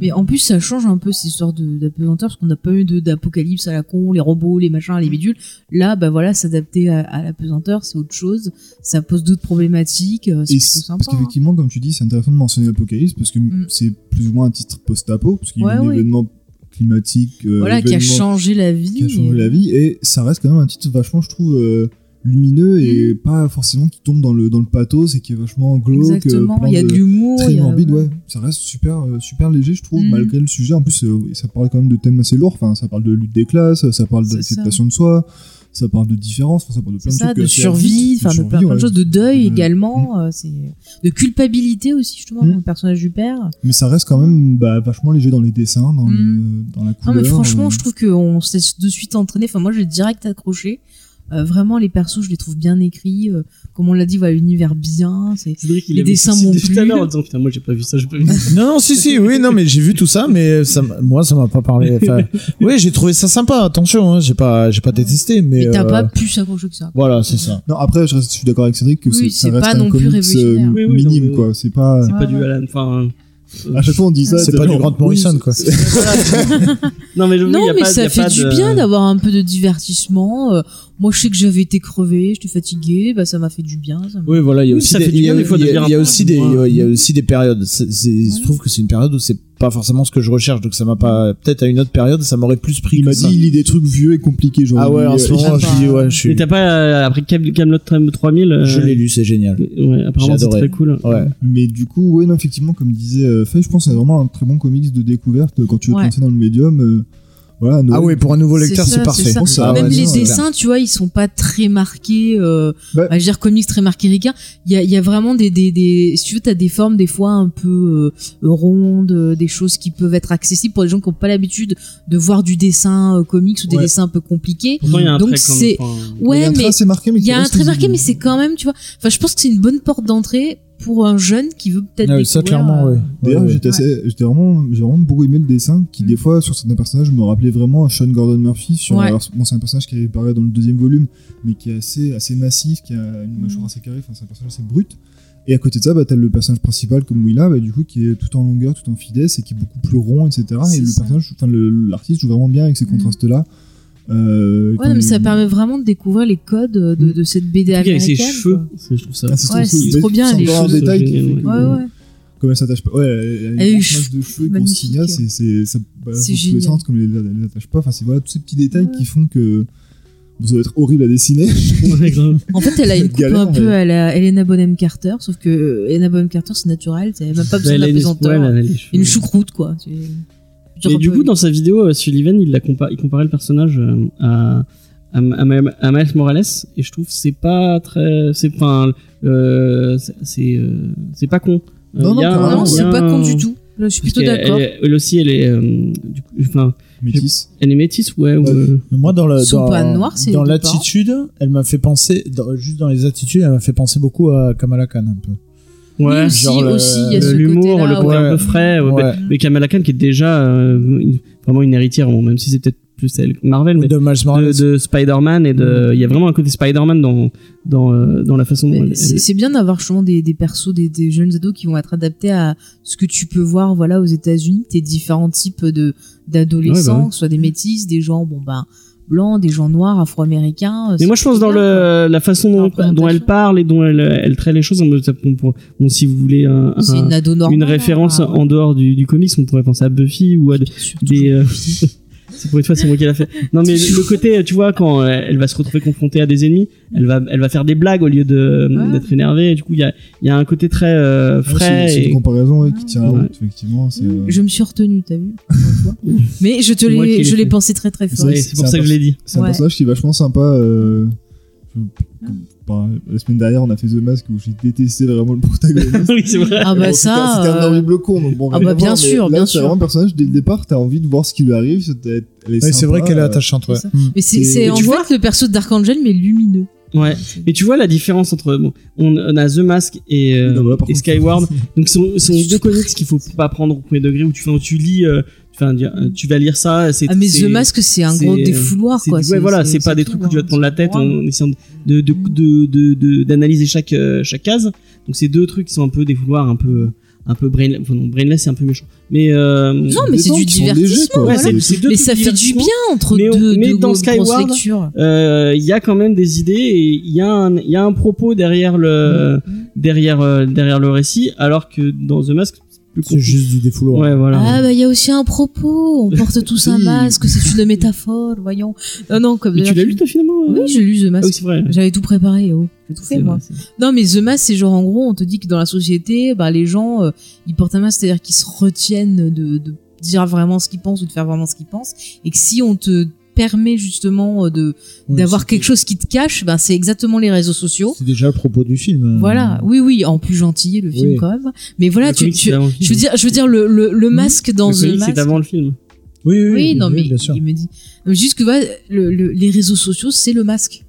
Speaker 3: Mais en plus, ça change un peu cette histoire de- d'apesanteur, parce qu'on n'a pas eu de- d'apocalypse à la con, les robots, les machins,
Speaker 4: Mm.
Speaker 3: les bidules. Là, bah voilà, s'adapter à, à l'apesanteur, c'est autre chose. Ça pose d'autres problématiques, euh, c'est
Speaker 4: Et
Speaker 3: plutôt
Speaker 4: c'est-
Speaker 3: sympa.
Speaker 4: Parce qu'effectivement, comme tu dis, c'est intéressant de mentionner l'apocalypse parce que
Speaker 3: Mm.
Speaker 4: c'est plus ou moins un titre post-apo, parce qu'il y a
Speaker 3: Ouais,
Speaker 4: eu un
Speaker 3: ouais.
Speaker 4: événement climatique euh,
Speaker 3: hein. Voilà, qui a
Speaker 4: événement
Speaker 3: changé la vie. euh,
Speaker 4: qui a changé la vie, et ça reste quand même un titre vachement, je trouve, euh, lumineux
Speaker 3: Mm.
Speaker 4: et pas forcément qui tombe dans le, dans le pathos et qui est vachement glauque. euh,
Speaker 3: Exactement,
Speaker 4: plein
Speaker 3: il y a de l'humour.
Speaker 4: Très
Speaker 3: il y a-
Speaker 4: morbide, ouais. Ça reste super, euh, super léger, je trouve,
Speaker 3: Mm.
Speaker 4: malgré le sujet. En plus, euh, ça parle quand même de thèmes assez lourds. Enfin, ça parle de lutte des classes, ça parle
Speaker 3: C'est
Speaker 4: d'acceptation de soi, ça parle de différence, enfin, ça parle de
Speaker 3: C'est
Speaker 4: plein de
Speaker 3: ça,
Speaker 4: trucs.
Speaker 3: de
Speaker 4: assez
Speaker 3: survie,
Speaker 4: abrupts,
Speaker 3: enfin de plein, plein
Speaker 4: ouais.
Speaker 3: de choses, de deuil
Speaker 4: Mm.
Speaker 3: également, euh, c'est de culpabilité aussi justement
Speaker 4: Mm.
Speaker 3: dans le personnage du père.
Speaker 4: Mais ça reste quand même bah, vachement léger dans les dessins, dans,
Speaker 3: Mm.
Speaker 4: le- dans la
Speaker 3: Non
Speaker 4: couleur.
Speaker 3: mais franchement,
Speaker 4: euh,
Speaker 3: je trouve qu'on s'est de suite entraîné. Enfin moi, j'ai direct accroché. Euh, vraiment, les persos, je les trouve bien écrits. euh, comme on l'a dit, voilà, l'univers bien. C'est
Speaker 2: Cédric, il
Speaker 3: Les
Speaker 2: avait
Speaker 3: dessins
Speaker 2: ceci
Speaker 3: m'ont
Speaker 2: depuis tout à
Speaker 3: plu.
Speaker 2: l'heure en disant putain, moi j'ai pas vu ça, j'ai pas vu ça.
Speaker 5: Non, non, si, si, oui, non, mais j'ai vu tout ça, mais ça, m- moi, ça m'a pas parlé. Enfin, oui, j'ai trouvé ça sympa, attention, hein, j'ai pas, j'ai pas détesté, mais.
Speaker 3: Mais t'as
Speaker 5: euh,
Speaker 3: pas plus accroché que ça.
Speaker 5: Voilà, c'est ça.
Speaker 4: Non, après, je, reste- je suis d'accord avec Cédric que
Speaker 3: Oui,
Speaker 4: c'est-
Speaker 3: c'est
Speaker 4: ça reste
Speaker 3: pas
Speaker 4: un
Speaker 3: non plus
Speaker 4: comics euh,
Speaker 3: révolutionnaire.
Speaker 2: Oui, oui, non,
Speaker 4: minime,
Speaker 2: mais-
Speaker 4: quoi. C'est pas.
Speaker 2: C'est pas
Speaker 3: Ouais,
Speaker 2: du
Speaker 3: ouais.
Speaker 2: Alan, enfin. euh,
Speaker 4: À chaque fois, on dit ça.
Speaker 5: C'est
Speaker 4: t'as
Speaker 5: pas du
Speaker 4: genre,
Speaker 5: Grant Morrison, quoi.
Speaker 2: Non, mais, je veux dire,
Speaker 3: Non,
Speaker 2: y a
Speaker 3: mais
Speaker 2: pas- y
Speaker 3: ça
Speaker 2: a
Speaker 3: fait
Speaker 2: pas
Speaker 3: du
Speaker 2: de-
Speaker 3: bien d'avoir un peu de divertissement. Euh, moi, je sais que j'avais été crevé, j'étais fatigué, bah ça m'a fait du bien. ça m'a-
Speaker 5: Oui, voilà, il y a
Speaker 2: Oui,
Speaker 5: aussi
Speaker 2: ça
Speaker 5: des,
Speaker 2: fait du
Speaker 5: il y a-
Speaker 2: bien, des fois,
Speaker 5: il y a-
Speaker 2: de lire un
Speaker 5: il y a
Speaker 2: peu,
Speaker 5: aussi des,
Speaker 2: moi.
Speaker 5: il y a aussi des périodes. C'est- c'est- Je
Speaker 3: Voilà.
Speaker 5: trouve que c'est une période où c'est pas forcément ce que je recherche, donc ça m'a pas, peut-être à une autre période, ça m'aurait plus pris
Speaker 4: Il
Speaker 5: que
Speaker 4: m'a dit,
Speaker 5: ça.
Speaker 4: il lit des trucs vieux et compliqués, genre.
Speaker 5: ah ouais,
Speaker 4: il
Speaker 5: en
Speaker 4: lit,
Speaker 5: ce
Speaker 4: euh,
Speaker 5: moment,
Speaker 3: Ah
Speaker 5: je
Speaker 3: bah.
Speaker 5: dis, ouais, je suis,
Speaker 2: Mais t'as pas, euh, après Cam- Camelot 3000, euh,
Speaker 5: je l'ai lu, c'est génial.
Speaker 2: Ouais, apparemment c'est
Speaker 5: J'adorais.
Speaker 2: très cool.
Speaker 5: Ouais.
Speaker 4: Mais du coup, ouais, non, effectivement, comme disait euh, Faye, je pense que c'est vraiment un très bon comics de découverte euh, quand tu veux
Speaker 3: Ouais.
Speaker 4: te lancer dans le médium. euh, voilà, à Noël.
Speaker 5: Ah ouais, pour un nouveau
Speaker 3: C'est
Speaker 5: lecteur,
Speaker 3: ça,
Speaker 5: c'est parfait.
Speaker 3: ça.
Speaker 4: Oh, ça, Ah
Speaker 3: Même
Speaker 4: ouais,
Speaker 3: les
Speaker 4: non, ouais.
Speaker 3: dessins, tu vois, ils sont pas très marqués. Euh, bah,
Speaker 4: Bah.
Speaker 3: je veux dire, comics très marqués Ricard. Il y a, il y a vraiment des, des, des. Si tu veux, t'as des formes des fois un peu euh, rondes, euh, des choses qui peuvent être accessibles pour les gens qui n'ont pas l'habitude de voir du dessin euh, comics ou des
Speaker 4: Ouais.
Speaker 3: dessins un peu compliqués.
Speaker 2: Pourtant, il y a un
Speaker 3: Donc,
Speaker 2: trait
Speaker 3: c'est-
Speaker 2: quand
Speaker 4: Il y a
Speaker 3: Ouais,
Speaker 4: un trait
Speaker 3: mais
Speaker 4: assez marqué, mais
Speaker 3: il
Speaker 4: qui
Speaker 3: y a un
Speaker 4: reste
Speaker 3: très marqué,
Speaker 4: lisible.
Speaker 3: mais c'est quand même, tu vois. Enfin, je pense que c'est une bonne porte d'entrée pour un jeune qui veut peut-être.
Speaker 5: Ah oui,
Speaker 3: découvrir,
Speaker 5: ça, clairement,
Speaker 3: euh,
Speaker 5: ouais.
Speaker 4: D'ailleurs,
Speaker 5: Ouais, ouais.
Speaker 4: j'étais assez- j'étais vraiment, j'ai vraiment beaucoup aimé le dessin, qui des fois sur certains personnages me rappelait vraiment Sean Gordon Murphy. Sur,
Speaker 3: Mm. Ouais.
Speaker 4: alors, bon, c'est un personnage qui apparaît dans le deuxième volume, mais qui est assez, assez massif, qui a
Speaker 3: Mm.
Speaker 4: une mâchoire assez carrée. Enfin, c'est un personnage assez brut. Et à côté de ça, bah, t'as le personnage principal comme Willa, bah, du coup, qui est tout en longueur, tout en finesse, et qui est beaucoup plus rond, etc.
Speaker 3: C'est
Speaker 4: Et le
Speaker 3: ça.
Speaker 4: personnage, enfin, le- l'artiste joue vraiment bien avec ces
Speaker 3: Mm.
Speaker 4: contrastes-là. Euh,
Speaker 3: Ouais, non, mais ça permet vraiment de découvrir les codes euh, de,
Speaker 2: Mm.
Speaker 3: de cette BD
Speaker 2: Avec
Speaker 3: américaine.
Speaker 2: ses cheveux,
Speaker 3: quoi.
Speaker 2: c'est- je trouve ça.
Speaker 4: Ah, c'est
Speaker 3: Ouais,
Speaker 4: trop,
Speaker 3: c'est
Speaker 4: cool.
Speaker 3: trop bien,
Speaker 4: C'est
Speaker 3: les
Speaker 4: encore un
Speaker 3: choses.
Speaker 4: détail qui
Speaker 2: Ouais,
Speaker 4: fait que-
Speaker 3: Ouais, ouais.
Speaker 4: comme elle s'attache pas. Ouais, elle, elle a
Speaker 3: Elle a eu
Speaker 4: une grosse masse de cheveux, gros
Speaker 3: magnifique.
Speaker 4: signa, c'est c'est ça balance
Speaker 3: C'est
Speaker 4: dans tous les
Speaker 3: génial.
Speaker 4: sens comme elle elle les attache pas. Enfin, c'est voilà tous ces petits détails
Speaker 3: Ouais.
Speaker 4: qui font que bon, ça doit être horrible à dessiner.
Speaker 2: Ouais, grave.
Speaker 3: En fait, elle a une coupe
Speaker 4: Galère,
Speaker 3: un peu
Speaker 4: mais-
Speaker 3: à la Elena Bonham Carter, sauf que euh, Elena Bonham Carter, c'est naturel, c'est même pas besoin
Speaker 2: Elle a une-
Speaker 3: d'apesanteur.
Speaker 2: ouais, elle a les cheveux.
Speaker 3: une choucroute, quoi. C'est-
Speaker 2: Et
Speaker 3: Genre
Speaker 2: du
Speaker 3: un
Speaker 2: coup,
Speaker 3: peu-
Speaker 2: dans sa vidéo, euh, Sullivan, il, l'a compa- il comparait le personnage euh, à, à, à, Ma- à Miles Morales, et je trouve que c'est pas très. C'est enfin, euh, c'est- c'est euh, c'est pas con. Euh,
Speaker 4: Non, non,
Speaker 2: il y a un-
Speaker 4: carrément,
Speaker 3: Non,
Speaker 2: il y a
Speaker 3: c'est pas
Speaker 2: un-
Speaker 3: con du tout. Là, je suis
Speaker 2: Parce
Speaker 3: plutôt
Speaker 2: qu'elle-
Speaker 3: d'accord.
Speaker 2: elle- elle aussi, elle est. euh, du coup, Enfin,
Speaker 4: Métis.
Speaker 2: elle est métisse, ouais. ou,
Speaker 4: Ouais.
Speaker 2: euh,
Speaker 5: Moi, dans la,
Speaker 3: Ils sont
Speaker 5: dans,
Speaker 3: pas noirs, c'est
Speaker 5: dans
Speaker 3: les deux
Speaker 5: l'attitude, elle m'a fait penser, dans- juste dans les attitudes, elle m'a fait penser beaucoup à Kamala Khan un peu.
Speaker 2: ouais.
Speaker 3: aussi,
Speaker 5: genre le-
Speaker 3: aussi, il y
Speaker 2: Le-
Speaker 3: a ce
Speaker 2: Euh, L'humour, le
Speaker 3: côté-là.
Speaker 2: côté
Speaker 5: ouais.
Speaker 2: un peu frais. ouais,
Speaker 5: Ouais.
Speaker 2: Mais Kamala Khan qui est déjà euh, une- vraiment une héritière, bon, même si c'est peut-être plus elle que Marvel, mais
Speaker 5: De Miles
Speaker 2: de,
Speaker 5: Morales.
Speaker 2: de Spider-Man et de. Il y a vraiment un côté Spider-Man dans, dans, euh, dans la façon dont elle-
Speaker 3: Mais C'est
Speaker 2: elle-
Speaker 3: c'est bien d'avoir justement des, des persos, des, des jeunes ados qui vont être adaptés à ce que tu peux voir voilà, aux États-Unis, tes différents types de d'adolescents,
Speaker 2: Ouais, bah ouais.
Speaker 3: que ce soit des métis, des gens bon, bah, blancs, des gens noirs, afro-américains. euh,
Speaker 2: Mais
Speaker 3: c'est
Speaker 2: moi, je pense
Speaker 3: plutôt
Speaker 2: dans
Speaker 3: bien, quoi.
Speaker 2: le, la façon
Speaker 3: Dans la
Speaker 2: dont, dont elle
Speaker 3: représentation.
Speaker 2: parle et dont elle, elle traite les choses, en mode, ça, on pourrait- bon, si vous voulez un-
Speaker 3: C'est
Speaker 2: un-
Speaker 3: une ado normale.
Speaker 2: une référence
Speaker 3: hein,
Speaker 2: en dehors du, du comics, on pourrait penser à Buffy ou à des.
Speaker 3: bien sûr,
Speaker 2: des,
Speaker 3: toujours.
Speaker 2: euh, c'est pour une fois, c'est moi qui l'a fait. Non, mais le côté, tu vois, quand euh, elle va se retrouver confrontée à des ennemis, elle va, elle va faire des blagues au lieu de
Speaker 3: Ouais.
Speaker 2: d'être énervée. Et Du coup, il y a, il y a un côté très euh,
Speaker 4: Ouais, c'est-
Speaker 2: frais.
Speaker 4: Ah C'est une
Speaker 2: et...
Speaker 4: comparaison ouais, qui tient la
Speaker 2: Ouais.
Speaker 4: route, effectivement. c'est, euh,
Speaker 3: Je me suis retenue, t'as vu pour une fois. Mais je te
Speaker 2: C'est moi qui
Speaker 3: l'ai,
Speaker 2: l'ai
Speaker 3: je l'ai
Speaker 2: fait.
Speaker 3: pensé très très fort.
Speaker 2: Ouais, c'est pour ça que je l'ai dit.
Speaker 4: C'est un
Speaker 3: Ouais.
Speaker 4: personnage qui est vachement sympa. euh, je- bah, la semaine dernière, on a fait The Mask où j'ai détesté vraiment le protagoniste.
Speaker 2: oui, c'est vrai.
Speaker 3: Ah
Speaker 4: Bon,
Speaker 3: bah
Speaker 4: c'était-
Speaker 3: ça.
Speaker 4: C'était un
Speaker 3: euh,
Speaker 4: horrible con. donc bon,
Speaker 3: Ah
Speaker 4: rien
Speaker 3: bah
Speaker 4: à
Speaker 3: bien
Speaker 4: voir, mais
Speaker 3: sûr,
Speaker 4: là,
Speaker 3: bien
Speaker 4: C'est
Speaker 3: sûr.
Speaker 4: vraiment un personnage dès le départ. T'as envie de voir ce qui lui arrive. c'est- elle- elle est
Speaker 5: Ouais, c'est Mm. vrai
Speaker 4: sympa,
Speaker 5: qu'elle est
Speaker 4: euh,
Speaker 5: attachante, ouais.
Speaker 3: c'est ça. Mais c'est,
Speaker 4: Et-
Speaker 3: c'est
Speaker 4: et
Speaker 3: en
Speaker 4: tu
Speaker 3: fait le perso de Dark Angel mais lumineux.
Speaker 2: Ouais. Mais tu vois la différence entre bon, on, on a The Mask et, euh,
Speaker 4: Non, voilà, par
Speaker 2: et
Speaker 4: contre,
Speaker 2: Skyward. Donc ce sont, ce sont
Speaker 3: Je
Speaker 2: deux
Speaker 3: sais pas.
Speaker 2: comics qu'il faut pas prendre au premier degré où tu, enfin, tu lis, euh, enfin, dire, euh, tu vas lire ça. c'est-
Speaker 3: Ah mais
Speaker 2: c'est-
Speaker 3: The Mask c'est un
Speaker 2: c'est- euh,
Speaker 3: gros défouloir
Speaker 2: c'est
Speaker 3: quoi.
Speaker 2: du- ouais, voilà, c'est pas des
Speaker 3: tout,
Speaker 2: trucs où tu vas
Speaker 3: hein.
Speaker 2: te prendre la tête
Speaker 3: C'est
Speaker 2: en essayant de de- de- de- de- d'analyser chaque euh, chaque case. Donc c'est deux trucs qui sont un peu des vouloirs un peu un peu brain... enfin, non, brainless, c'est un peu méchant. Mais euh,
Speaker 3: Non, mais
Speaker 4: Des
Speaker 3: c'est
Speaker 4: gens
Speaker 3: du
Speaker 4: qui sont légers,
Speaker 3: divertissement,
Speaker 4: quoi.
Speaker 2: ouais, c'est-
Speaker 3: voilà.
Speaker 2: c'est deux
Speaker 3: Mais
Speaker 2: trucs
Speaker 3: ça fait du
Speaker 2: divertissants.
Speaker 3: bien entre
Speaker 2: Mais on-
Speaker 3: deux,
Speaker 2: mais
Speaker 3: deux
Speaker 2: dans
Speaker 3: grosses
Speaker 2: Skyward,
Speaker 3: lectures.
Speaker 2: Euh, Il y a quand même des idées et il y, a un- il y a un propos derrière le,
Speaker 3: Mm,
Speaker 2: derrière, euh, derrière le récit, alors que dans The Mask, c'est plus
Speaker 5: C'est
Speaker 2: compliqué.
Speaker 5: juste du défouloir.
Speaker 2: Ouais, voilà.
Speaker 3: Ah bah il y a aussi un propos, on porte tous un
Speaker 2: Oui.
Speaker 3: masque, c'est une métaphore, voyons. Non non comme
Speaker 2: mais tu l'as lu toi finalement euh
Speaker 3: Oui, j'ai lu The
Speaker 2: Ah
Speaker 3: Mask.
Speaker 2: oui, c'est vrai.
Speaker 3: J'avais tout préparé, oh. J'ai tout fait,
Speaker 2: C'est
Speaker 3: moi.
Speaker 2: vrai, c'est-
Speaker 3: Non, mais The Mask, c'est genre, en gros, on te dit que dans la société, bah, les gens, euh, ils portent un masque, c'est-à-dire qu'ils se retiennent de, de dire vraiment ce qu'ils pensent ou de faire vraiment ce qu'ils pensent. Et que si on te permet justement euh, de
Speaker 5: Ouais,
Speaker 3: d'avoir
Speaker 5: c'est-
Speaker 3: quelque chose qui te cache, bah, c'est exactement les réseaux sociaux.
Speaker 5: C'est déjà le propos du film.
Speaker 3: Voilà, oui, oui, en plus gentil, le film
Speaker 5: Oui.
Speaker 3: quand même. Mais voilà,
Speaker 2: Hmm. Le
Speaker 3: tu,
Speaker 2: comics,
Speaker 3: tu-
Speaker 2: c'est avant le film. Hmm.
Speaker 3: je veux dire, je veux dire, le, le, le masque dans
Speaker 2: Le
Speaker 3: The
Speaker 2: comics,
Speaker 3: Mask.
Speaker 2: c'est avant le film.
Speaker 5: Oui, oui,
Speaker 3: Oui, non, mais
Speaker 5: bien sûr.
Speaker 3: il me dit. Mais Juste que voilà, le- le- les réseaux sociaux, c'est le masque.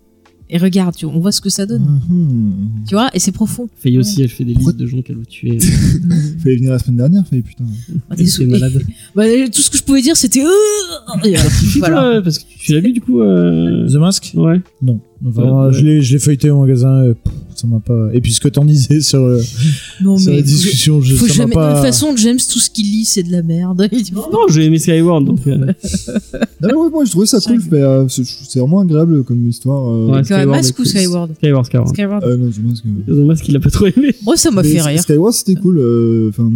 Speaker 3: Et regarde, tu- on voit ce que ça donne.
Speaker 2: Hmm.
Speaker 4: Mhm.
Speaker 3: Tu vois, et c'est profond.
Speaker 2: Faye aussi, elle fait des listes de gens qu'elle veut tuer.
Speaker 4: Fallait venir la semaine dernière, fallait putain.
Speaker 3: Ah, t'es
Speaker 2: Elle est
Speaker 3: saoulé.
Speaker 2: malade.
Speaker 3: Bah, euh, tout ce que je pouvais dire, c'était. euh, et voilà. Voilà.
Speaker 2: Ouais, parce que tu l'as lu du coup. euh,
Speaker 5: The Mask Euh,
Speaker 2: Ouais.
Speaker 5: Non. Enfin,
Speaker 2: Ouais, ouais.
Speaker 5: Je l'ai je l'ai feuilleté au magasin. euh, pff, ça m'a pas. Et puis ce que t'en disais sur, euh,
Speaker 3: Non,
Speaker 5: sur
Speaker 3: Oh, mais.
Speaker 5: la discussion, je,
Speaker 3: faut
Speaker 5: ça m'a
Speaker 3: jamais...
Speaker 5: pas.
Speaker 3: De toute façon, James, tout ce qu'il lit, c'est de la merde. Il dit,
Speaker 2: Non, non, j'ai aimé Skyward donc. euh,
Speaker 4: Non, mais ouais, moi, je trouvais ça cool. mais, euh, c'est- c'est vraiment agréable comme histoire. euh,
Speaker 2: Ouais.
Speaker 3: Quand
Speaker 2: Skyward,
Speaker 3: même, Mask ou
Speaker 2: c'est-
Speaker 3: Skyward
Speaker 2: Skyward, Skyward.
Speaker 3: Skyward.
Speaker 4: Euh, non, je pense que.
Speaker 2: The Mask, il l'a pas trop
Speaker 5: Euh,
Speaker 2: aimé.
Speaker 3: Moi, ça m'a
Speaker 4: Mais
Speaker 3: fait
Speaker 4: Sky-
Speaker 3: rire.
Speaker 4: Skyward, c'était cool. euh, Enfin,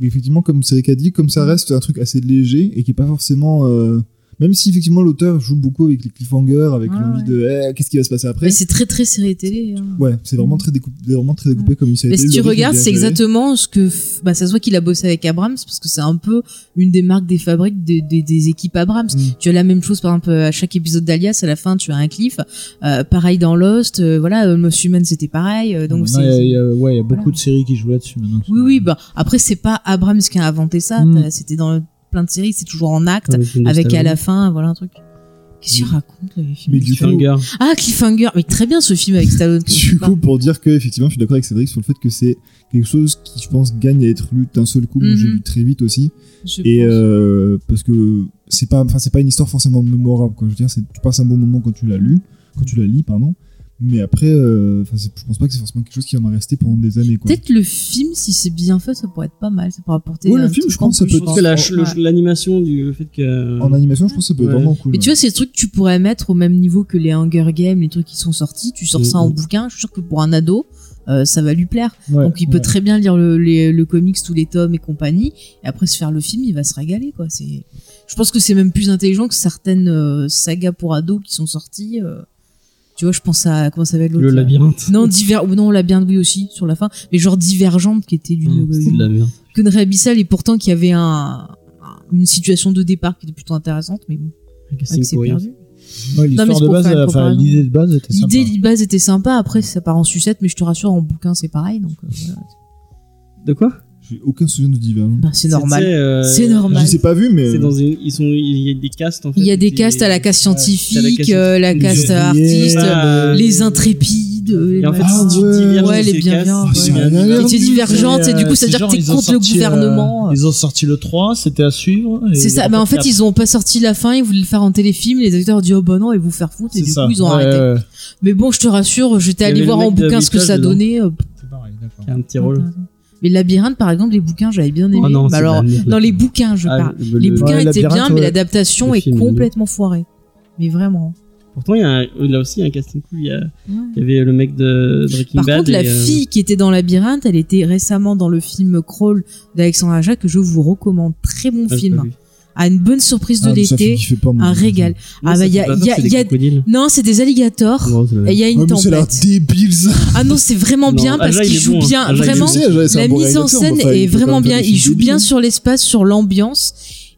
Speaker 4: effectivement, comme c'est a dit, comme
Speaker 3: Mm.
Speaker 4: ça reste un truc assez léger et qui est pas forcément. euh, même si effectivement l'auteur joue beaucoup avec les cliffhangers, avec
Speaker 3: Ah,
Speaker 4: l'envie
Speaker 3: ouais.
Speaker 4: de eh, qu'est-ce qui va se passer après.
Speaker 3: Mais c'est très, très série télé. hein.
Speaker 4: Ouais, c'est vraiment très découpé, vraiment très découpé comme une série
Speaker 3: Mm. Mais si
Speaker 4: télé,
Speaker 3: tu
Speaker 4: le rythme est
Speaker 3: regardes,
Speaker 4: bien
Speaker 3: c'est
Speaker 4: géré.
Speaker 3: exactement ce que. f- Bah, ça se voit qu'il a bossé avec Abrams, parce que c'est un peu une des marques des fabriques des, des, des équipes Abrams.
Speaker 4: Mm.
Speaker 3: Tu as la même chose, par exemple, à chaque épisode d'Alias, à la fin, tu as un cliff. Euh, pareil dans Lost, euh, voilà, euh, Monsieur Man, c'était pareil. euh, donc,
Speaker 5: Maintenant,
Speaker 3: c'est-
Speaker 5: Ah, il y a- il y a, ouais, il y a beaucoup
Speaker 3: Voilà.
Speaker 5: de séries qui jouent là-dessus maintenant.
Speaker 3: Oui, oui, bah, après, c'est pas Abrams qui a inventé ça.
Speaker 5: Mm.
Speaker 4: Hmm.
Speaker 3: t'as- C'était dans le- plein de séries, c'est toujours en acte,
Speaker 2: Avec, une
Speaker 3: avec à
Speaker 2: Stallone.
Speaker 3: la fin, voilà un truc. Qu'est-ce qu'il raconte, là, les films
Speaker 4: Hmm. Mais du coup,
Speaker 2: Cliffhanger.
Speaker 3: Ah, Cliffhanger Mais très bien ce film avec Stallone.
Speaker 4: du
Speaker 3: Non.
Speaker 4: coup, pour dire que effectivement, je suis d'accord avec Cédric sur le fait que c'est quelque chose qui, je pense, gagne à être lu d'un seul coup. Moi, j'ai
Speaker 3: Mhm.
Speaker 4: lu très vite aussi.
Speaker 3: Je
Speaker 4: et
Speaker 3: pense.
Speaker 4: euh, parce que c'est pas enfin c'est pas une histoire forcément mémorable quoi je veux dire c'est tu passes un bon moment quand tu l'as lu quand tu la lis pardon mais après euh, enfin c'est- je pense pas que c'est forcément quelque chose qui va me rester pendant des années quoi
Speaker 3: Peut-être le film, si c'est bien fait, ça pourrait être pas mal. Ça pourrait apporter.
Speaker 4: Ouais, le
Speaker 3: un
Speaker 4: film,
Speaker 3: truc
Speaker 4: je pense,
Speaker 3: en
Speaker 4: ça
Speaker 3: plus.
Speaker 4: peut
Speaker 2: Je pense que la-
Speaker 3: Ouais.
Speaker 2: le- l'animation du fait que. euh,
Speaker 4: en animation je pense que ça peut
Speaker 2: Ouais.
Speaker 4: être vraiment cool
Speaker 3: Mais tu vois, c'est des trucs que tu pourrais mettre au même niveau que les Hunger Games, les trucs qui sont sortis. Tu sors ça en
Speaker 4: Mm,
Speaker 2: Mhm.
Speaker 3: bouquin. Je suis sûr que pour un ado, euh, ça va lui plaire.
Speaker 5: Ouais,
Speaker 3: Donc il peut
Speaker 5: ouais.
Speaker 3: très bien lire le, les- le comics, tous les tomes et compagnie, et après se faire le film, il va se régaler quoi. C'est, je pense que c'est même plus intelligent que certaines euh, sagas pour ados qui sont sorties. euh. Tu vois, je pense à comment ça va être l'autre.
Speaker 2: Le
Speaker 3: là
Speaker 2: labyrinthe.
Speaker 3: euh, Non, diver, ou non, labyrinthe oui aussi sur la fin, mais genre divergente qui était d'une
Speaker 2: Ah,
Speaker 3: euh,
Speaker 2: C'est Mmh, de la merde.
Speaker 3: une connerie abyssale et pourtant qui avait un une situation de départ qui était plutôt intéressante, mais bon,
Speaker 2: Le
Speaker 3: ouais,
Speaker 2: casting
Speaker 3: que c'est
Speaker 2: pourri.
Speaker 3: perdu.
Speaker 5: Ouais,
Speaker 3: Non, mais
Speaker 5: L'histoire
Speaker 3: c'est
Speaker 5: de
Speaker 3: pour
Speaker 5: base,
Speaker 3: faire une
Speaker 5: euh, enfin,
Speaker 3: comparaison.
Speaker 5: l'idée de base était sympa.
Speaker 3: L'idée de base était sympa, après ça part en sucette, mais je te rassure, en bouquin c'est pareil, donc euh, voilà.
Speaker 2: De quoi
Speaker 4: j'ai aucun souvenir de Divergent
Speaker 3: Bah, c'est normal.
Speaker 2: C'est, euh,
Speaker 3: C'est normal.
Speaker 4: je sais pas vu mais euh,
Speaker 2: C'est dans une. Ils sont. Il y a des castes en fait.
Speaker 3: Il y a
Speaker 2: et
Speaker 3: des
Speaker 2: c'est-
Speaker 3: castes à la caste scientifique,
Speaker 2: Ouais,
Speaker 3: euh,
Speaker 2: à
Speaker 3: la
Speaker 2: la caste
Speaker 3: caste
Speaker 5: scientifique.
Speaker 3: artiste,
Speaker 2: Ah,
Speaker 3: euh, les intrépides, euh,
Speaker 2: Et
Speaker 3: les
Speaker 2: en fait,
Speaker 3: machins.
Speaker 4: Ah
Speaker 2: si tu
Speaker 4: ouais.
Speaker 2: diverges
Speaker 3: Ouais,
Speaker 2: de
Speaker 3: les
Speaker 2: ces
Speaker 3: bienveillants,
Speaker 2: castes,
Speaker 4: ouais.
Speaker 2: tu viens de-
Speaker 4: Ah,
Speaker 3: T'étais divergente
Speaker 5: C'est,
Speaker 3: et du
Speaker 5: euh,
Speaker 3: coup, ça
Speaker 5: c'est
Speaker 3: veut dire
Speaker 5: genre,
Speaker 3: que t'es
Speaker 5: ils ont
Speaker 3: contre le
Speaker 5: sorti, euh,
Speaker 3: gouvernement.
Speaker 5: Ils ont sorti le 3, c'était à suivre. et
Speaker 3: C'est ça,
Speaker 5: ils
Speaker 3: mais
Speaker 5: ont
Speaker 3: en fait,
Speaker 5: fait
Speaker 3: ils ont pas sorti la fin, ils voulaient le faire en téléfilm, les acteurs ont dit, oh bah non, ils vont faire foutre, et
Speaker 5: C'est
Speaker 3: du
Speaker 5: ça.
Speaker 3: coup, ils ont
Speaker 5: Ouais,
Speaker 3: arrêté.
Speaker 5: ouais, ouais.
Speaker 3: Mais bon, je te rassure, j'étais
Speaker 2: Il y
Speaker 3: allé
Speaker 2: avait
Speaker 3: voir
Speaker 2: le
Speaker 3: en
Speaker 2: mec de
Speaker 3: bouquin ce que
Speaker 2: Beatles
Speaker 3: ça
Speaker 2: dedans.
Speaker 3: donnait. euh, pff,
Speaker 5: C'est pareil, d'accord.
Speaker 2: qui a un petit rôle.
Speaker 3: intéressant. Mais le labyrinthe, par exemple, les bouquins, j'avais bien aimé.
Speaker 2: Oh non,
Speaker 3: Bah
Speaker 2: c'est de la
Speaker 3: alors,
Speaker 2: merde.
Speaker 3: dans les bouquins, je
Speaker 2: Ah,
Speaker 3: parle.
Speaker 2: le-
Speaker 3: Les
Speaker 2: le-
Speaker 3: bouquins
Speaker 5: ouais,
Speaker 3: étaient bien,
Speaker 5: labyrinthe,
Speaker 3: mais
Speaker 5: ouais.
Speaker 3: l'adaptation
Speaker 2: Le
Speaker 3: est
Speaker 2: film, oui.
Speaker 3: complètement foirée. Mais vraiment.
Speaker 2: Pourtant, il y a un- là aussi il y a un casting cool. Il y, a-
Speaker 3: Ouais.
Speaker 2: il y avait le mec de de Breaking
Speaker 3: Par
Speaker 2: Bad.
Speaker 3: contre, la
Speaker 2: et, euh,
Speaker 3: fille qui était dans Labyrinthe, elle était récemment dans le film Crawl d'Alexandre Aja, que je vous recommande. Très bon
Speaker 2: ah, j'ai pas
Speaker 3: film.
Speaker 2: vu.
Speaker 3: À une bonne surprise de
Speaker 4: Ah, mais ça fait
Speaker 3: l'été.
Speaker 4: kiffer pas, moi.
Speaker 3: Un régal.
Speaker 2: Non,
Speaker 3: Ah,
Speaker 2: ça
Speaker 3: bah,
Speaker 2: fait
Speaker 3: y a-
Speaker 2: pas peur,
Speaker 3: y a-
Speaker 2: c'est des
Speaker 3: y a-
Speaker 2: crocodiles.
Speaker 3: Non, c'est des alligators.
Speaker 2: Non, c'est la-
Speaker 3: Et il y a
Speaker 4: Ouais,
Speaker 3: une
Speaker 4: mais c'est l'air
Speaker 3: tempête.
Speaker 4: débile ça
Speaker 3: Ah non, c'est vraiment
Speaker 2: Non,
Speaker 3: bien parce
Speaker 2: Aja, il
Speaker 3: qu'il
Speaker 2: est
Speaker 3: joue
Speaker 2: bon, hein.
Speaker 3: bien.
Speaker 2: Aja, il est
Speaker 3: Vraiment,
Speaker 2: bon.
Speaker 4: Je sais, ouais, c'est un
Speaker 3: la
Speaker 4: bon
Speaker 3: mise en
Speaker 4: réalisateur, mais
Speaker 3: scène
Speaker 4: enfin, il
Speaker 3: est
Speaker 4: peut
Speaker 3: vraiment
Speaker 4: pas
Speaker 3: bien.
Speaker 4: faire des
Speaker 3: Il
Speaker 4: films
Speaker 3: joue bien
Speaker 4: débiles.
Speaker 3: sur l'espace, sur l'ambiance.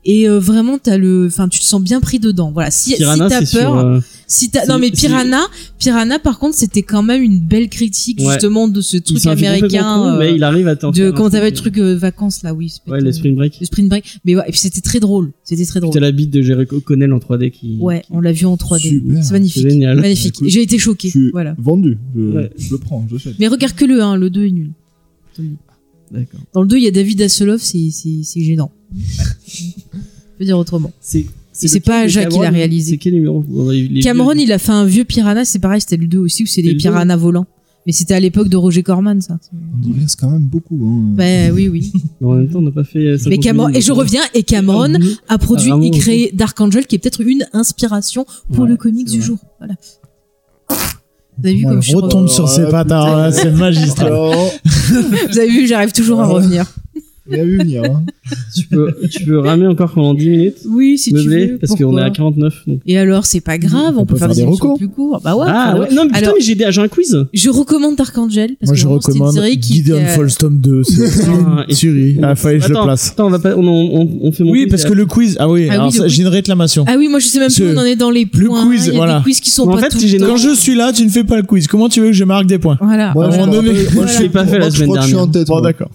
Speaker 3: Et euh, vraiment, t'as le, enfin, tu te sens bien pris dedans. Voilà. Si, si
Speaker 2: Piranha,
Speaker 3: t'as
Speaker 2: c'est sur,
Speaker 3: peur,
Speaker 2: euh,
Speaker 3: si t'as,
Speaker 2: c'est-
Speaker 3: non mais
Speaker 2: c'est-
Speaker 3: Piranha, Piranha, par contre, c'était quand même une belle critique
Speaker 2: Ouais.
Speaker 3: justement de ce
Speaker 2: il
Speaker 3: truc
Speaker 2: s'en fait complètement con,
Speaker 3: américain.
Speaker 2: mais
Speaker 3: euh,
Speaker 2: il arrive à t'en
Speaker 3: de
Speaker 2: faire un
Speaker 3: comment t'appelles
Speaker 2: euh,
Speaker 3: le truc euh, vacances là, oui. c'est
Speaker 2: Ouais,
Speaker 3: peut-être,
Speaker 2: le
Speaker 3: euh,
Speaker 2: Spring Break.
Speaker 3: le spring break. Mais ouais, et puis c'était très drôle. C'était très
Speaker 2: C'était
Speaker 3: drôle.
Speaker 2: la bite de Jericho Connell en 3D qui.
Speaker 3: Ouais, on l'a vu en 3D.
Speaker 4: Super.
Speaker 3: C'est
Speaker 2: C'est
Speaker 3: magnifique.
Speaker 2: génial.
Speaker 3: Magnifique.
Speaker 4: Écoute,
Speaker 3: J'ai été choqué.
Speaker 4: je suis
Speaker 3: Voilà.
Speaker 4: vendu je,
Speaker 2: Ouais.
Speaker 4: je le prends j'achète
Speaker 3: Mais regarde que le 1, le 2 est nul.
Speaker 2: D'accord.
Speaker 3: Dans le 2, il y a David Hasselhoff, c'est, c'est, c'est gênant. Je peux dire autrement.
Speaker 2: C'est
Speaker 3: Et c'est
Speaker 2: lequel
Speaker 3: pas
Speaker 2: de
Speaker 3: Jacques qui l'a
Speaker 2: Cameron
Speaker 3: réalisé.
Speaker 2: C'est quel numéro Dans les- les
Speaker 3: Cameron,
Speaker 2: vieux-
Speaker 3: il a fait un vieux piranha, c'est pareil, c'était le 2 aussi, où c'est
Speaker 2: C'était le
Speaker 3: des
Speaker 2: deux
Speaker 3: piranhas volants. Mais c'était à l'époque de Roger Corman, ça.
Speaker 4: On digresse quand même beaucoup. Hein.
Speaker 3: Bah oui, oui.
Speaker 2: Mais en même temps, on n'a pas fait. euh,
Speaker 3: Mais
Speaker 2: 50
Speaker 3: Cameron,
Speaker 2: minutes.
Speaker 3: et je reviens, et Cameron a produit
Speaker 2: Ah, vraiment,
Speaker 3: et créé Dark Angel, qui est peut-être une inspiration pour
Speaker 2: Ouais,
Speaker 3: le comic
Speaker 2: c'est
Speaker 3: du
Speaker 2: vrai.
Speaker 3: jour. Voilà. Vous avez vu
Speaker 5: Moi,
Speaker 3: comme
Speaker 5: elle
Speaker 3: je suis
Speaker 5: retombe
Speaker 3: re-
Speaker 5: sur ses
Speaker 4: Ah,
Speaker 5: pattes, alors là,
Speaker 3: hein,
Speaker 4: putain.
Speaker 5: c'est magistral.
Speaker 4: Alors,
Speaker 3: Vous avez vu, j'arrive toujours à
Speaker 4: Ouais.
Speaker 3: revenir.
Speaker 4: on a vu venir. Hein.
Speaker 2: Tu peux, tu peux ramer encore pendant 10 minutes,
Speaker 3: Oui, si
Speaker 2: meublé,
Speaker 3: tu veux.
Speaker 2: parce qu'on est
Speaker 3: pourquoi
Speaker 2: à 49. donc.
Speaker 3: Et alors, c'est pas grave, on, peut, faire des émissions
Speaker 5: recos.
Speaker 3: plus courtes. Bah ouais.
Speaker 2: ah
Speaker 3: enfin,
Speaker 2: ouais, non, mais putain,
Speaker 3: Alors-
Speaker 2: mais j'ai des- j'ai un quiz.
Speaker 3: Je recommande Dark Angel parce
Speaker 5: Moi,
Speaker 3: que
Speaker 5: je
Speaker 3: vraiment, c'est
Speaker 5: recommande
Speaker 3: une série qui
Speaker 5: Gideon
Speaker 3: euh,
Speaker 5: Falls tome 2. C'est
Speaker 2: Ah, et-
Speaker 5: une tuerie. Ah, fallait que je le
Speaker 2: Attends,
Speaker 5: place.
Speaker 2: Attends, on va pas, on, on, on fait mon
Speaker 5: Oui,
Speaker 2: quiz, euh.
Speaker 5: parce que le quiz. Ah oui,
Speaker 3: Ah oui,
Speaker 5: alors
Speaker 3: le
Speaker 5: ça,
Speaker 3: quiz.
Speaker 5: j'ai une réclamation.
Speaker 3: Ah oui, moi je sais même plus
Speaker 5: Ce-
Speaker 3: où on en est dans les
Speaker 5: le
Speaker 3: points.
Speaker 5: quiz,
Speaker 3: Il y a
Speaker 5: voilà.
Speaker 3: des quiz qui sont
Speaker 2: Mais en
Speaker 3: pas
Speaker 2: fait,
Speaker 3: tout
Speaker 2: j'ai
Speaker 3: le temps.
Speaker 5: Quand je suis là, tu ne fais pas le quiz. Comment tu veux que je marque des points
Speaker 3: Voilà.
Speaker 5: à un
Speaker 4: je
Speaker 5: moment
Speaker 4: me
Speaker 5: donné-
Speaker 4: rappelle- moi,
Speaker 2: Je l'ai pas
Speaker 4: je-
Speaker 2: fait la
Speaker 4: moi, je
Speaker 2: semaine
Speaker 4: crois que Je suis en
Speaker 2: dernière.
Speaker 4: tête.
Speaker 5: Bon,
Speaker 4: moi.
Speaker 5: d'accord.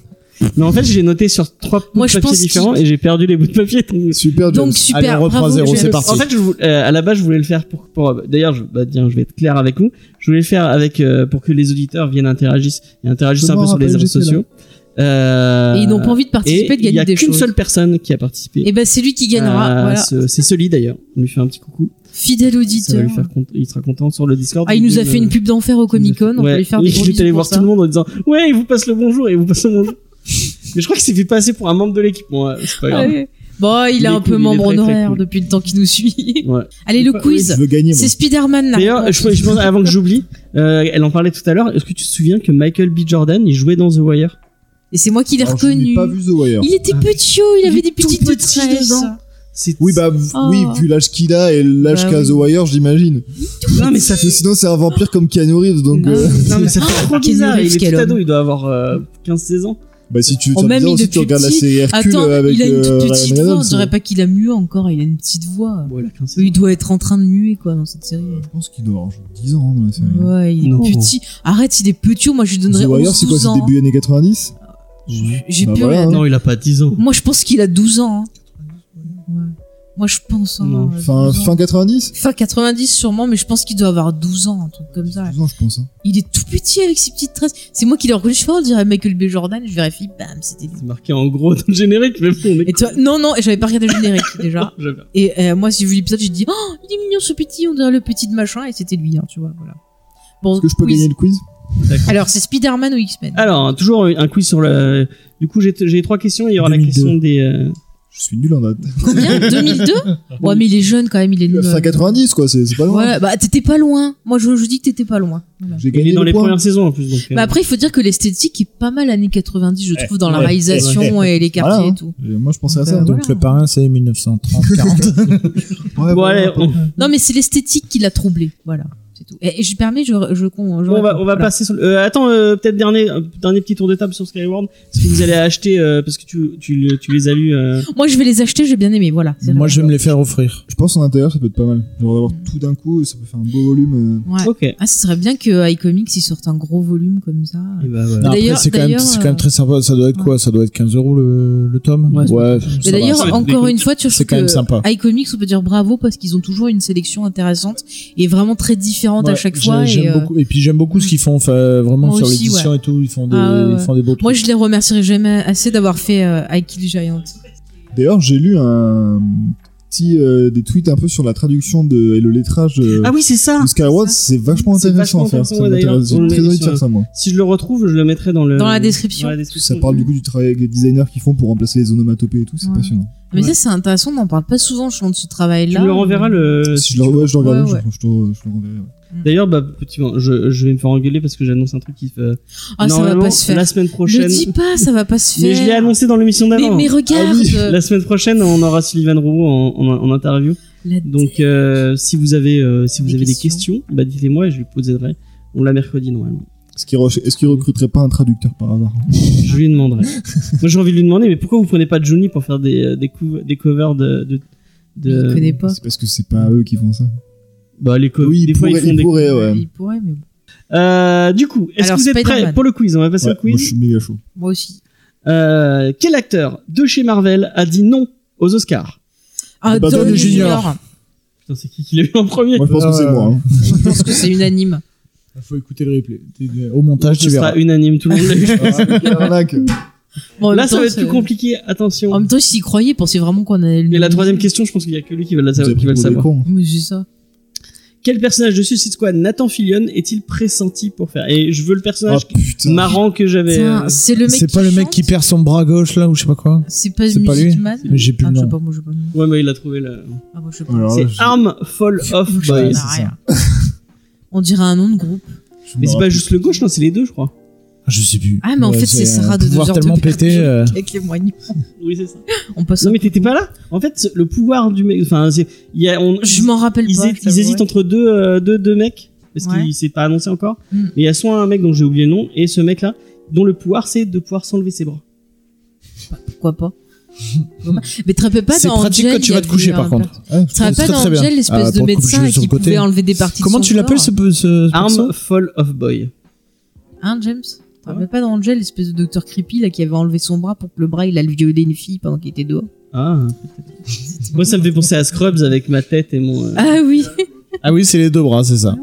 Speaker 2: Mais en fait, j'ai noté sur trois bouts
Speaker 3: Moi,
Speaker 2: de
Speaker 3: je
Speaker 2: papier
Speaker 3: pense
Speaker 2: différents
Speaker 3: qu'il-
Speaker 2: et j'ai perdu les bouts de papier. donc-
Speaker 4: Super, James.
Speaker 3: Donc super,
Speaker 5: Allez, on reprend
Speaker 3: bravo,
Speaker 5: à zéro,
Speaker 3: James.
Speaker 5: c'est parti.
Speaker 2: En fait, je voulais- euh, à la base, je voulais le faire pour. pour euh, D'ailleurs, je, bah, tiens, je vais être clair avec vous. Je voulais le faire avec euh, pour que les auditeurs viennent interagissent et interagissent
Speaker 4: Je
Speaker 2: un peu
Speaker 4: m'en
Speaker 2: sur les
Speaker 4: rappelle,
Speaker 2: réseaux
Speaker 4: j'étais là.
Speaker 2: sociaux. Euh,
Speaker 3: Et ils n'ont pas envie de
Speaker 2: et
Speaker 3: participer, de
Speaker 2: il y
Speaker 3: gagner
Speaker 2: a
Speaker 3: des
Speaker 2: qu'une
Speaker 3: choses.
Speaker 2: seule personne qui a participé.
Speaker 3: Et ben c'est lui qui
Speaker 2: Euh,
Speaker 3: gagnera. Voilà.
Speaker 2: ce- C'est celui d'ailleurs. On lui fait un petit coucou.
Speaker 3: Fidèle
Speaker 2: Ça va
Speaker 3: auditeur.
Speaker 2: lui faire cont- il sera content sur le Discord.
Speaker 3: Ah, il nous a fait une
Speaker 2: pub
Speaker 3: pub d'enfer au Comic Con. On peut lui faire des gros
Speaker 2: Il est allé
Speaker 3: bisous
Speaker 2: voir
Speaker 3: pour
Speaker 2: tout
Speaker 3: ça.
Speaker 2: le monde en disant Ouais, il vous passe le bonjour et il vous passe le bonjour. Mais je crois qu'il s'est fait passer pour un membre de l'équipe. Bon, ouais, c'est pas grave.
Speaker 3: Ouais. Bon, il
Speaker 2: Il
Speaker 3: est
Speaker 2: est
Speaker 3: un
Speaker 2: cool,
Speaker 3: peu
Speaker 2: il est
Speaker 3: membre
Speaker 2: très, très
Speaker 3: honoraire
Speaker 2: cool.
Speaker 3: depuis le temps qu'il nous suit.
Speaker 2: Ouais.
Speaker 3: Allez, le
Speaker 4: Je
Speaker 3: quiz.
Speaker 4: veux gagner, moi.
Speaker 3: C'est Spider-Man. là.
Speaker 2: D'ailleurs, je, je pense, avant que j'oublie, euh, elle en parlait tout à l'heure. Est-ce que tu te souviens que Michael B. Jordan, il jouait dans The Wire
Speaker 3: Et c'est moi qui l'ai
Speaker 4: Alors, je
Speaker 3: reconnu.
Speaker 4: n'ai pas vu The Wire.
Speaker 3: Il était
Speaker 2: Ah.
Speaker 3: petit, il
Speaker 2: Il
Speaker 3: avait
Speaker 2: est
Speaker 3: des
Speaker 2: tout
Speaker 3: petites
Speaker 2: petit
Speaker 3: tresses.
Speaker 2: dedans. C'est-
Speaker 4: Oui, bah, v-
Speaker 3: Oh.
Speaker 4: oui, vu l'âge qu'il a et l'âge
Speaker 3: Bah
Speaker 4: qu'a
Speaker 3: oui.
Speaker 4: The Wire, j'imagine.
Speaker 2: non mais ça
Speaker 4: Parce que
Speaker 2: fait.
Speaker 4: sinon, c'est un vampire comme Keanu Reeves, donc.
Speaker 2: Non,
Speaker 4: euh,
Speaker 2: mais
Speaker 3: Ah,
Speaker 2: ça fait trop bizarre.
Speaker 3: Keanu
Speaker 2: Il
Speaker 3: Reeves,
Speaker 2: est
Speaker 3: quel
Speaker 2: tout ado,
Speaker 3: homme.
Speaker 2: il doit avoir euh, 15-16 ans.
Speaker 4: Bah, si tu,
Speaker 3: Oh,
Speaker 4: ça me
Speaker 3: même
Speaker 4: dit
Speaker 3: il
Speaker 4: aussi,
Speaker 3: depuis
Speaker 4: tu regardes la
Speaker 3: petit.
Speaker 4: série Hercule
Speaker 3: Attends,
Speaker 4: avec
Speaker 3: il a une toute
Speaker 4: euh,
Speaker 3: petite
Speaker 4: Ryan
Speaker 3: voix. On
Speaker 4: Reynolds.
Speaker 3: dirait pas qu'il a mué encore. Il a une petite voix.
Speaker 2: Bon, il a 15
Speaker 3: Il doit être en train de muer quoi dans cette série.
Speaker 4: Je pense qu'il doit avoir genre 10 ans dans la série.
Speaker 3: Ouais, il est
Speaker 2: Non.
Speaker 3: petit. Arrête, il est petit. Moi, je lui donnerais
Speaker 4: The Wire,
Speaker 3: 11
Speaker 4: c'est quoi,
Speaker 3: 12
Speaker 4: c'est
Speaker 3: ans.
Speaker 4: début années 90
Speaker 3: J'ai
Speaker 4: Bah
Speaker 3: plus
Speaker 4: voilà,
Speaker 3: rien.
Speaker 4: hein.
Speaker 2: Non, il a pas 10 ans.
Speaker 3: Moi, je pense qu'il a 12 ans. hein. Ouais. Moi, je pense. hein,
Speaker 2: Non.
Speaker 3: euh,
Speaker 4: Fin,
Speaker 3: 12 ans.
Speaker 4: fin 90
Speaker 3: Fin 90 sûrement, mais je pense qu'il doit avoir 12 ans, un truc comme ça.
Speaker 4: 12 ans, je pense. hein.
Speaker 3: Il est tout petit avec ses petites tresses. C'est moi qui l'ai reconnu, je sais pas, on dirait Michael B. Jordan, je vérifie, bam, c'était lui.
Speaker 2: C'est marqué en gros dans le générique, mais bon, on est.
Speaker 3: Et toi, non, non, et j'avais pas regardé le générique déjà.
Speaker 2: Je vais faire.
Speaker 3: Et euh, moi, si j'ai vu l'épisode, j'ai dit, oh, il est mignon ce petit, on dirait le petit de machin, et c'était lui, hein, tu vois, voilà. Bon,
Speaker 4: Est-ce que je peux
Speaker 3: quiz.
Speaker 4: gagner le quiz
Speaker 2: D'accord.
Speaker 3: Alors, c'est Spider-Man ou X-Men
Speaker 2: Alors, toujours un quiz sur le. Du coup, j'ai j'ai trois questions. Il y aura
Speaker 5: 2002.
Speaker 2: la question des. euh,
Speaker 4: Je suis nul en date.
Speaker 3: Combien 2002 Ouais, mais il est jeune quand même, il est nul.
Speaker 4: Fin 90, quoi, c'est c'est pas loin.
Speaker 3: Ouais, bah t'étais pas loin. Moi, je, je dis que t'étais pas loin. Voilà.
Speaker 4: J'ai
Speaker 2: Il
Speaker 4: gagné
Speaker 2: est dans
Speaker 4: le
Speaker 2: les
Speaker 4: point.
Speaker 2: premières saisons en plus. Donc, euh,
Speaker 3: Mais après, il faut dire que l'esthétique est pas mal années 90, je trouve, dans la
Speaker 5: Mm. ouais,
Speaker 3: réalisation et les quartiers
Speaker 4: Voilà, hein.
Speaker 3: et tout.
Speaker 4: Et Moi, je pensais à
Speaker 3: Donc,
Speaker 4: ça.
Speaker 3: euh,
Speaker 4: Ouais,
Speaker 5: Donc le parrain, c'est 1930-40.
Speaker 4: voilà,
Speaker 2: Bon, allez,
Speaker 4: à peu
Speaker 2: on,
Speaker 4: près.
Speaker 3: Non, mais c'est l'esthétique qui l'a troublé. Voilà. C'est tout. Et, et je permets, je, je, con- je
Speaker 2: Bon, on va,
Speaker 3: réponds.
Speaker 2: on va
Speaker 3: Voilà.
Speaker 2: passer sur le- euh, attends, euh, peut-être dernier, euh, dernier petit tour de table sur Skyward. Ce que vous allez acheter, euh, parce que tu, tu, le- tu les as lus. euh,
Speaker 3: Moi, je vais les acheter, j'ai bien aimé. Voilà. c'est vrai.
Speaker 5: Moi, je vais me les faire offrir.
Speaker 4: Je pense en intérieur, ça peut être pas mal. Genre d'avoir
Speaker 2: Mm.
Speaker 4: tout d'un coup, ça peut faire un beau volume. euh.
Speaker 3: Ouais.
Speaker 2: Ok. Et
Speaker 3: Ah, ce serait bien que iComics ils sortent un gros volume comme ça.
Speaker 2: bah, voilà.
Speaker 5: Non, après,
Speaker 3: D'ailleurs-
Speaker 5: c'est quand, même-
Speaker 3: d'ailleurs,
Speaker 5: c'est quand même
Speaker 3: euh,
Speaker 5: très sympa. Ça doit être quoi Ça doit être 15 euros le, le tome
Speaker 2: Ouais, c'est
Speaker 5: ça
Speaker 3: Mais
Speaker 5: va,
Speaker 3: d'ailleurs,
Speaker 2: ça
Speaker 5: c'est-
Speaker 2: va être
Speaker 3: encore
Speaker 2: des-
Speaker 3: une fois, tu
Speaker 5: c'est quand même sympa.
Speaker 3: iComics, on peut dire bravo parce qu'ils ont toujours une sélection intéressante et vraiment très différente à
Speaker 5: Ouais,
Speaker 3: chaque
Speaker 5: j'ai-
Speaker 3: fois.
Speaker 5: j'aime
Speaker 3: Et, euh,
Speaker 5: beaucoup. Et puis j'aime beaucoup ce qu'ils font, enfin, vraiment
Speaker 3: Moi
Speaker 5: sur
Speaker 3: aussi,
Speaker 5: l'édition et tout. Ils font des,
Speaker 3: Ah ouais,
Speaker 5: ils font des beaux trucs.
Speaker 3: Moi, je les remercierai jamais assez d'avoir fait euh, I Kill Giant.
Speaker 4: D'ailleurs, j'ai lu un petit euh, des tweets un peu sur la traduction de, et le lettrage euh,
Speaker 2: Ah oui, c'est ça.
Speaker 4: de Skyward. C'est vachement
Speaker 2: C'est
Speaker 4: intéressant
Speaker 2: vachement
Speaker 4: à faire.
Speaker 2: intéressant,
Speaker 4: Ça
Speaker 2: ouais, d'ailleurs.
Speaker 4: m'intéresse. J'ai
Speaker 2: On
Speaker 4: très
Speaker 2: est
Speaker 4: envie de
Speaker 2: sur-
Speaker 4: faire ça, moi.
Speaker 2: Si je le retrouve, je le mettrai dans le.
Speaker 3: Dans la description.
Speaker 2: dans la
Speaker 4: Ça parle du coup du travail avec les designers qui font pour remplacer les onomatopées et tout. C'est
Speaker 3: Ouais.
Speaker 4: passionnant.
Speaker 3: Mais
Speaker 2: Ouais.
Speaker 3: ça, c'est intéressant, on n'en parle pas souvent, je pense, de ce
Speaker 2: Tu
Speaker 3: travail-là.
Speaker 2: me le renverras le.
Speaker 4: Si je le revois, je le regarde.
Speaker 3: Ouais, ouais.
Speaker 4: Je, je te- je te le renverrai. ouais.
Speaker 2: D'ailleurs, bah, petit, je, je vais me faire engueuler parce que j'annonce un truc qui. Euh,
Speaker 3: Ah, ça va
Speaker 2: normalement,
Speaker 3: pas se faire.
Speaker 2: La semaine
Speaker 3: Ne
Speaker 2: prochaine.
Speaker 3: dis pas, ça va pas se faire.
Speaker 2: mais je l'ai annoncé dans l'émission
Speaker 3: Mais,
Speaker 2: d'avant.
Speaker 3: mais regarde,
Speaker 4: Ah oui.
Speaker 3: euh,
Speaker 2: La semaine prochaine, on aura Sylvain Roux en, en, en interview.
Speaker 3: la-
Speaker 2: Donc, euh, si vous avez, euh, si vous
Speaker 3: Des
Speaker 2: avez
Speaker 3: questions.
Speaker 2: des questions, bah, dites-les-moi et je les poserai. On l'a mercredi normalement.
Speaker 4: Est-ce qu'ils re- est-ce qu'ils recruteraient pas un traducteur par hasard hein,
Speaker 3: Ah.
Speaker 2: Je lui demanderai. Moi, j'ai envie de lui demander, mais pourquoi vous prenez pas Johnny pour faire des, euh, des, couv- des covers de. de, de-
Speaker 3: il connaît pas.
Speaker 4: C'est parce que c'est pas eux qui font ça.
Speaker 2: Bah, les covers.
Speaker 4: Oui,
Speaker 2: Bah, des
Speaker 4: ils
Speaker 2: fois,
Speaker 4: pourraient.
Speaker 2: ils font
Speaker 4: ils
Speaker 2: des.
Speaker 5: Eh
Speaker 4: pourraient, ouais.
Speaker 3: Il pourrait, mais bon.
Speaker 2: Euh, du coup, est-ce
Speaker 3: Alors,
Speaker 2: que vous êtes
Speaker 3: Spider-Man.
Speaker 2: prêts pour le quiz On va passer
Speaker 4: Ouais,
Speaker 2: au
Speaker 4: Moi, je
Speaker 2: quiz.
Speaker 4: suis méga chaud.
Speaker 3: Moi aussi.
Speaker 2: Euh, quel acteur de chez Marvel a dit non aux Oscars
Speaker 3: Ah,
Speaker 4: Bah,
Speaker 3: Downey
Speaker 5: Downey
Speaker 3: Junior.
Speaker 2: Putain, c'est qui qui l'a eu en premier
Speaker 4: Moi, je pense que c'est
Speaker 5: Euh,
Speaker 4: moi. hein.
Speaker 3: Je pense que c'est unanime.
Speaker 5: Il faut écouter le replay. Au montage,
Speaker 2: Ce
Speaker 5: tu verras.
Speaker 2: sera unanime, tout le monde l'a eu.
Speaker 4: Quelle Ah, arnaque.
Speaker 3: Bon, en
Speaker 2: Là,
Speaker 3: même
Speaker 2: ça
Speaker 3: temps,
Speaker 2: va être
Speaker 3: c'est-
Speaker 2: plus compliqué, attention.
Speaker 3: En même temps, il s'y croyait, pensait vraiment qu'on allait le.
Speaker 2: Mais la troisième question, je pense qu'il y a que lui qui va la
Speaker 4: Vous avez
Speaker 2: savoir. Qui va le
Speaker 4: pris pour des
Speaker 2: savoir.
Speaker 4: cons.
Speaker 3: Mais c'est ça.
Speaker 2: Quel personnage de Suicide Squad Nathan Fillion est-il pressenti pour faire Et je veux le personnage
Speaker 5: Oh, putain.
Speaker 2: marrant que j'avais.
Speaker 3: Tiens,
Speaker 2: euh,
Speaker 3: C'est le mec
Speaker 5: C'est pas le mec qui
Speaker 3: chante
Speaker 5: perd son bras gauche là ou je sais pas quoi
Speaker 3: C'est pas
Speaker 5: C'est pas lui.
Speaker 3: Music Man
Speaker 5: Mais j'ai plus
Speaker 3: Ah,
Speaker 5: le
Speaker 3: je sais
Speaker 5: nom.
Speaker 3: pas, moi, je sais pas. le nom.
Speaker 2: Ouais, mais il a trouvé le.
Speaker 3: Ah, moi, je sais pas.
Speaker 4: Alors là,
Speaker 2: C'est
Speaker 4: je-
Speaker 2: Arm Fall Off
Speaker 3: Je
Speaker 2: Boys.
Speaker 3: sais
Speaker 5: c'est
Speaker 3: rien. On dirait un nom de groupe.
Speaker 4: je me
Speaker 2: Mais c'est pas
Speaker 4: rappelle.
Speaker 2: juste le gauche, non, c'est les deux, je crois.
Speaker 5: Ah, Je sais plus.
Speaker 3: Ah, mais en
Speaker 5: Ouais,
Speaker 3: fait, c'est Sarah
Speaker 5: un
Speaker 3: de deux
Speaker 5: pouvoir
Speaker 3: heures de
Speaker 5: tellement
Speaker 3: perdu
Speaker 5: pété. euh,
Speaker 3: Avec les moignons.
Speaker 2: Oui, c'est ça.
Speaker 3: On passe.
Speaker 2: Non, mais t'étais pas là En fait, le pouvoir du mec. Enfin, c'est. il Y a, on,
Speaker 3: Je m'en rappelle
Speaker 2: ils,
Speaker 3: pas.
Speaker 2: hé-
Speaker 3: je
Speaker 2: ils
Speaker 3: t'avoue,
Speaker 2: hésitent
Speaker 3: ouais.
Speaker 2: entre deux, euh, deux, deux mecs, parce
Speaker 3: Ouais.
Speaker 2: qu'il s'est pas annoncé encore.
Speaker 3: Mm.
Speaker 2: Mais il y a soit un mec dont j'ai oublié le nom, et ce mec-là, dont le pouvoir c'est de pouvoir s'enlever ses bras.
Speaker 3: Pourquoi pas Mais te rappelles pas
Speaker 5: C'est
Speaker 3: dans
Speaker 5: pratique
Speaker 3: Angel,
Speaker 5: quand tu
Speaker 3: il y
Speaker 5: vas te
Speaker 3: avait
Speaker 5: coucher
Speaker 3: un
Speaker 5: par contre.
Speaker 3: per-
Speaker 5: Ah,
Speaker 3: Tu te rappelles
Speaker 5: c'est
Speaker 3: pas
Speaker 5: très, très
Speaker 3: dans
Speaker 5: bien.
Speaker 3: Angel,
Speaker 5: Ah,
Speaker 3: l'espèce
Speaker 5: pour
Speaker 3: de
Speaker 5: le coup,
Speaker 3: médecin
Speaker 5: coucher
Speaker 3: là,
Speaker 5: sur
Speaker 3: qui
Speaker 5: le côté.
Speaker 3: pouvait enlever des parties de
Speaker 5: Comment
Speaker 3: son
Speaker 5: tu l'appelles
Speaker 3: corps
Speaker 5: ce, ce, ce perso
Speaker 2: Arm Fall of Boy.
Speaker 3: Hein, James Tu te rappelles pas dans Angel, l'espèce de docteur creepy là qui avait enlevé son bras pour que le bras il a violé une fille pendant qu'il était dehors
Speaker 2: Ah. Moi, ça me fait penser à Scrubs avec ma tête et mon. euh,
Speaker 3: Ah oui
Speaker 5: Ah oui, c'est les deux bras, c'est ça.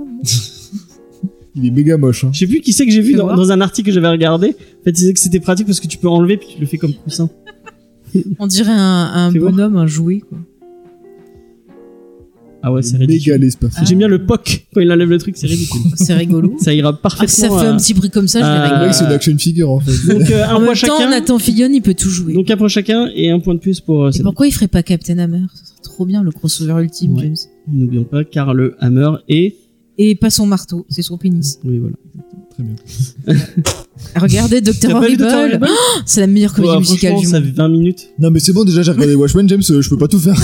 Speaker 4: Il est méga moche. Hein.
Speaker 2: Je sais plus qui c'est que j'ai vu
Speaker 3: Fais
Speaker 2: dans,
Speaker 3: voir.
Speaker 2: dans un article que j'avais regardé. En fait, il disait que c'était pratique parce que tu peux enlever puis tu le fais comme coussin.
Speaker 3: On dirait un, un
Speaker 2: Fais voir.
Speaker 3: bonhomme, un jouet quoi.
Speaker 2: Ah ouais,
Speaker 4: Il
Speaker 2: c'est
Speaker 4: est méga
Speaker 2: ridicule.
Speaker 4: l'espace.
Speaker 3: Ah.
Speaker 2: J'aime bien le POC quand il enlève le truc, c'est ridicule.
Speaker 3: C'est rigolo.
Speaker 2: ça ira
Speaker 3: Ah, ça
Speaker 2: parfaitement.
Speaker 3: fait
Speaker 2: à-
Speaker 3: un petit bruit comme ça, je
Speaker 2: euh,
Speaker 3: vais
Speaker 4: Le
Speaker 3: rigoler.
Speaker 4: mec, c'est une action figure en fait.
Speaker 2: Donc, euh, un
Speaker 3: En
Speaker 2: point
Speaker 3: même temps,
Speaker 2: chacun.
Speaker 3: Nathan Fillion, il peut tout jouer.
Speaker 2: Donc, un point chacun et un point de plus pour euh,
Speaker 3: Et
Speaker 2: cette
Speaker 3: pourquoi il ferait pas Captain Hammer Ça serait trop bien le crossover ultime,
Speaker 2: Ouais.
Speaker 3: James.
Speaker 2: N'oublions pas, car le hammer est.
Speaker 3: Et pas son marteau, c'est son pénis.
Speaker 2: Oui, voilà.
Speaker 4: Très bien.
Speaker 3: Regardez Dr.
Speaker 2: T'as pas vu Dr.
Speaker 3: Horrible.
Speaker 2: Horrible
Speaker 3: C'est la meilleure comédie
Speaker 2: Ouais,
Speaker 3: musicale
Speaker 2: Oh, franchement,
Speaker 3: du
Speaker 2: Ça
Speaker 3: monde.
Speaker 2: fait 20 minutes.
Speaker 4: Non, mais c'est bon, déjà j'ai regardé Watchmen, James, euh, je peux pas tout faire.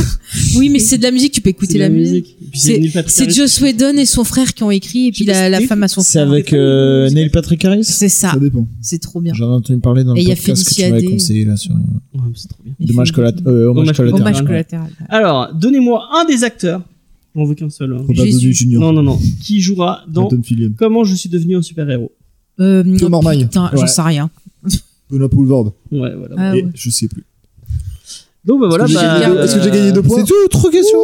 Speaker 3: Oui, mais c'est de la musique, tu peux écouter
Speaker 2: C'est
Speaker 3: la,
Speaker 2: de
Speaker 3: musique.
Speaker 2: Et puis c'est Neil Patrick
Speaker 3: C'est
Speaker 2: Harris.
Speaker 3: Joss Whedon et son frère qui ont écrit, et
Speaker 2: Je
Speaker 3: puis
Speaker 2: sais pas
Speaker 3: la,
Speaker 2: si
Speaker 3: la
Speaker 2: t'es-
Speaker 3: femme à son
Speaker 5: C'est
Speaker 3: frère.
Speaker 5: avec euh, Neil Patrick Harris
Speaker 3: C'est
Speaker 2: Ah,
Speaker 3: ça,
Speaker 4: Ça dépend.
Speaker 3: c'est trop bien.
Speaker 5: J'en ai entendu parler dans
Speaker 3: Et
Speaker 5: le
Speaker 3: il y a
Speaker 5: podcast que tu
Speaker 3: Félicia
Speaker 5: m'avais
Speaker 3: Day.
Speaker 5: conseillé là sur.
Speaker 2: Ouais, mais c'est trop bien.
Speaker 5: Dommage
Speaker 3: que
Speaker 5: collatéral. Euh, hommage
Speaker 2: Hommage
Speaker 5: collatéral.
Speaker 3: Hommage
Speaker 2: Ouais. Euh,
Speaker 3: collatéral.
Speaker 2: Alors, donnez-moi un des acteurs. J'en veux qu'un seul. hein.
Speaker 4: Robert
Speaker 3: Jésus.
Speaker 4: Downey Jr.
Speaker 2: Non, non, non. Qui jouera dans
Speaker 4: Anton Fillion.
Speaker 2: Comment je suis devenu un super-héros
Speaker 3: Euh,
Speaker 4: Tom Armaille.
Speaker 3: Putain, j'en
Speaker 4: Ouais.
Speaker 3: sais rien.
Speaker 4: Benoît Poulvord.
Speaker 2: Ouais, voilà.
Speaker 3: Ah
Speaker 4: Et
Speaker 3: ouais.
Speaker 4: je sais plus.
Speaker 2: Donc, bah voilà.
Speaker 4: Est-ce que j'ai
Speaker 2: bah,
Speaker 4: gagné-
Speaker 2: euh,
Speaker 4: est-ce que j'ai gagné deux points
Speaker 5: C'est tout, trois questions.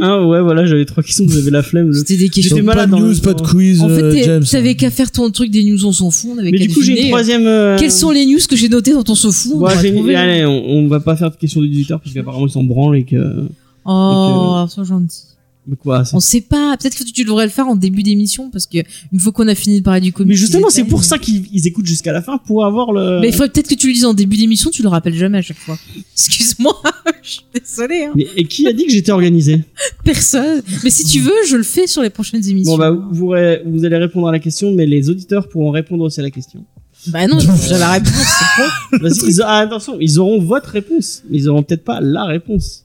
Speaker 2: Ah ouais, voilà, j'avais trois questions, vous avez la flemme. le-
Speaker 3: C'était des questions.
Speaker 2: J'étais
Speaker 5: Donc, pas
Speaker 2: malade hein.
Speaker 5: de
Speaker 2: en
Speaker 5: news,
Speaker 2: même
Speaker 5: pas de
Speaker 2: temps.
Speaker 5: quiz,
Speaker 3: En
Speaker 5: euh,
Speaker 3: fait, t'es-
Speaker 5: James.
Speaker 3: t'avais qu'à faire ton truc des news, on s'en fout. on avait
Speaker 2: Mais
Speaker 3: qu'à
Speaker 2: du coup, j'ai une
Speaker 3: deviner.
Speaker 2: troisième. euh,
Speaker 3: hein. Quelles sont les news que j'ai notées dont on s'en fout on
Speaker 2: Bon,
Speaker 3: va
Speaker 2: j'ai-
Speaker 3: trouver.
Speaker 2: Allez, on, on va pas faire de questions des auditeurs parce qu'apparemment ils s'en branlent et que.
Speaker 3: Oh,
Speaker 2: euh,
Speaker 3: sois gentil.
Speaker 2: Mais quoi c'est-
Speaker 3: On sait pas. Peut-être que tu devrais le faire en début d'émission parce que une fois qu'on a fini de parler du comics.
Speaker 2: Mais justement, c'est pour
Speaker 3: détail,
Speaker 2: ça qu'ils ils écoutent jusqu'à la fin pour avoir le.
Speaker 3: Mais il faudrait peut-être que tu le dises en début d'émission, tu le rappelles jamais à chaque fois. Excuse-moi, je suis désolée. Hein.
Speaker 2: Mais- et qui a dit que j'étais organisé
Speaker 3: Personne. Mais si tu veux, je le fais sur les prochaines émissions.
Speaker 2: Bon bah vous, ré- vous allez répondre à la question, mais les auditeurs pourront répondre aussi à la question.
Speaker 3: Bah non, j'avais la réponse. c'est con.
Speaker 2: Parce qu'ils- ah, attention, ils auront votre réponse, mais ils auront peut-être pas la réponse.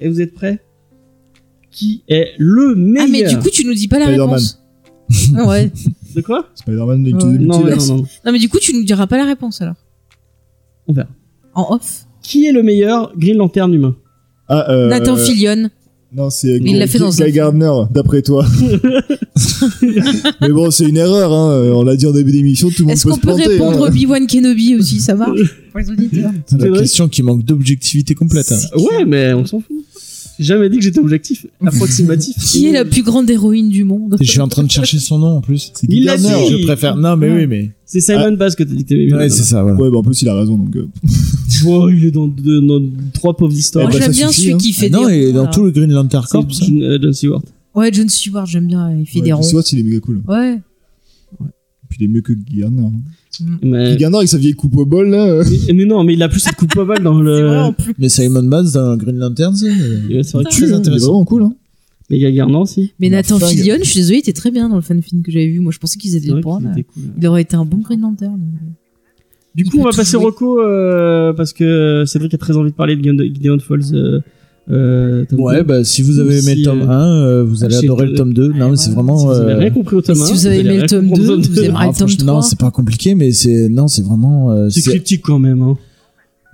Speaker 2: Et vous êtes prêts Qui est le meilleur
Speaker 3: Ah mais du coup, tu nous dis pas la
Speaker 4: Spider-Man.
Speaker 3: réponse. Ah ouais.
Speaker 2: de quoi
Speaker 4: Spider-Man Into
Speaker 3: Ouais.
Speaker 4: the
Speaker 2: non, mais non,
Speaker 4: Multiverse.
Speaker 2: non, non.
Speaker 3: Oh, Non mais du coup, tu nous diras pas la réponse alors.
Speaker 2: On verra.
Speaker 3: En off.
Speaker 2: Qui est le meilleur Green Lantern humain
Speaker 4: Ah, euh,
Speaker 3: Nathan Fillion.
Speaker 4: Non, c'est
Speaker 3: Il l'a fait dans un
Speaker 4: Guy
Speaker 3: film.
Speaker 4: Gardner, d'après toi. mais bon, c'est une erreur, hein. on l'a dit en début d'émission, tout le monde
Speaker 3: Est-ce
Speaker 4: peut
Speaker 3: qu'on
Speaker 4: se
Speaker 3: peut
Speaker 4: planter.
Speaker 3: répondre
Speaker 4: hein. Euh,
Speaker 3: Obi-Wan Kenobi aussi Ça marche pour les auditeurs.
Speaker 5: C'est
Speaker 2: C'est
Speaker 5: la
Speaker 2: vrai.
Speaker 5: question qui manque d'objectivité complète. hein.
Speaker 3: C'est
Speaker 2: Ouais, mais on s'en fout. J'ai jamais dit que j'étais objectif, approximatif.
Speaker 3: Qui est la plus grande héroïne du monde
Speaker 5: Et Je suis en train de chercher son nom en plus. C'est
Speaker 2: Il
Speaker 5: Guy
Speaker 2: l'a
Speaker 5: Gardner,
Speaker 2: dit.
Speaker 5: Je préfère. Non, mais oui, mais.
Speaker 2: C'est Simon Bass que t'as dit que t'aimais bien.
Speaker 5: Ouais, c'est ça, voilà.
Speaker 4: Ouais, bah en plus, il a raison, donc. euh,
Speaker 2: Oh, il est dans, deux- dans trois pauvres histoires.
Speaker 3: Moi,
Speaker 5: bah,
Speaker 4: Eh
Speaker 3: j'aime
Speaker 4: ben, ça
Speaker 3: bien
Speaker 4: suffit,
Speaker 3: celui
Speaker 4: hein.
Speaker 3: qui fait
Speaker 5: Ah non,
Speaker 3: des
Speaker 5: et
Speaker 3: ronds,
Speaker 5: dans
Speaker 3: là.
Speaker 5: tout le Green Lantern Corps.
Speaker 2: C'est John, euh, John Stewart.
Speaker 3: Ouais, John Stewart, j'aime bien, il fait des
Speaker 4: ouais,
Speaker 3: ronds.
Speaker 4: Swat, il est méga cool.
Speaker 3: Ouais.
Speaker 4: Puis il est mieux que Guy Gardner. hein. Guy
Speaker 2: Mais,
Speaker 4: Gardner, avec sa vieille coupe au bol, là. euh,
Speaker 2: mais- mais non, mais il a plus cette coupe pas mal dans
Speaker 3: C'est vrai,
Speaker 2: le.
Speaker 3: en plus.
Speaker 5: Mais Simon Bass dans Green Lantern, c'est.
Speaker 2: Ouais, C'est vrai que
Speaker 4: il est
Speaker 5: Très intéressant.
Speaker 4: vraiment cool, hein.
Speaker 2: les gars Garnant aussi.
Speaker 3: Mais
Speaker 4: Non,
Speaker 3: Nathan
Speaker 4: flingue.
Speaker 3: Fillion, je suis désolé, il était très bien dans le fan-film que j'avais vu. Moi, je pensais qu'ils
Speaker 2: C'est
Speaker 3: allaient
Speaker 2: vrai
Speaker 3: le prendre.
Speaker 2: qu'il était cool.
Speaker 3: Il aurait été un bon Green Lantern.
Speaker 2: Du
Speaker 3: Il
Speaker 2: coup, on
Speaker 3: peut
Speaker 2: va
Speaker 3: tout
Speaker 2: passer
Speaker 3: jouer.
Speaker 2: au Rocco euh, parce que Cédric a très envie de parler de Gideon- Gideon Falls. Euh, euh, tome
Speaker 5: Ouais,
Speaker 2: deux.
Speaker 5: bah si vous avez
Speaker 2: Si,
Speaker 5: aimé le tome
Speaker 2: euh,
Speaker 5: 1, euh, vous allez
Speaker 2: si,
Speaker 5: adorer le
Speaker 2: euh,
Speaker 5: tome 2. Non, mais c'est
Speaker 3: ouais,
Speaker 5: vraiment.
Speaker 2: Si vous
Speaker 5: euh,
Speaker 2: avez rien compris au tome
Speaker 3: si
Speaker 2: 1,
Speaker 3: vous avez aimé
Speaker 2: rien
Speaker 3: le tome
Speaker 2: comprendre au
Speaker 3: 2, vous
Speaker 5: ah,
Speaker 3: aimerez. Aimerais le tome
Speaker 5: franchement, Non,
Speaker 3: 3.
Speaker 5: c'est pas compliqué, mais c'est. Non, c'est vraiment. euh,
Speaker 2: C'est
Speaker 5: c'est-
Speaker 2: cryptique quand même. Hein.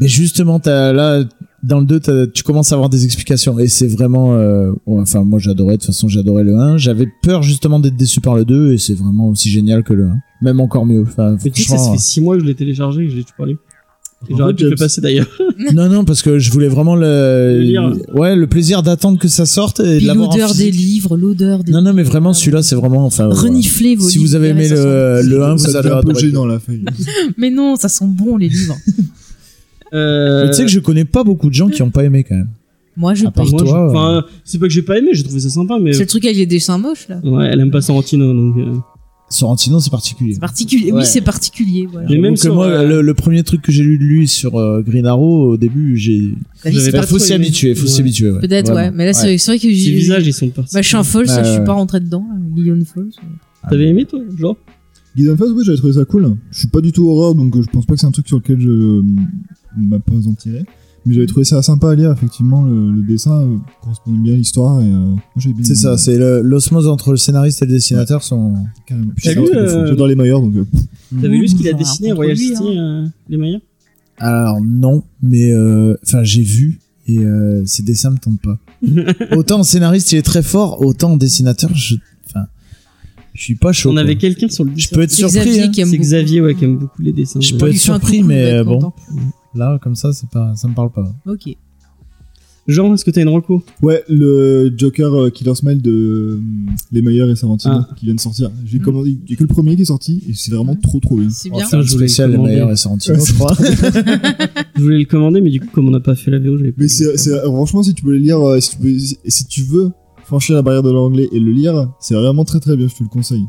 Speaker 5: Mais justement, t'as- là, dans le 2, t'as- tu commences à avoir des explications. Et c'est vraiment. euh, ouais, enfin, moi, j'adorais. De toute façon, j'adorais le 1. J'avais peur, justement, d'être déçu par le 2. Et c'est vraiment aussi génial que le 1. Même encore mieux. Enfin,
Speaker 2: Mais tu sais que ça
Speaker 5: franchement,
Speaker 2: fait 6 mois que je l'ai téléchargé et que je l'ai toujours pas lu. Et
Speaker 4: Bravo,
Speaker 2: J'aurais dû te le
Speaker 4: James.
Speaker 2: passer d'ailleurs.
Speaker 5: euh, Non, non, parce que je voulais vraiment le.
Speaker 2: Le lire.
Speaker 5: Ouais, le plaisir d'attendre que ça sorte et de
Speaker 3: Puis
Speaker 5: l'avoir en
Speaker 3: l'odeur des
Speaker 5: physique.
Speaker 3: livres, l'odeur des. Euh,
Speaker 5: Non, non, mais vraiment, celui-là, c'est vraiment. Enfin, voilà.
Speaker 3: Renifler vos
Speaker 5: Si
Speaker 3: livres,
Speaker 5: vous avez aimé
Speaker 3: ça sent-
Speaker 5: le, euh, le 1,
Speaker 4: Ça
Speaker 5: vous allez
Speaker 4: devient Euh, un peu
Speaker 5: adorer.
Speaker 4: gênant, la feuille.
Speaker 3: Mais non, ça sent bon les livres.
Speaker 2: Euh,
Speaker 5: Mais Tu sais que je connais pas beaucoup de gens qui ont pas aimé quand même.
Speaker 3: Moi, je
Speaker 5: À part
Speaker 3: paye.
Speaker 2: Moi, je-
Speaker 5: toi,
Speaker 2: enfin, euh, c'est pas que j'ai pas aimé, j'ai trouvé ça sympa, mais.
Speaker 3: C'est le truc avec les dessins moches, là.
Speaker 2: Ouais, elle aime pas Sorrentino, donc. euh,
Speaker 5: Sorrentino, c'est particulier.
Speaker 3: C'est particulier.
Speaker 2: Ouais.
Speaker 3: Oui, c'est particulier. Voilà.
Speaker 2: Mais même
Speaker 5: Donc,
Speaker 2: sur,
Speaker 5: moi,
Speaker 2: euh,
Speaker 5: le, le premier truc que j'ai lu de lui sur euh, Green Arrow, au début, j'ai.
Speaker 3: La vie,
Speaker 2: j'avais
Speaker 3: c'est
Speaker 2: pas
Speaker 3: pas
Speaker 2: trop
Speaker 5: faut s'y
Speaker 2: aimé.
Speaker 5: habituer, faut s'y
Speaker 2: Ouais.
Speaker 5: habituer. ouais. Euh.
Speaker 3: Peut-être, ouais.
Speaker 5: Vraiment.
Speaker 3: Mais là, c'est c'est vrai que
Speaker 2: Ses
Speaker 3: j'ai.
Speaker 2: visages, ils sont partis.
Speaker 3: Bah, je suis un folle, ça,
Speaker 5: Ouais,
Speaker 3: je suis
Speaker 5: ouais.
Speaker 3: pas rentré dedans. là. Lyon Falls.
Speaker 2: T'avais aimé, toi, genre
Speaker 4: Guide Face, oui, j'avais trouvé ça cool. Je suis pas du tout horreur, donc euh, je pense pas que c'est un truc sur lequel je euh, m'appesantirais. Mais j'avais trouvé ça sympa à lire, effectivement. Le, le dessin euh, correspondait bien à l'histoire et euh, moi j'avais bien
Speaker 5: C'est
Speaker 4: aimé,
Speaker 5: ça,
Speaker 4: euh,
Speaker 5: c'est le- l'osmose entre le scénariste et le dessinateur sont.
Speaker 4: carrément. Puis
Speaker 2: T'as
Speaker 4: c'est un
Speaker 2: lu,
Speaker 4: truc de fou.
Speaker 2: euh,
Speaker 4: J'adore les mailleurs, donc. euh, pff,
Speaker 2: T'avais
Speaker 3: Mmh,
Speaker 2: lu ce qu'il a
Speaker 3: ça va,
Speaker 2: dessiné à
Speaker 3: contre
Speaker 2: Royal
Speaker 3: lui,
Speaker 2: City, euh, les Mayas
Speaker 5: Alors non, mais euh, enfin j'ai vu et euh, ses dessins me tentent pas. autant en scénariste il est très fort, autant en dessinateur je, enfin, je suis pas chaud.
Speaker 2: On
Speaker 5: quoi.
Speaker 2: avait quelqu'un sur le.
Speaker 5: Je peux être
Speaker 3: C'est
Speaker 5: surpris.
Speaker 3: Xavier
Speaker 5: hein.
Speaker 3: qui aime
Speaker 2: C'est
Speaker 3: beaucoup.
Speaker 2: Xavier, ouais, qui aime beaucoup les dessins.
Speaker 5: Je
Speaker 2: de-
Speaker 5: peux
Speaker 3: Il
Speaker 5: être
Speaker 3: fait un
Speaker 5: surpris,
Speaker 3: coucou,
Speaker 5: mais,
Speaker 3: il va être
Speaker 5: euh, bon.
Speaker 3: content.
Speaker 5: Là comme ça c'est pas, ça me parle pas.
Speaker 3: Ok.
Speaker 2: Jean, est-ce que t'as une reco
Speaker 4: Ouais, le Joker euh, Killer Smile de euh, Les Mailleurs et Sarantino qui vient de sortir. J'ai
Speaker 3: Mm.
Speaker 4: commandé, il y a que le premier qui est sorti et c'est vraiment
Speaker 3: Ouais.
Speaker 4: trop trop bien.
Speaker 3: C'est bien.
Speaker 5: C'est un
Speaker 2: Je voulais
Speaker 5: spécial
Speaker 2: le
Speaker 5: les
Speaker 2: commander.
Speaker 5: meilleurs et Sorrentino,
Speaker 4: Ouais,
Speaker 5: je crois.
Speaker 2: Je voulais le commander, mais du coup, comme on n'a pas fait la VO, j'avais pas.
Speaker 4: Mais c'est, c'est- euh, franchement, si tu peux le lire, euh, si tu, peux- si tu veux franchir la barrière de l'anglais et le lire, c'est vraiment très très bien, je te le conseille.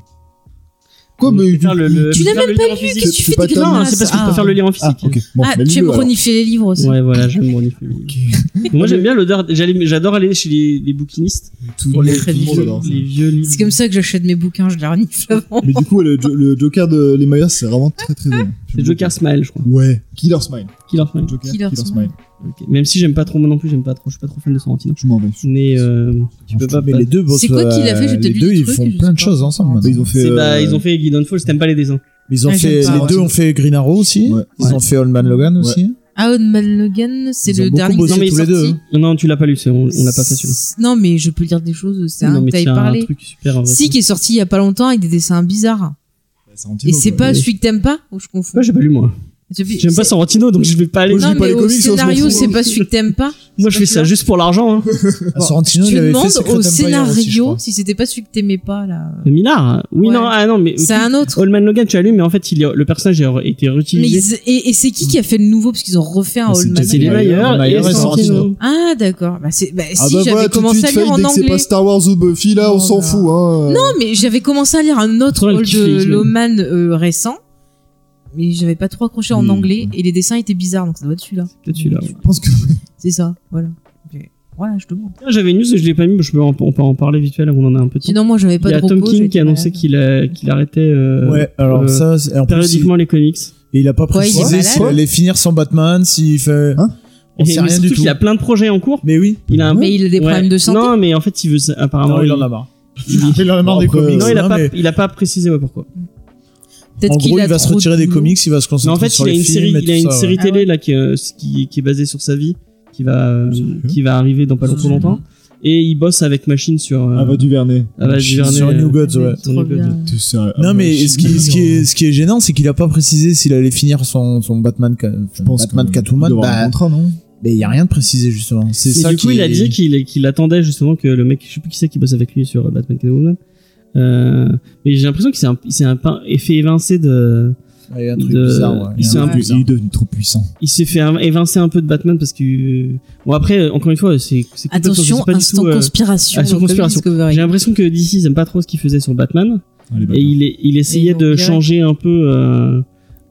Speaker 4: Quoi, mais
Speaker 2: Tu
Speaker 3: Tu
Speaker 2: n'as
Speaker 3: n'as même
Speaker 2: pas
Speaker 3: Qu'est-ce que
Speaker 4: c'est-
Speaker 3: tu
Speaker 4: c'est
Speaker 3: fais
Speaker 4: pas
Speaker 3: des
Speaker 4: Tom,
Speaker 2: Non,
Speaker 3: grimaces
Speaker 2: c'est parce que je préfère le lire en physique.
Speaker 4: Ah, ok. Bon,
Speaker 3: Ah,
Speaker 4: bah,
Speaker 3: tu
Speaker 4: lis-le,
Speaker 3: aimes
Speaker 4: alors.
Speaker 3: renifler les livres aussi.
Speaker 2: Ouais, voilà, j'aime mon effet. Moi, j'aime bien l'odeur. J'allais- J'adore aller chez les, les bouquinistes.
Speaker 4: Tout,
Speaker 2: Pour les,
Speaker 4: tout le monde
Speaker 2: vieux,
Speaker 4: adore ça.
Speaker 2: les vieux livres.
Speaker 3: C'est comme ça que j'achète mes bouquins, je les renifle avant.
Speaker 4: Mais du coup, le, jo- le Joker de Les Mailleurs, c'est vraiment très très bien.
Speaker 2: C'est Joker Smile, je crois.
Speaker 4: Ouais, Killer Smile.
Speaker 2: Killer Smile.
Speaker 4: Joker, Killer,
Speaker 3: Killer
Speaker 4: Smile.
Speaker 3: Smile.
Speaker 2: Ok. Même si j'aime pas trop, moi non plus, j'aime pas trop. Je suis pas trop fan de Sorrentino.
Speaker 4: Je m'en vais.
Speaker 2: Mais euh, tu peux pas.
Speaker 5: mais les deux bossent,
Speaker 3: C'est quoi qu'il a fait J'ai
Speaker 5: euh,
Speaker 3: peut-être
Speaker 5: Les
Speaker 3: lu
Speaker 5: deux
Speaker 3: des
Speaker 5: ils
Speaker 3: trucs,
Speaker 5: font
Speaker 3: je
Speaker 5: plein
Speaker 3: sais
Speaker 5: de
Speaker 3: pas.
Speaker 5: choses ensemble. maintenant.
Speaker 4: Ils ont fait.
Speaker 2: C'est, bah,
Speaker 4: euh,
Speaker 2: ils ont fait Gideon Falls, t'aimes pas les dessins.
Speaker 5: Ils ont
Speaker 3: Ah,
Speaker 5: fait
Speaker 3: j'aime pas,
Speaker 5: les
Speaker 3: ouais.
Speaker 5: deux ont fait Green Arrow aussi.
Speaker 4: Ouais.
Speaker 5: Ils ont fait Old Man Logan aussi.
Speaker 3: Ah, Oldman Logan, c'est
Speaker 5: Ils ont
Speaker 3: le
Speaker 5: beaucoup
Speaker 3: dernier
Speaker 5: bossé
Speaker 3: qui est
Speaker 5: tous les deux,
Speaker 3: sorti.
Speaker 5: hein.
Speaker 2: Non, tu l'as pas lu, c'est- on, on l'a pas fait celui-là.
Speaker 3: Non, mais je peux lire des choses, c'est
Speaker 2: Non,
Speaker 3: un
Speaker 2: mais
Speaker 3: que t'avais
Speaker 2: c'est un
Speaker 3: parlé.
Speaker 2: truc super. en vrai.
Speaker 3: Si, qui est sorti il y a pas longtemps avec des dessins bizarres. Et
Speaker 4: Tarantino,
Speaker 3: c'est
Speaker 4: quoi.
Speaker 3: pas celui que t'aimes pas Ou je confonds
Speaker 2: Moi, j'ai pas lu moi.
Speaker 3: J'ai vu-
Speaker 2: J'aime pas
Speaker 3: c'est-
Speaker 2: Sorrentino, donc je vais pas aller.
Speaker 4: Moi, je
Speaker 3: Non,
Speaker 4: lis pas
Speaker 3: mais
Speaker 4: les
Speaker 3: au
Speaker 4: comics, hein, je m'en
Speaker 3: scénario,
Speaker 4: fous.
Speaker 3: c'est pas celui que t'aimes pas
Speaker 2: Moi, je fais ça juste pour l'argent. Hein.
Speaker 5: À Sorrentino
Speaker 3: Je
Speaker 5: il
Speaker 3: me
Speaker 5: avait fait
Speaker 3: demande
Speaker 5: Secret
Speaker 3: au
Speaker 5: Empire aussi, je
Speaker 3: scénario
Speaker 5: crois.
Speaker 3: si c'était pas celui que t'aimais pas, là.
Speaker 2: Le Millard Oui,
Speaker 3: Ouais.
Speaker 2: non, ah non, mais.
Speaker 3: C'est un autre.
Speaker 2: Old Man Logan, tu as lu, mais en fait, il est- le personnage a été
Speaker 3: Mais
Speaker 2: réutilisé.
Speaker 3: ils- et et c'est qui qui a fait le nouveau Parce qu'ils ont refait un
Speaker 5: Ah, c'est
Speaker 3: Old Man
Speaker 2: C'est les
Speaker 5: Mayer,
Speaker 2: meilleurs
Speaker 5: Mayer
Speaker 2: et
Speaker 5: et
Speaker 2: Sorrentino.
Speaker 5: Sorrentino.
Speaker 3: Ah, d'accord. Bah, c'est- bah,
Speaker 4: Ah
Speaker 3: si,
Speaker 4: bah
Speaker 3: j'avais
Speaker 4: voilà, tout de
Speaker 3: commencé
Speaker 4: suite
Speaker 3: à lire
Speaker 4: Faye,
Speaker 3: en
Speaker 4: dès que c'est
Speaker 3: anglais.
Speaker 4: pas Star Wars ou Buffy, là, on
Speaker 3: Oh
Speaker 4: s'en
Speaker 3: là.
Speaker 4: fout. Hein.
Speaker 3: Non, Oh, mais j'avais commencé à lire un autre
Speaker 2: Toi, le
Speaker 3: rôle
Speaker 2: kiff,
Speaker 3: de
Speaker 2: je-
Speaker 3: Loman euh, récent, mais j'avais pas trop accroché en
Speaker 4: Oui,
Speaker 3: anglais
Speaker 4: ouais.
Speaker 3: et les dessins étaient bizarres, donc ça doit être celui-là.
Speaker 2: Hmm. Peut-être celui-là. ouais.
Speaker 4: Je pense que
Speaker 3: C'est ça, voilà. Mais Voilà, je te montre.
Speaker 2: Tiens, Ah, J'avais une news et je l'ai pas mis, mais je peux en, on peut en parler vite fait, là, on en a un peu de temps.
Speaker 3: Sinon, moi, j'avais
Speaker 2: Il
Speaker 3: pas
Speaker 2: y
Speaker 3: de
Speaker 2: a Tom
Speaker 3: repos,
Speaker 2: King
Speaker 3: j'étais
Speaker 2: qui a annoncé
Speaker 3: malade.
Speaker 2: qu'il a- qu'il arrêtait euh,
Speaker 5: Ouais, alors
Speaker 2: euh,
Speaker 5: ça, c'est- en plus, il-
Speaker 2: périodiquement les comics.
Speaker 5: Et il a pas
Speaker 3: Ouais, il est
Speaker 5: précisé
Speaker 3: malade.
Speaker 5: s'il allait finir sans Batman, s'il fait.
Speaker 4: Hein
Speaker 5: On
Speaker 2: Et-
Speaker 5: sait
Speaker 2: mais
Speaker 5: rien
Speaker 2: surtout
Speaker 5: du tout.
Speaker 2: qu'il a plein de projets en cours.
Speaker 5: Mais oui.
Speaker 2: Il a un
Speaker 3: Mais il a des
Speaker 2: Ouais.
Speaker 3: problèmes de santé.
Speaker 2: Non, mais en fait, il veut ça- apparemment.
Speaker 5: Non, il
Speaker 2: il-
Speaker 5: en a marre.
Speaker 2: il-
Speaker 5: Il en a marre des
Speaker 4: Après,
Speaker 5: comics.
Speaker 2: Non, il a
Speaker 5: Non,
Speaker 2: pas,
Speaker 5: mais
Speaker 2: il a pas précisé ouais, pourquoi.
Speaker 3: Peut-être
Speaker 5: En
Speaker 3: qu'il
Speaker 5: gros, il
Speaker 3: a
Speaker 5: va se
Speaker 3: trop de
Speaker 5: retirer des
Speaker 3: boulot.
Speaker 5: comics, il va se concentrer
Speaker 2: Mais en fait,
Speaker 5: sur
Speaker 2: il a
Speaker 5: les
Speaker 2: une
Speaker 5: films
Speaker 2: série,
Speaker 5: et
Speaker 2: il a
Speaker 5: tout
Speaker 2: une
Speaker 5: ça,
Speaker 2: série
Speaker 3: Ah
Speaker 5: ouais.
Speaker 2: télé là qui, euh, qui, qui est basée sur sa vie, qui va, euh,
Speaker 4: Sérieux
Speaker 2: qui va arriver dans pas trop longtemps. Et il bosse avec Machine sur. euh,
Speaker 4: Ah bah Duvernay.
Speaker 2: Ava Duvernay,
Speaker 5: Sur
Speaker 2: euh,
Speaker 5: New Gods, ouais.
Speaker 2: Sur New
Speaker 3: Trop
Speaker 2: Gods,
Speaker 3: bien.
Speaker 2: ouais.
Speaker 4: T'es sérieux Ah,
Speaker 5: Non, mais
Speaker 4: moi,
Speaker 5: ce qui,
Speaker 4: je-
Speaker 5: ce, qui est, ce qui est gênant, c'est qu'il a pas précisé s'il allait finir son, son Batman, Ca-
Speaker 4: Je pense
Speaker 5: Batman
Speaker 4: que-
Speaker 5: Catwoman.
Speaker 4: il doit avoir un
Speaker 5: Bah,
Speaker 4: contrat, non
Speaker 5: mais il y a rien de précisé, justement. C'est
Speaker 2: Mais
Speaker 5: ça
Speaker 2: du coup,
Speaker 5: qui
Speaker 2: il a
Speaker 5: est-
Speaker 2: dit qu'il qu'il attendait justement que le mec, je sais plus qui c'est qui bosse avec lui sur Batman Catwoman. Euh, mais j'ai l'impression qu'il s'est un, il s'est un peu- il fait évincer de,
Speaker 5: Ouais, Il y a un truc
Speaker 2: de-
Speaker 5: bizarre, ouais.
Speaker 2: il
Speaker 5: Il y a
Speaker 2: s'est
Speaker 5: un
Speaker 2: un
Speaker 5: truc
Speaker 2: peu-
Speaker 5: bizarre.
Speaker 4: est devenu trop puissant.
Speaker 2: il s'est fait un- évincer un peu de Batman parce que bon après encore une fois c'est c'est complètement- je sais
Speaker 3: Attention,
Speaker 2: pas du
Speaker 3: instant
Speaker 2: tout, euh,
Speaker 3: conspiration.
Speaker 2: ah, sur
Speaker 3: dans Comics
Speaker 2: conspiration.
Speaker 3: Discovery.
Speaker 2: j'ai l'impression que DC ils aiment pas trop ce qu'il faisait sur Batman
Speaker 4: Allez,
Speaker 2: et il est- il essayait
Speaker 3: Et ils
Speaker 2: de
Speaker 3: ont bien-
Speaker 2: changer un peu euh,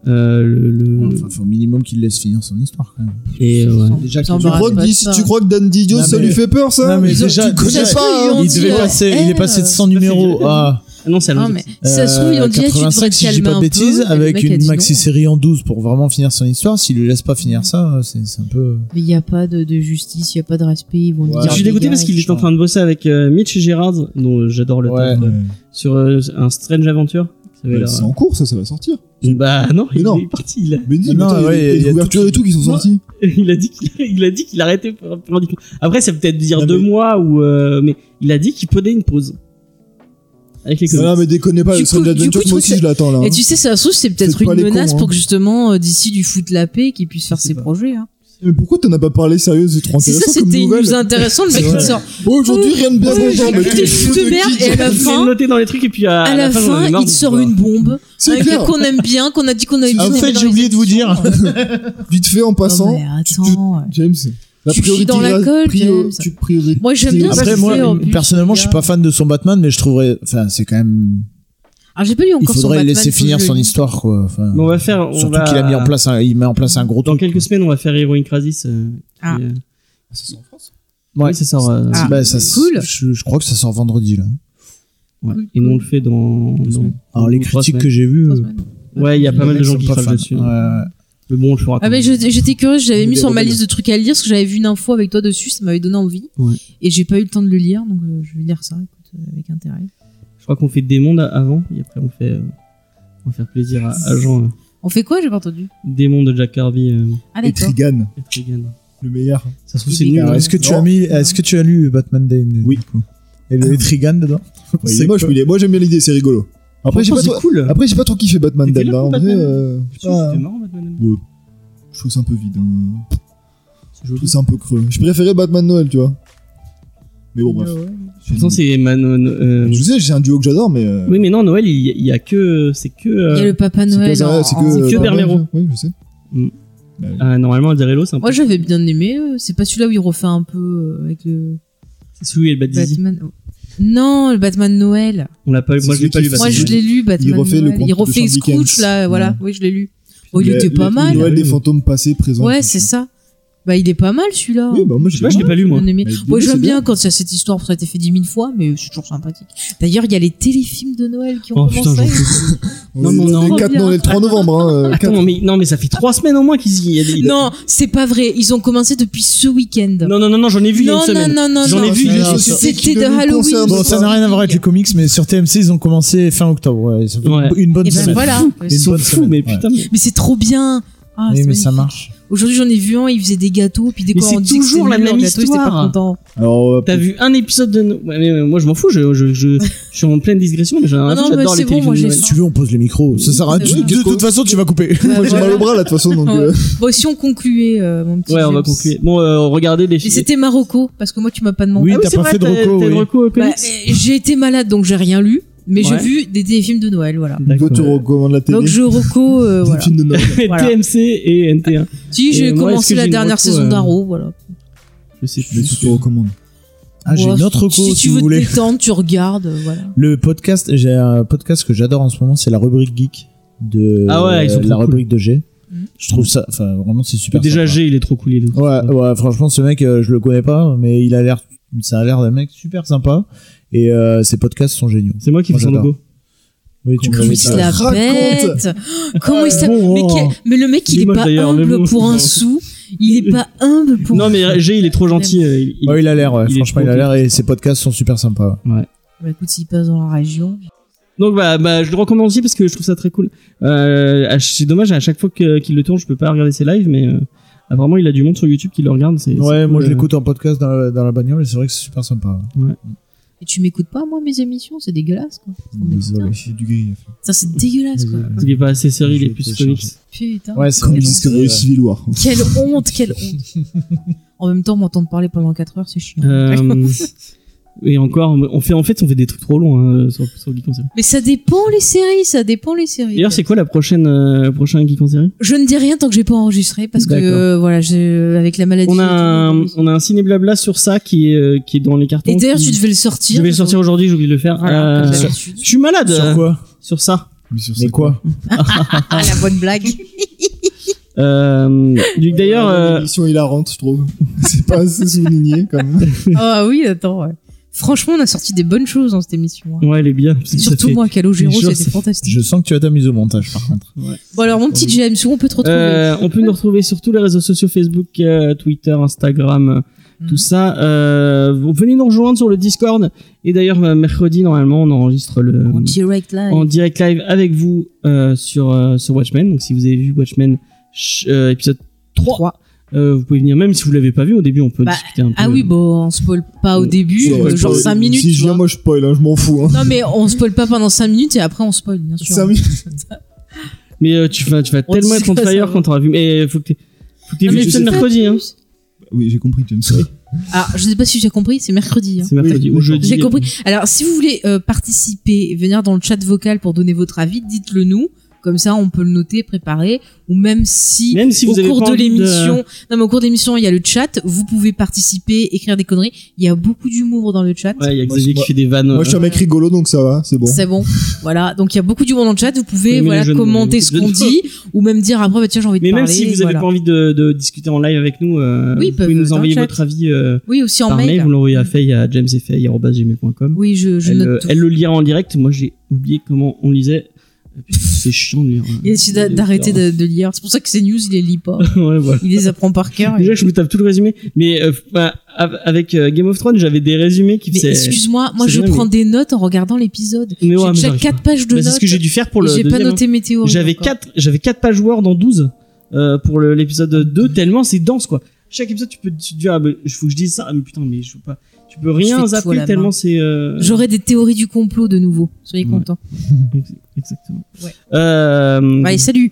Speaker 2: euh, le, le-
Speaker 5: Enfin, faut au minimum qu'il laisse finir son histoire, quand même.
Speaker 2: et euh, ouais.
Speaker 3: Sans-
Speaker 5: Déjà,
Speaker 3: sans
Speaker 5: tu
Speaker 4: Tu
Speaker 5: Bah,
Speaker 4: crois,
Speaker 3: embarras
Speaker 4: que
Speaker 3: pas
Speaker 4: dis-
Speaker 3: ça.
Speaker 4: tu crois que Dan Didio,
Speaker 5: Non,
Speaker 4: ça
Speaker 5: mais-
Speaker 4: lui fait peur, ça
Speaker 5: Non, mais
Speaker 4: Ils ont-
Speaker 5: déjà-
Speaker 4: tu connais
Speaker 5: déjà,
Speaker 4: pas,
Speaker 3: ils
Speaker 4: hein
Speaker 3: ont-
Speaker 5: Il
Speaker 3: dit,
Speaker 5: devait
Speaker 3: euh,
Speaker 5: passer, il est
Speaker 3: elle,
Speaker 5: passé de 100 numéros à.
Speaker 2: Ah non c'est à
Speaker 3: Non,
Speaker 2: l'autre.
Speaker 3: mais si ça se trouve, ils ont
Speaker 5: euh,
Speaker 3: dit, eh, tu devrais
Speaker 5: 85,
Speaker 3: te
Speaker 5: si je dis
Speaker 3: calmer
Speaker 5: pas de
Speaker 3: un peu.
Speaker 5: bêtises,
Speaker 3: Et le
Speaker 5: avec
Speaker 3: mec a
Speaker 5: une
Speaker 3: dit non.
Speaker 5: maxi-série en 12 pour vraiment finir son histoire. S'il le laisse pas finir ça, euh, c'est c'est un peu.
Speaker 3: Mais il n'y a pas de, de justice, il n'y a pas de respect, ils vont
Speaker 5: Ouais.
Speaker 3: dire.
Speaker 2: je suis
Speaker 5: des
Speaker 2: dégoûté
Speaker 3: gars,
Speaker 2: parce qu'il est en train de bosser avec euh, Mitch Gerard dont j'adore le
Speaker 5: Ouais.
Speaker 2: taf, euh, sur euh, un Strange Adventure Ça avait
Speaker 4: Ouais,
Speaker 2: l'air-
Speaker 4: C'est en cours, ça, ça va sortir.
Speaker 2: Bah non,
Speaker 4: Mais
Speaker 2: il
Speaker 4: non.
Speaker 2: est parti. Il a,
Speaker 4: Mais dis,
Speaker 5: Non,
Speaker 4: mais attends,
Speaker 5: ouais,
Speaker 4: il y
Speaker 5: il
Speaker 4: a
Speaker 5: y a
Speaker 4: des couvertures
Speaker 5: tout-
Speaker 4: et tout qui sont
Speaker 2: Ouais.
Speaker 4: sorties.
Speaker 2: il a dit qu'il il a dit qu'il arrêtait pour- pour- Après, ça peut être dire
Speaker 4: Non,
Speaker 2: deux
Speaker 4: mais-
Speaker 2: mois ou euh, mais il a dit qu'il prenait une pause avec les
Speaker 4: Non, non,
Speaker 2: comics.
Speaker 4: mais déconnez pas,
Speaker 3: Du
Speaker 4: le
Speaker 3: coup-
Speaker 4: Strange
Speaker 3: du coup,
Speaker 4: Adventure,
Speaker 3: tu
Speaker 4: moi
Speaker 3: trouves
Speaker 4: aussi,
Speaker 3: que-
Speaker 4: je l'attends, là. hein.
Speaker 3: Et tu sais, ça se trouve, c'est peut-être
Speaker 4: Faites pas
Speaker 3: une
Speaker 4: les cons,
Speaker 3: menace
Speaker 4: hein.
Speaker 3: pour que justement euh, d'ici du foot la paix et qu'ils puissent faire
Speaker 2: sais
Speaker 3: ses
Speaker 2: pas.
Speaker 3: projets. Hein.
Speaker 4: Mais pourquoi t'en as pas parlé sérieux C'est trop
Speaker 3: C'est ça,
Speaker 4: intéressant comme
Speaker 3: c'était une
Speaker 4: nouvelle.
Speaker 3: news intéressante, le mec
Speaker 5: C'est
Speaker 3: il
Speaker 5: vrai.
Speaker 3: sort.
Speaker 4: Aujourd'hui, rien de bien
Speaker 3: Oui,
Speaker 4: bon
Speaker 3: j'ai
Speaker 4: mais
Speaker 3: écouté
Speaker 4: t'es
Speaker 3: le fils de
Speaker 4: fou de
Speaker 3: merde
Speaker 4: qui,
Speaker 3: et à
Speaker 4: toi
Speaker 3: la
Speaker 2: Il
Speaker 3: fin,
Speaker 2: noté dans les trucs et puis à,
Speaker 3: à la
Speaker 2: Ah, j'en avais
Speaker 3: fin,
Speaker 2: marre
Speaker 3: il
Speaker 2: de
Speaker 3: sort
Speaker 2: voir.
Speaker 3: une bombe.
Speaker 4: C'est
Speaker 3: un
Speaker 4: clair.
Speaker 3: gars qu'on aime bien, qu'on a dit qu'on a
Speaker 4: Ah,
Speaker 5: En
Speaker 4: en
Speaker 5: fait, j'ai oublié de vous dire.
Speaker 4: Vite fait en
Speaker 3: Non,
Speaker 4: passant,
Speaker 3: mais attends.
Speaker 4: James, La
Speaker 3: Tu chies
Speaker 4: priorité
Speaker 3: dans la
Speaker 4: ira-
Speaker 3: colle,
Speaker 4: prio-
Speaker 3: James.
Speaker 4: tu Ah priori-
Speaker 3: Moi, j'aime bien
Speaker 4: priori-
Speaker 5: Après,
Speaker 3: c'est fait, en
Speaker 5: moi,
Speaker 3: plus,
Speaker 5: personnellement, je suis pas fan de son Batman, mais je trouverais. Enfin, c'est quand même.
Speaker 3: Alors Ah, j'ai pas lu
Speaker 5: Il
Speaker 3: encore son
Speaker 5: faudrait
Speaker 3: Batman.
Speaker 5: laisser
Speaker 3: faut que je
Speaker 5: finir
Speaker 3: le
Speaker 5: son
Speaker 3: lise.
Speaker 5: histoire, quoi. Enfin,
Speaker 2: Mais on va faire. on
Speaker 5: surtout
Speaker 2: va-
Speaker 5: qu'il a mis en place, un, il met en place un gros
Speaker 2: Dans
Speaker 5: truc.
Speaker 2: quelques semaines, on va faire Heroin Crisis. euh,
Speaker 3: Ah.
Speaker 2: qui, euh,
Speaker 4: C'est en France
Speaker 5: Ouais.
Speaker 2: Oui, ça sort. euh,
Speaker 3: Ah.
Speaker 5: Bah, ça s-
Speaker 3: Cool.
Speaker 5: Je, je crois que ça sort vendredi là.
Speaker 2: ouais. Et nous, on le fait dans. dans-
Speaker 5: semaines.
Speaker 2: dans
Speaker 5: Alors les
Speaker 2: deux, trois
Speaker 5: critiques
Speaker 2: semaines.
Speaker 5: que j'ai vues,
Speaker 3: Trois
Speaker 5: euh,
Speaker 3: semaines.
Speaker 2: Ouais, il y a
Speaker 5: les
Speaker 2: pas mal de
Speaker 5: mecs
Speaker 2: gens
Speaker 5: sont
Speaker 2: qui
Speaker 5: pas
Speaker 2: crachent
Speaker 5: fans.
Speaker 2: dessus. hein.
Speaker 5: Ouais, ouais.
Speaker 2: Mais bon, on le fera.
Speaker 3: Ah
Speaker 2: quand
Speaker 3: mais
Speaker 2: même.
Speaker 3: je- j'étais curieuse, j'avais
Speaker 4: Il
Speaker 3: mis
Speaker 4: est
Speaker 3: sur ma
Speaker 4: rebelle.
Speaker 3: liste de trucs à lire parce que j'avais vu une info avec toi dessus, ça m'avait donné envie
Speaker 2: Ouais.
Speaker 3: et j'ai pas eu le temps de le lire donc euh, je vais lire ça écoute, euh, avec intérêt.
Speaker 2: Je crois qu'on fait des mondes avant et après on fait. euh, on va faire plaisir à, à Jean. euh,
Speaker 3: On fait quoi J'ai pas entendu.
Speaker 2: Démon de Jack Harvey euh,
Speaker 3: Ah
Speaker 4: Et
Speaker 3: d'accord.
Speaker 4: Trigan,
Speaker 2: et Trigan.
Speaker 4: le meilleur.
Speaker 2: Ça se trouve, c'est nul.
Speaker 5: Alors,
Speaker 2: hein.
Speaker 5: est-ce que tu
Speaker 4: Non.
Speaker 5: as mis, est-ce que tu as lu Batman Day
Speaker 4: Oui.
Speaker 5: du coup Et le Trigan dedans
Speaker 4: Ouais, il est moche,
Speaker 5: quoi
Speaker 4: mais il est- moi j'aime bien l'idée, c'est rigolo. Après, j'ai
Speaker 2: Franchement,
Speaker 4: pas, trop...
Speaker 2: c'est cool.
Speaker 5: ah,
Speaker 2: Ah.
Speaker 4: Après, j'ai pas trop kiffé Batman
Speaker 2: T'étais
Speaker 4: Dad,
Speaker 2: là
Speaker 4: là,
Speaker 2: pour
Speaker 4: en vrai.
Speaker 2: Batman
Speaker 4: euh,
Speaker 2: Si,
Speaker 4: je sais
Speaker 2: C'était
Speaker 4: pas,
Speaker 2: marrant, Batman.
Speaker 4: je trouve ça un peu vide. hein.
Speaker 2: C'est
Speaker 4: Je
Speaker 2: joli.
Speaker 4: trouve ça un peu creux. Je préférais Batman Noël, tu vois. Mais bon, bref. J'ai-
Speaker 2: Pourtant, c'est Manon. euh,
Speaker 4: Je sais, j'ai un duo que j'adore, mais. euh,
Speaker 2: Oui, mais non, Noël, il y a- il y a que. C'est que.
Speaker 3: Il y a
Speaker 2: euh,
Speaker 3: le Papa
Speaker 4: c'est
Speaker 3: Noël.
Speaker 4: que-
Speaker 3: en-
Speaker 4: c'est
Speaker 3: en-
Speaker 4: que,
Speaker 2: que
Speaker 4: euh,
Speaker 2: Berlero.
Speaker 4: Batman, Oui, je sais.
Speaker 2: ah, Normalement, Alderello, c'est un
Speaker 3: Moi
Speaker 2: peu.
Speaker 3: j'avais bien aimé, euh, c'est pas celui-là où il refait un peu euh, avec le
Speaker 2: C'est celui et le Bad Dizzy.
Speaker 3: Batman. oh. Non, le Batman Noël.
Speaker 2: On l'a pas eu.
Speaker 4: C'est
Speaker 2: Moi, je l'ai
Speaker 4: celui
Speaker 2: pas
Speaker 4: qui
Speaker 2: lu,
Speaker 4: fait-
Speaker 2: Batman.
Speaker 3: Moi je l'ai lu Batman
Speaker 4: Il refait le
Speaker 3: Noël.
Speaker 4: conte
Speaker 3: il
Speaker 4: de
Speaker 3: refait
Speaker 4: Charles
Speaker 3: Scrooge
Speaker 4: Dickens.
Speaker 3: là, voilà.
Speaker 4: Ouais.
Speaker 3: Oui, je l'ai lu. Oh, il
Speaker 4: Le-
Speaker 3: était pas
Speaker 4: le-
Speaker 3: mal.
Speaker 4: Noël des fantômes passés, présents.
Speaker 3: Ouais, c'est ça. Bah il est pas mal celui-là.
Speaker 4: Oui, bah moi j'ai
Speaker 2: Ouais, je l'ai pas lu, moi.
Speaker 3: Bien aimé.
Speaker 4: Mais le
Speaker 3: Moi,
Speaker 4: début,
Speaker 3: j'aime
Speaker 4: c'est
Speaker 3: bien,
Speaker 4: bien.
Speaker 3: quand ça, cette histoire, ça a été fait dix mille fois, mais c'est toujours sympathique. D'ailleurs, il y a les téléfilms de Noël qui ont
Speaker 2: Oh, putain,
Speaker 3: commencé.
Speaker 2: j'en Non,
Speaker 4: On est
Speaker 2: mais non.
Speaker 4: dans les quatre
Speaker 3: Trop bien.
Speaker 4: Noël, le 3 novembre. hein, euh,
Speaker 2: Attends,
Speaker 4: quatre-
Speaker 2: non, mais, non, mais ça fait trois semaines au moins qu'ils y. il y a des-
Speaker 3: non, c'est pas vrai. Ils ont commencé depuis ce week-end.
Speaker 2: Non, non, non, non, j'en ai vu il y a une
Speaker 3: non, non,
Speaker 2: semaine.
Speaker 3: non, non,
Speaker 2: J'en ai
Speaker 3: non.
Speaker 2: vu,
Speaker 5: je l'ai
Speaker 3: C'était
Speaker 5: sur-
Speaker 3: C'était de
Speaker 4: Qui donne le
Speaker 3: Halloween.
Speaker 4: concert,
Speaker 5: Bon,
Speaker 4: Bon,
Speaker 5: ça n'a rien à voir avec les comics, mais sur TMC, ils ont commencé fin octobre. ouais, ça fait
Speaker 2: Ouais.
Speaker 5: Une bonne
Speaker 3: Et ben
Speaker 5: semaine.
Speaker 3: voilà.
Speaker 2: Ils sont
Speaker 5: bonne
Speaker 2: fous,
Speaker 5: semaine,
Speaker 2: mais
Speaker 5: ouais.
Speaker 2: putain. mais-
Speaker 3: Mais c'est trop bien. Ah,
Speaker 5: Oui,
Speaker 3: c'est
Speaker 5: mais ça
Speaker 3: magnifique.
Speaker 5: marche.
Speaker 3: Aujourd'hui, j'en ai vu un, il faisait des gâteaux, puis des
Speaker 2: Mais
Speaker 3: fois,
Speaker 2: c'est
Speaker 3: on disait que
Speaker 2: toujours
Speaker 3: c'était
Speaker 2: la
Speaker 3: nul,
Speaker 2: même
Speaker 3: leur gâteau,
Speaker 2: histoire.
Speaker 3: j'étais pas content.
Speaker 4: Alors, euh,
Speaker 2: T'as vu un épisode de. No- Ouais, mais, euh, moi, je m'en fous, je, je, je, je suis en pleine digression, mais j'ai-
Speaker 3: non, mais
Speaker 2: j'adore
Speaker 3: c'est
Speaker 2: les
Speaker 3: bon, moi,
Speaker 2: téléfilms de
Speaker 3: j'ai
Speaker 2: Noël.
Speaker 3: faim.
Speaker 5: Si tu veux, on pose les micros. Ça sert à
Speaker 3: Ouais,
Speaker 5: tu-
Speaker 3: ouais.
Speaker 5: De toute façon, tu vas couper.
Speaker 4: moi j'ai mal au bras là de toute façon, donc.
Speaker 3: Ouais.
Speaker 4: euh,
Speaker 3: Bon, si on conclut, euh, mon petit
Speaker 2: Ouais, on va
Speaker 3: James.
Speaker 2: conclure. Bon, euh, regardez les
Speaker 3: Mais
Speaker 2: films.
Speaker 3: c'était Marocco, parce que moi, tu m'as pas demandé.
Speaker 5: Oui,
Speaker 2: Ah
Speaker 5: t'as
Speaker 2: c'est
Speaker 5: pas
Speaker 2: vrai,
Speaker 5: fait de
Speaker 2: t'as-
Speaker 5: reco,
Speaker 2: t'as
Speaker 5: oui.
Speaker 2: de reco au
Speaker 3: Bah,
Speaker 2: comics
Speaker 3: euh, j'ai été malade, donc j'ai rien lu, mais j'ai
Speaker 2: Ouais.
Speaker 3: vu des téléfilms de Noël, voilà.
Speaker 4: Toi, tu
Speaker 2: D'accord.
Speaker 4: recommandes la télé.
Speaker 3: Donc je reco, euh,
Speaker 4: des
Speaker 3: voilà.
Speaker 4: films de Noël.
Speaker 3: Voilà.
Speaker 2: TMC et NT1.
Speaker 3: Si,
Speaker 2: Et
Speaker 3: j'ai
Speaker 2: moi, est-ce
Speaker 3: commencé
Speaker 2: que
Speaker 3: la
Speaker 2: j'ai une
Speaker 3: dernière
Speaker 2: reco,
Speaker 3: saison
Speaker 2: euh,
Speaker 3: d'Arrow, voilà.
Speaker 2: Je sais
Speaker 4: Mais tu te recommandes.
Speaker 5: Ah, j'ai
Speaker 3: Bon,
Speaker 5: une autre reco,
Speaker 3: si,
Speaker 5: si,
Speaker 3: tu
Speaker 5: vous
Speaker 3: veux
Speaker 5: voulez.
Speaker 3: te détendre, tu regardes, euh, voilà.
Speaker 5: Le podcast, j'ai un podcast que j'adore en ce moment, c'est la rubrique geek de
Speaker 2: Ah ouais, ils sont
Speaker 5: euh,
Speaker 2: trop
Speaker 5: la
Speaker 2: cool.
Speaker 5: rubrique de G.
Speaker 3: Mhm.
Speaker 5: Je trouve ça, enfin vraiment c'est super.
Speaker 2: Déjà,
Speaker 5: sympa.
Speaker 2: G, il est trop cool. il est-
Speaker 5: Ouais, ouais, franchement ce mec, euh, je le connais pas, mais il a l'air, ça a l'air d'un mec super sympa et euh, ses podcasts sont géniaux.
Speaker 2: C'est moi qui fais
Speaker 5: Moi,
Speaker 2: son
Speaker 5: j'adore.
Speaker 2: logo.
Speaker 5: Oui, tu me
Speaker 3: Comment
Speaker 5: l'avais
Speaker 3: il
Speaker 5: dit.
Speaker 3: se la
Speaker 4: raconte.
Speaker 3: pète Comment il s'appelle
Speaker 5: bon,
Speaker 3: mais,
Speaker 5: bon.
Speaker 3: quel- mais le mec, il est
Speaker 2: L'image
Speaker 3: pas
Speaker 2: oh. d'ailleurs, mais
Speaker 3: humble
Speaker 2: bon.
Speaker 3: pour un sou. Il est pas humble pour.
Speaker 2: Non, mais G, il est trop gentil. euh, il-
Speaker 5: Ouais, il a l'air, ouais,
Speaker 2: il est
Speaker 5: franchement
Speaker 2: trop
Speaker 5: il a l'air
Speaker 2: cool.
Speaker 5: et ses podcasts sont super sympas.
Speaker 3: Bah écoute, s'il passe dans la région.
Speaker 2: Donc bah, bah je le recommande aussi parce que je trouve ça très cool. Euh, à- c'est dommage à chaque fois que- qu'il le tourne, je peux pas regarder ses lives, mais euh, ah, vraiment il a du monde sur YouTube qui le regarde. c'est-
Speaker 5: Ouais,
Speaker 2: c'est cool,
Speaker 5: moi je
Speaker 2: euh.
Speaker 5: l'écoute en podcast dans la, dans la bagnole et c'est vrai que c'est super sympa.
Speaker 3: Et tu m'écoutes pas, moi, mes émissions, c'est dégueulasse, quoi.
Speaker 2: Mmh.
Speaker 5: Désolé.
Speaker 4: J'ai du gris.
Speaker 3: Ça, c'est dégueulasse, quoi.
Speaker 5: Désolé.
Speaker 2: Il est pas assez série, il
Speaker 5: Je
Speaker 2: est
Speaker 5: vais
Speaker 2: plus
Speaker 5: télécharger.
Speaker 2: comics.
Speaker 3: Putain.
Speaker 5: Ouais, c'est
Speaker 4: Comme
Speaker 5: vrai.
Speaker 4: Discovery Civil War.
Speaker 3: Quelle honte, quelle honte. En même temps, m'entendre parler pendant 4 heures, c'est chiant.
Speaker 2: Euh, et encore, on fait en fait on fait des trucs trop longs hein, sur, sur Geek en série.
Speaker 3: Mais ça dépend les séries, ça dépend les séries.
Speaker 2: D'ailleurs c'est quoi la prochaine euh, le prochain Geek en série
Speaker 3: Je ne dis rien tant que j'ai pas enregistré parce que
Speaker 2: D'accord.
Speaker 3: euh, voilà, j'ai- avec la maladie.
Speaker 2: On a
Speaker 3: j'ai tout
Speaker 2: un,
Speaker 3: entendu.
Speaker 2: on a un ciné blabla sur ça qui est euh, qui est dans les cartons.
Speaker 3: Et d'ailleurs,
Speaker 2: qui-
Speaker 3: tu devais le sortir.
Speaker 2: je vais le sortir aujourd'hui, j'ai oublié de le faire.
Speaker 3: Voilà,
Speaker 2: Euh,
Speaker 3: comme
Speaker 2: je
Speaker 3: d'habitude.
Speaker 2: suis malade
Speaker 5: Sur
Speaker 2: euh,
Speaker 5: quoi
Speaker 2: sur ça.
Speaker 4: Mais sur
Speaker 5: Mais
Speaker 4: ça,
Speaker 5: quoi
Speaker 3: Ah, la bonne blague.
Speaker 2: Euh, du- D'ailleurs,
Speaker 4: Une
Speaker 2: euh,
Speaker 4: émission hilarante, je trouve. C'est pas assez souligné quand même.
Speaker 3: ah oui, attends. ouais. Franchement, on a sorti des bonnes choses dans cette émission. hein.
Speaker 2: ouais, elle est bien. parce que ça
Speaker 3: Surtout
Speaker 2: fait-
Speaker 3: moi, Calogero,
Speaker 2: des choses,
Speaker 3: c'était
Speaker 2: ça-
Speaker 3: fantastique.
Speaker 5: Je sens que tu vas t'amuser au montage par contre.
Speaker 3: Bon alors, mon petit James, où on peut te retrouver
Speaker 2: Euh, on peut nous retrouver sur tous les réseaux sociaux Facebook, euh, Twitter, Instagram, euh,
Speaker 3: Mhm.
Speaker 2: tout ça. Euh, vous venez nous rejoindre sur le Discord. Et d'ailleurs, euh, mercredi, normalement, on enregistre le
Speaker 3: En direct live.
Speaker 2: en direct live avec vous euh, sur, euh, sur Watchmen. Donc, si vous avez vu Watchmen ch- euh, épisode 3, euh, vous pouvez venir. Même si vous l'avez pas vu, au début, on peut
Speaker 3: Bah,
Speaker 2: discuter un peu.
Speaker 3: Ah oui, bon, on spoil pas au
Speaker 2: Ouais.
Speaker 3: début,
Speaker 4: Ouais,
Speaker 3: euh, genre
Speaker 4: je-
Speaker 3: 5 minutes.
Speaker 4: Si
Speaker 3: tu
Speaker 4: je viens,
Speaker 3: vois.
Speaker 4: moi je spoil, hein, je m'en fous. Hein.
Speaker 3: Non mais on spoil pas pendant 5 minutes et après on spoil, bien sûr.
Speaker 4: Cinq minutes.
Speaker 2: Mais euh, tu vas, tu vas
Speaker 3: On
Speaker 2: tellement
Speaker 3: discute
Speaker 2: être on
Speaker 3: pas, ça
Speaker 2: fire
Speaker 3: va.
Speaker 2: quand t'auras vu. Mais euh, faut que t'aies faut que t'aies
Speaker 3: Non,
Speaker 2: vu
Speaker 3: mais
Speaker 4: je
Speaker 2: l'épisode
Speaker 4: sais.
Speaker 2: mercredi. Hein.
Speaker 4: Oui, j'ai compris, James.
Speaker 3: Ah, je sais pas si tu as compris, c'est mercredi. hein.
Speaker 2: C'est mercredi
Speaker 4: Oui,
Speaker 2: ou
Speaker 4: d'accord.
Speaker 2: jeudi.
Speaker 3: J'ai compris. Alors, si vous voulez euh, participer, venir dans le chat vocal pour donner votre avis, dites-le nous. Comme ça, on peut le noter, préparer, ou même si,
Speaker 2: Même si vous
Speaker 3: au
Speaker 2: avez
Speaker 3: cours
Speaker 2: pas
Speaker 3: de
Speaker 2: envie de-
Speaker 3: l'émission, non mais au cours de l'émission, il y a le chat. Vous pouvez participer, écrire des conneries. Il y a beaucoup d'humour dans le chat.
Speaker 2: euh, Ouais, il y a
Speaker 4: Moi,
Speaker 2: Xavier
Speaker 4: moi-
Speaker 2: qui fait des vannes. euh.
Speaker 4: Moi, je suis un mec rigolo, donc ça va, c'est bon.
Speaker 3: C'est bon, voilà. Donc il y a beaucoup d'humour dans le chat. Vous pouvez
Speaker 2: Oui, mais les
Speaker 3: voilà
Speaker 2: jeunes-
Speaker 3: commenter
Speaker 2: les
Speaker 3: ce
Speaker 2: jeunes-
Speaker 3: qu'on dit, ou même dire après bah, tiens j'ai envie de
Speaker 2: mais
Speaker 3: parler.
Speaker 2: même si vous n'avez
Speaker 3: voilà.
Speaker 2: pas envie de, de discuter en live avec nous, euh,
Speaker 3: Oui, ils
Speaker 2: vous
Speaker 3: peuvent
Speaker 2: pouvez nous
Speaker 3: dans le
Speaker 2: envoyer
Speaker 3: chat.
Speaker 2: votre avis euh,
Speaker 3: Oui, aussi en
Speaker 2: par mail.
Speaker 3: mail.
Speaker 2: Vous l'envoyez à Faye à jamesfay.com.
Speaker 3: Oui, je, je
Speaker 2: elle,
Speaker 3: note
Speaker 2: euh,
Speaker 3: tout.
Speaker 2: elle le lira en direct. Moi, j'ai oublié comment on lisait. Et puis, C'est chiant de lire. euh,
Speaker 3: Il essaie d'a-
Speaker 2: des-
Speaker 3: d'arrêter de, de lire. C'est pour ça que ces news, il les lit pas.
Speaker 2: ouais, voilà.
Speaker 3: Il les apprend par cœur. et-
Speaker 2: Déjà, je vous tape tout le résumé. Mais euh, bah, av- avec euh, Game of Thrones, j'avais des résumés qui
Speaker 3: Mais
Speaker 2: faisaient.
Speaker 3: excuse-moi, moi
Speaker 2: c'est
Speaker 3: je
Speaker 2: bien,
Speaker 3: prends des notes en regardant l'épisode.
Speaker 2: Mais
Speaker 3: J'ai
Speaker 2: ouais, mais
Speaker 3: déjà
Speaker 2: j'arrive
Speaker 3: 4 pages de
Speaker 2: Bah, c'est
Speaker 3: notes.
Speaker 2: ce que j'ai dû faire pour
Speaker 3: et
Speaker 2: le
Speaker 3: J'ai pas
Speaker 2: deuxième. hein.
Speaker 3: noté mes théories.
Speaker 2: J'avais
Speaker 3: encore.
Speaker 2: quatre, j'avais quatre pages Word en 12 euh, pour le- l'épisode 2 tellement c'est dense quoi. Chaque épisode tu peux tu te dis ah mais il faut que je dise ça Ah, mais putain mais je peux pas tu peux
Speaker 3: fais
Speaker 2: rien
Speaker 3: tout à
Speaker 2: zapper
Speaker 3: la
Speaker 2: tellement
Speaker 3: main.
Speaker 2: c'est euh,
Speaker 3: J'aurais des théories du complot de nouveau. Soyez
Speaker 2: Ouais.
Speaker 3: contents.
Speaker 2: ex- exactement.
Speaker 3: Ouais.
Speaker 2: Euh,
Speaker 3: Allez, salut.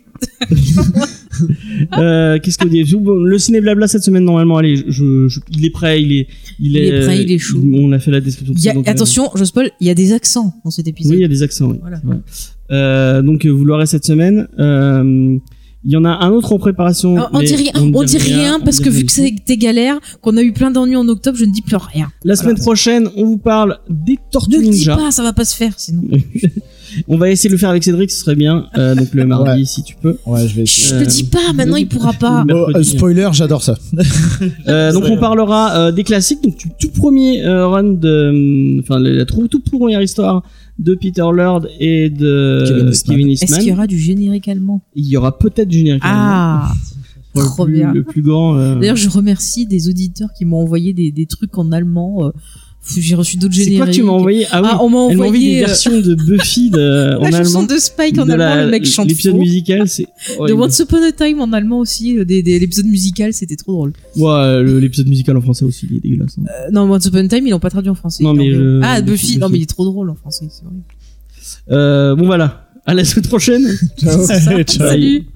Speaker 2: euh, qu'est-ce que vous dites Bon, le ciné blabla cette semaine normalement allez je, je- il est prêt il est il est, euh,
Speaker 3: Il est prêt, il est chaud.
Speaker 2: On a fait la description. de
Speaker 3: Il y a-
Speaker 2: saison, donc, euh,
Speaker 3: attention, je spoil, il y a des accents dans cet épisode.
Speaker 2: Oui, il y a des accents. Oui.
Speaker 3: Voilà.
Speaker 2: c'est vrai. Euh, donc euh, vous l'aurez cette semaine. Euh, il y en a un autre en préparation.
Speaker 3: Alors, Euh, on
Speaker 2: mais
Speaker 3: dit rien,
Speaker 2: ne
Speaker 3: on dit rien
Speaker 2: on
Speaker 3: parce
Speaker 2: dit
Speaker 3: que
Speaker 2: rien
Speaker 3: vu
Speaker 2: du
Speaker 3: que
Speaker 2: tout.
Speaker 3: c'était galère, qu'on a eu plein d'ennuis en octobre, je ne dis plus rien.
Speaker 2: La semaine
Speaker 3: Voilà.
Speaker 2: prochaine, on vous parle des Tortues
Speaker 3: Ne le dis
Speaker 2: Ninja.
Speaker 3: pas, ça va pas se faire sinon.
Speaker 2: On va essayer de le faire avec Cédric, ce serait bien. Euh, donc le mardi, si tu peux.
Speaker 5: Ouais, je vais
Speaker 3: Chut,
Speaker 2: Euh,
Speaker 3: ne le dis pas, Ah, maintenant
Speaker 2: dis
Speaker 3: il pourra pas.
Speaker 2: Bon, euh,
Speaker 5: Oh, spoiler, j'adore ça.
Speaker 2: Euh, donc on parlera euh, des classiques, donc du tout premier euh, run de, hum, enfin la, la trou- toute première histoire de Peter Lord et de euh,
Speaker 5: Kevin Eastman.
Speaker 3: Est-ce qu'il y
Speaker 2: Eastman.
Speaker 3: aura du générique allemand
Speaker 2: Il y aura peut-être du générique.
Speaker 3: Ah,
Speaker 2: Pour le
Speaker 3: trop
Speaker 2: plus-
Speaker 3: bien.
Speaker 2: Le plus grand. euh,
Speaker 3: D'ailleurs, je remercie des auditeurs qui m'ont envoyé des, des trucs en allemand. euh, J'ai reçu d'autres
Speaker 2: c'est
Speaker 3: génériques.
Speaker 2: quoi que tu m'as envoyé Ah oui.
Speaker 3: Ah, on m'a
Speaker 2: elle m'a envoyé
Speaker 3: envoyé
Speaker 2: des
Speaker 3: euh,
Speaker 2: versions de Buffy de- en
Speaker 3: la chanson
Speaker 2: allemand.
Speaker 3: de Spike en
Speaker 2: de
Speaker 3: allemand.
Speaker 2: la-
Speaker 3: le mec chante
Speaker 2: L'épisode
Speaker 3: faux.
Speaker 2: musical, c'est.
Speaker 3: De
Speaker 2: horrible.
Speaker 3: Once Upon a Time en allemand aussi. euh, des- des- L'épisode musical, c'était trop drôle.
Speaker 2: Ouais, euh, le- l'épisode musical en français aussi, il est dégueulasse. hein.
Speaker 3: Euh, non, Once Upon a Time, ils l'ont pas traduit en français.
Speaker 2: Non,
Speaker 3: ils l'ont
Speaker 2: mais
Speaker 3: fait-
Speaker 2: je-
Speaker 3: Ah,
Speaker 2: Buffy,
Speaker 3: Buffy. Non,
Speaker 2: Buffy.
Speaker 3: mais il est trop drôle en français. c'est horrible.
Speaker 2: Euh, bon voilà, à la semaine prochaine.
Speaker 3: C'est ça.
Speaker 5: Ciao.
Speaker 3: Salut.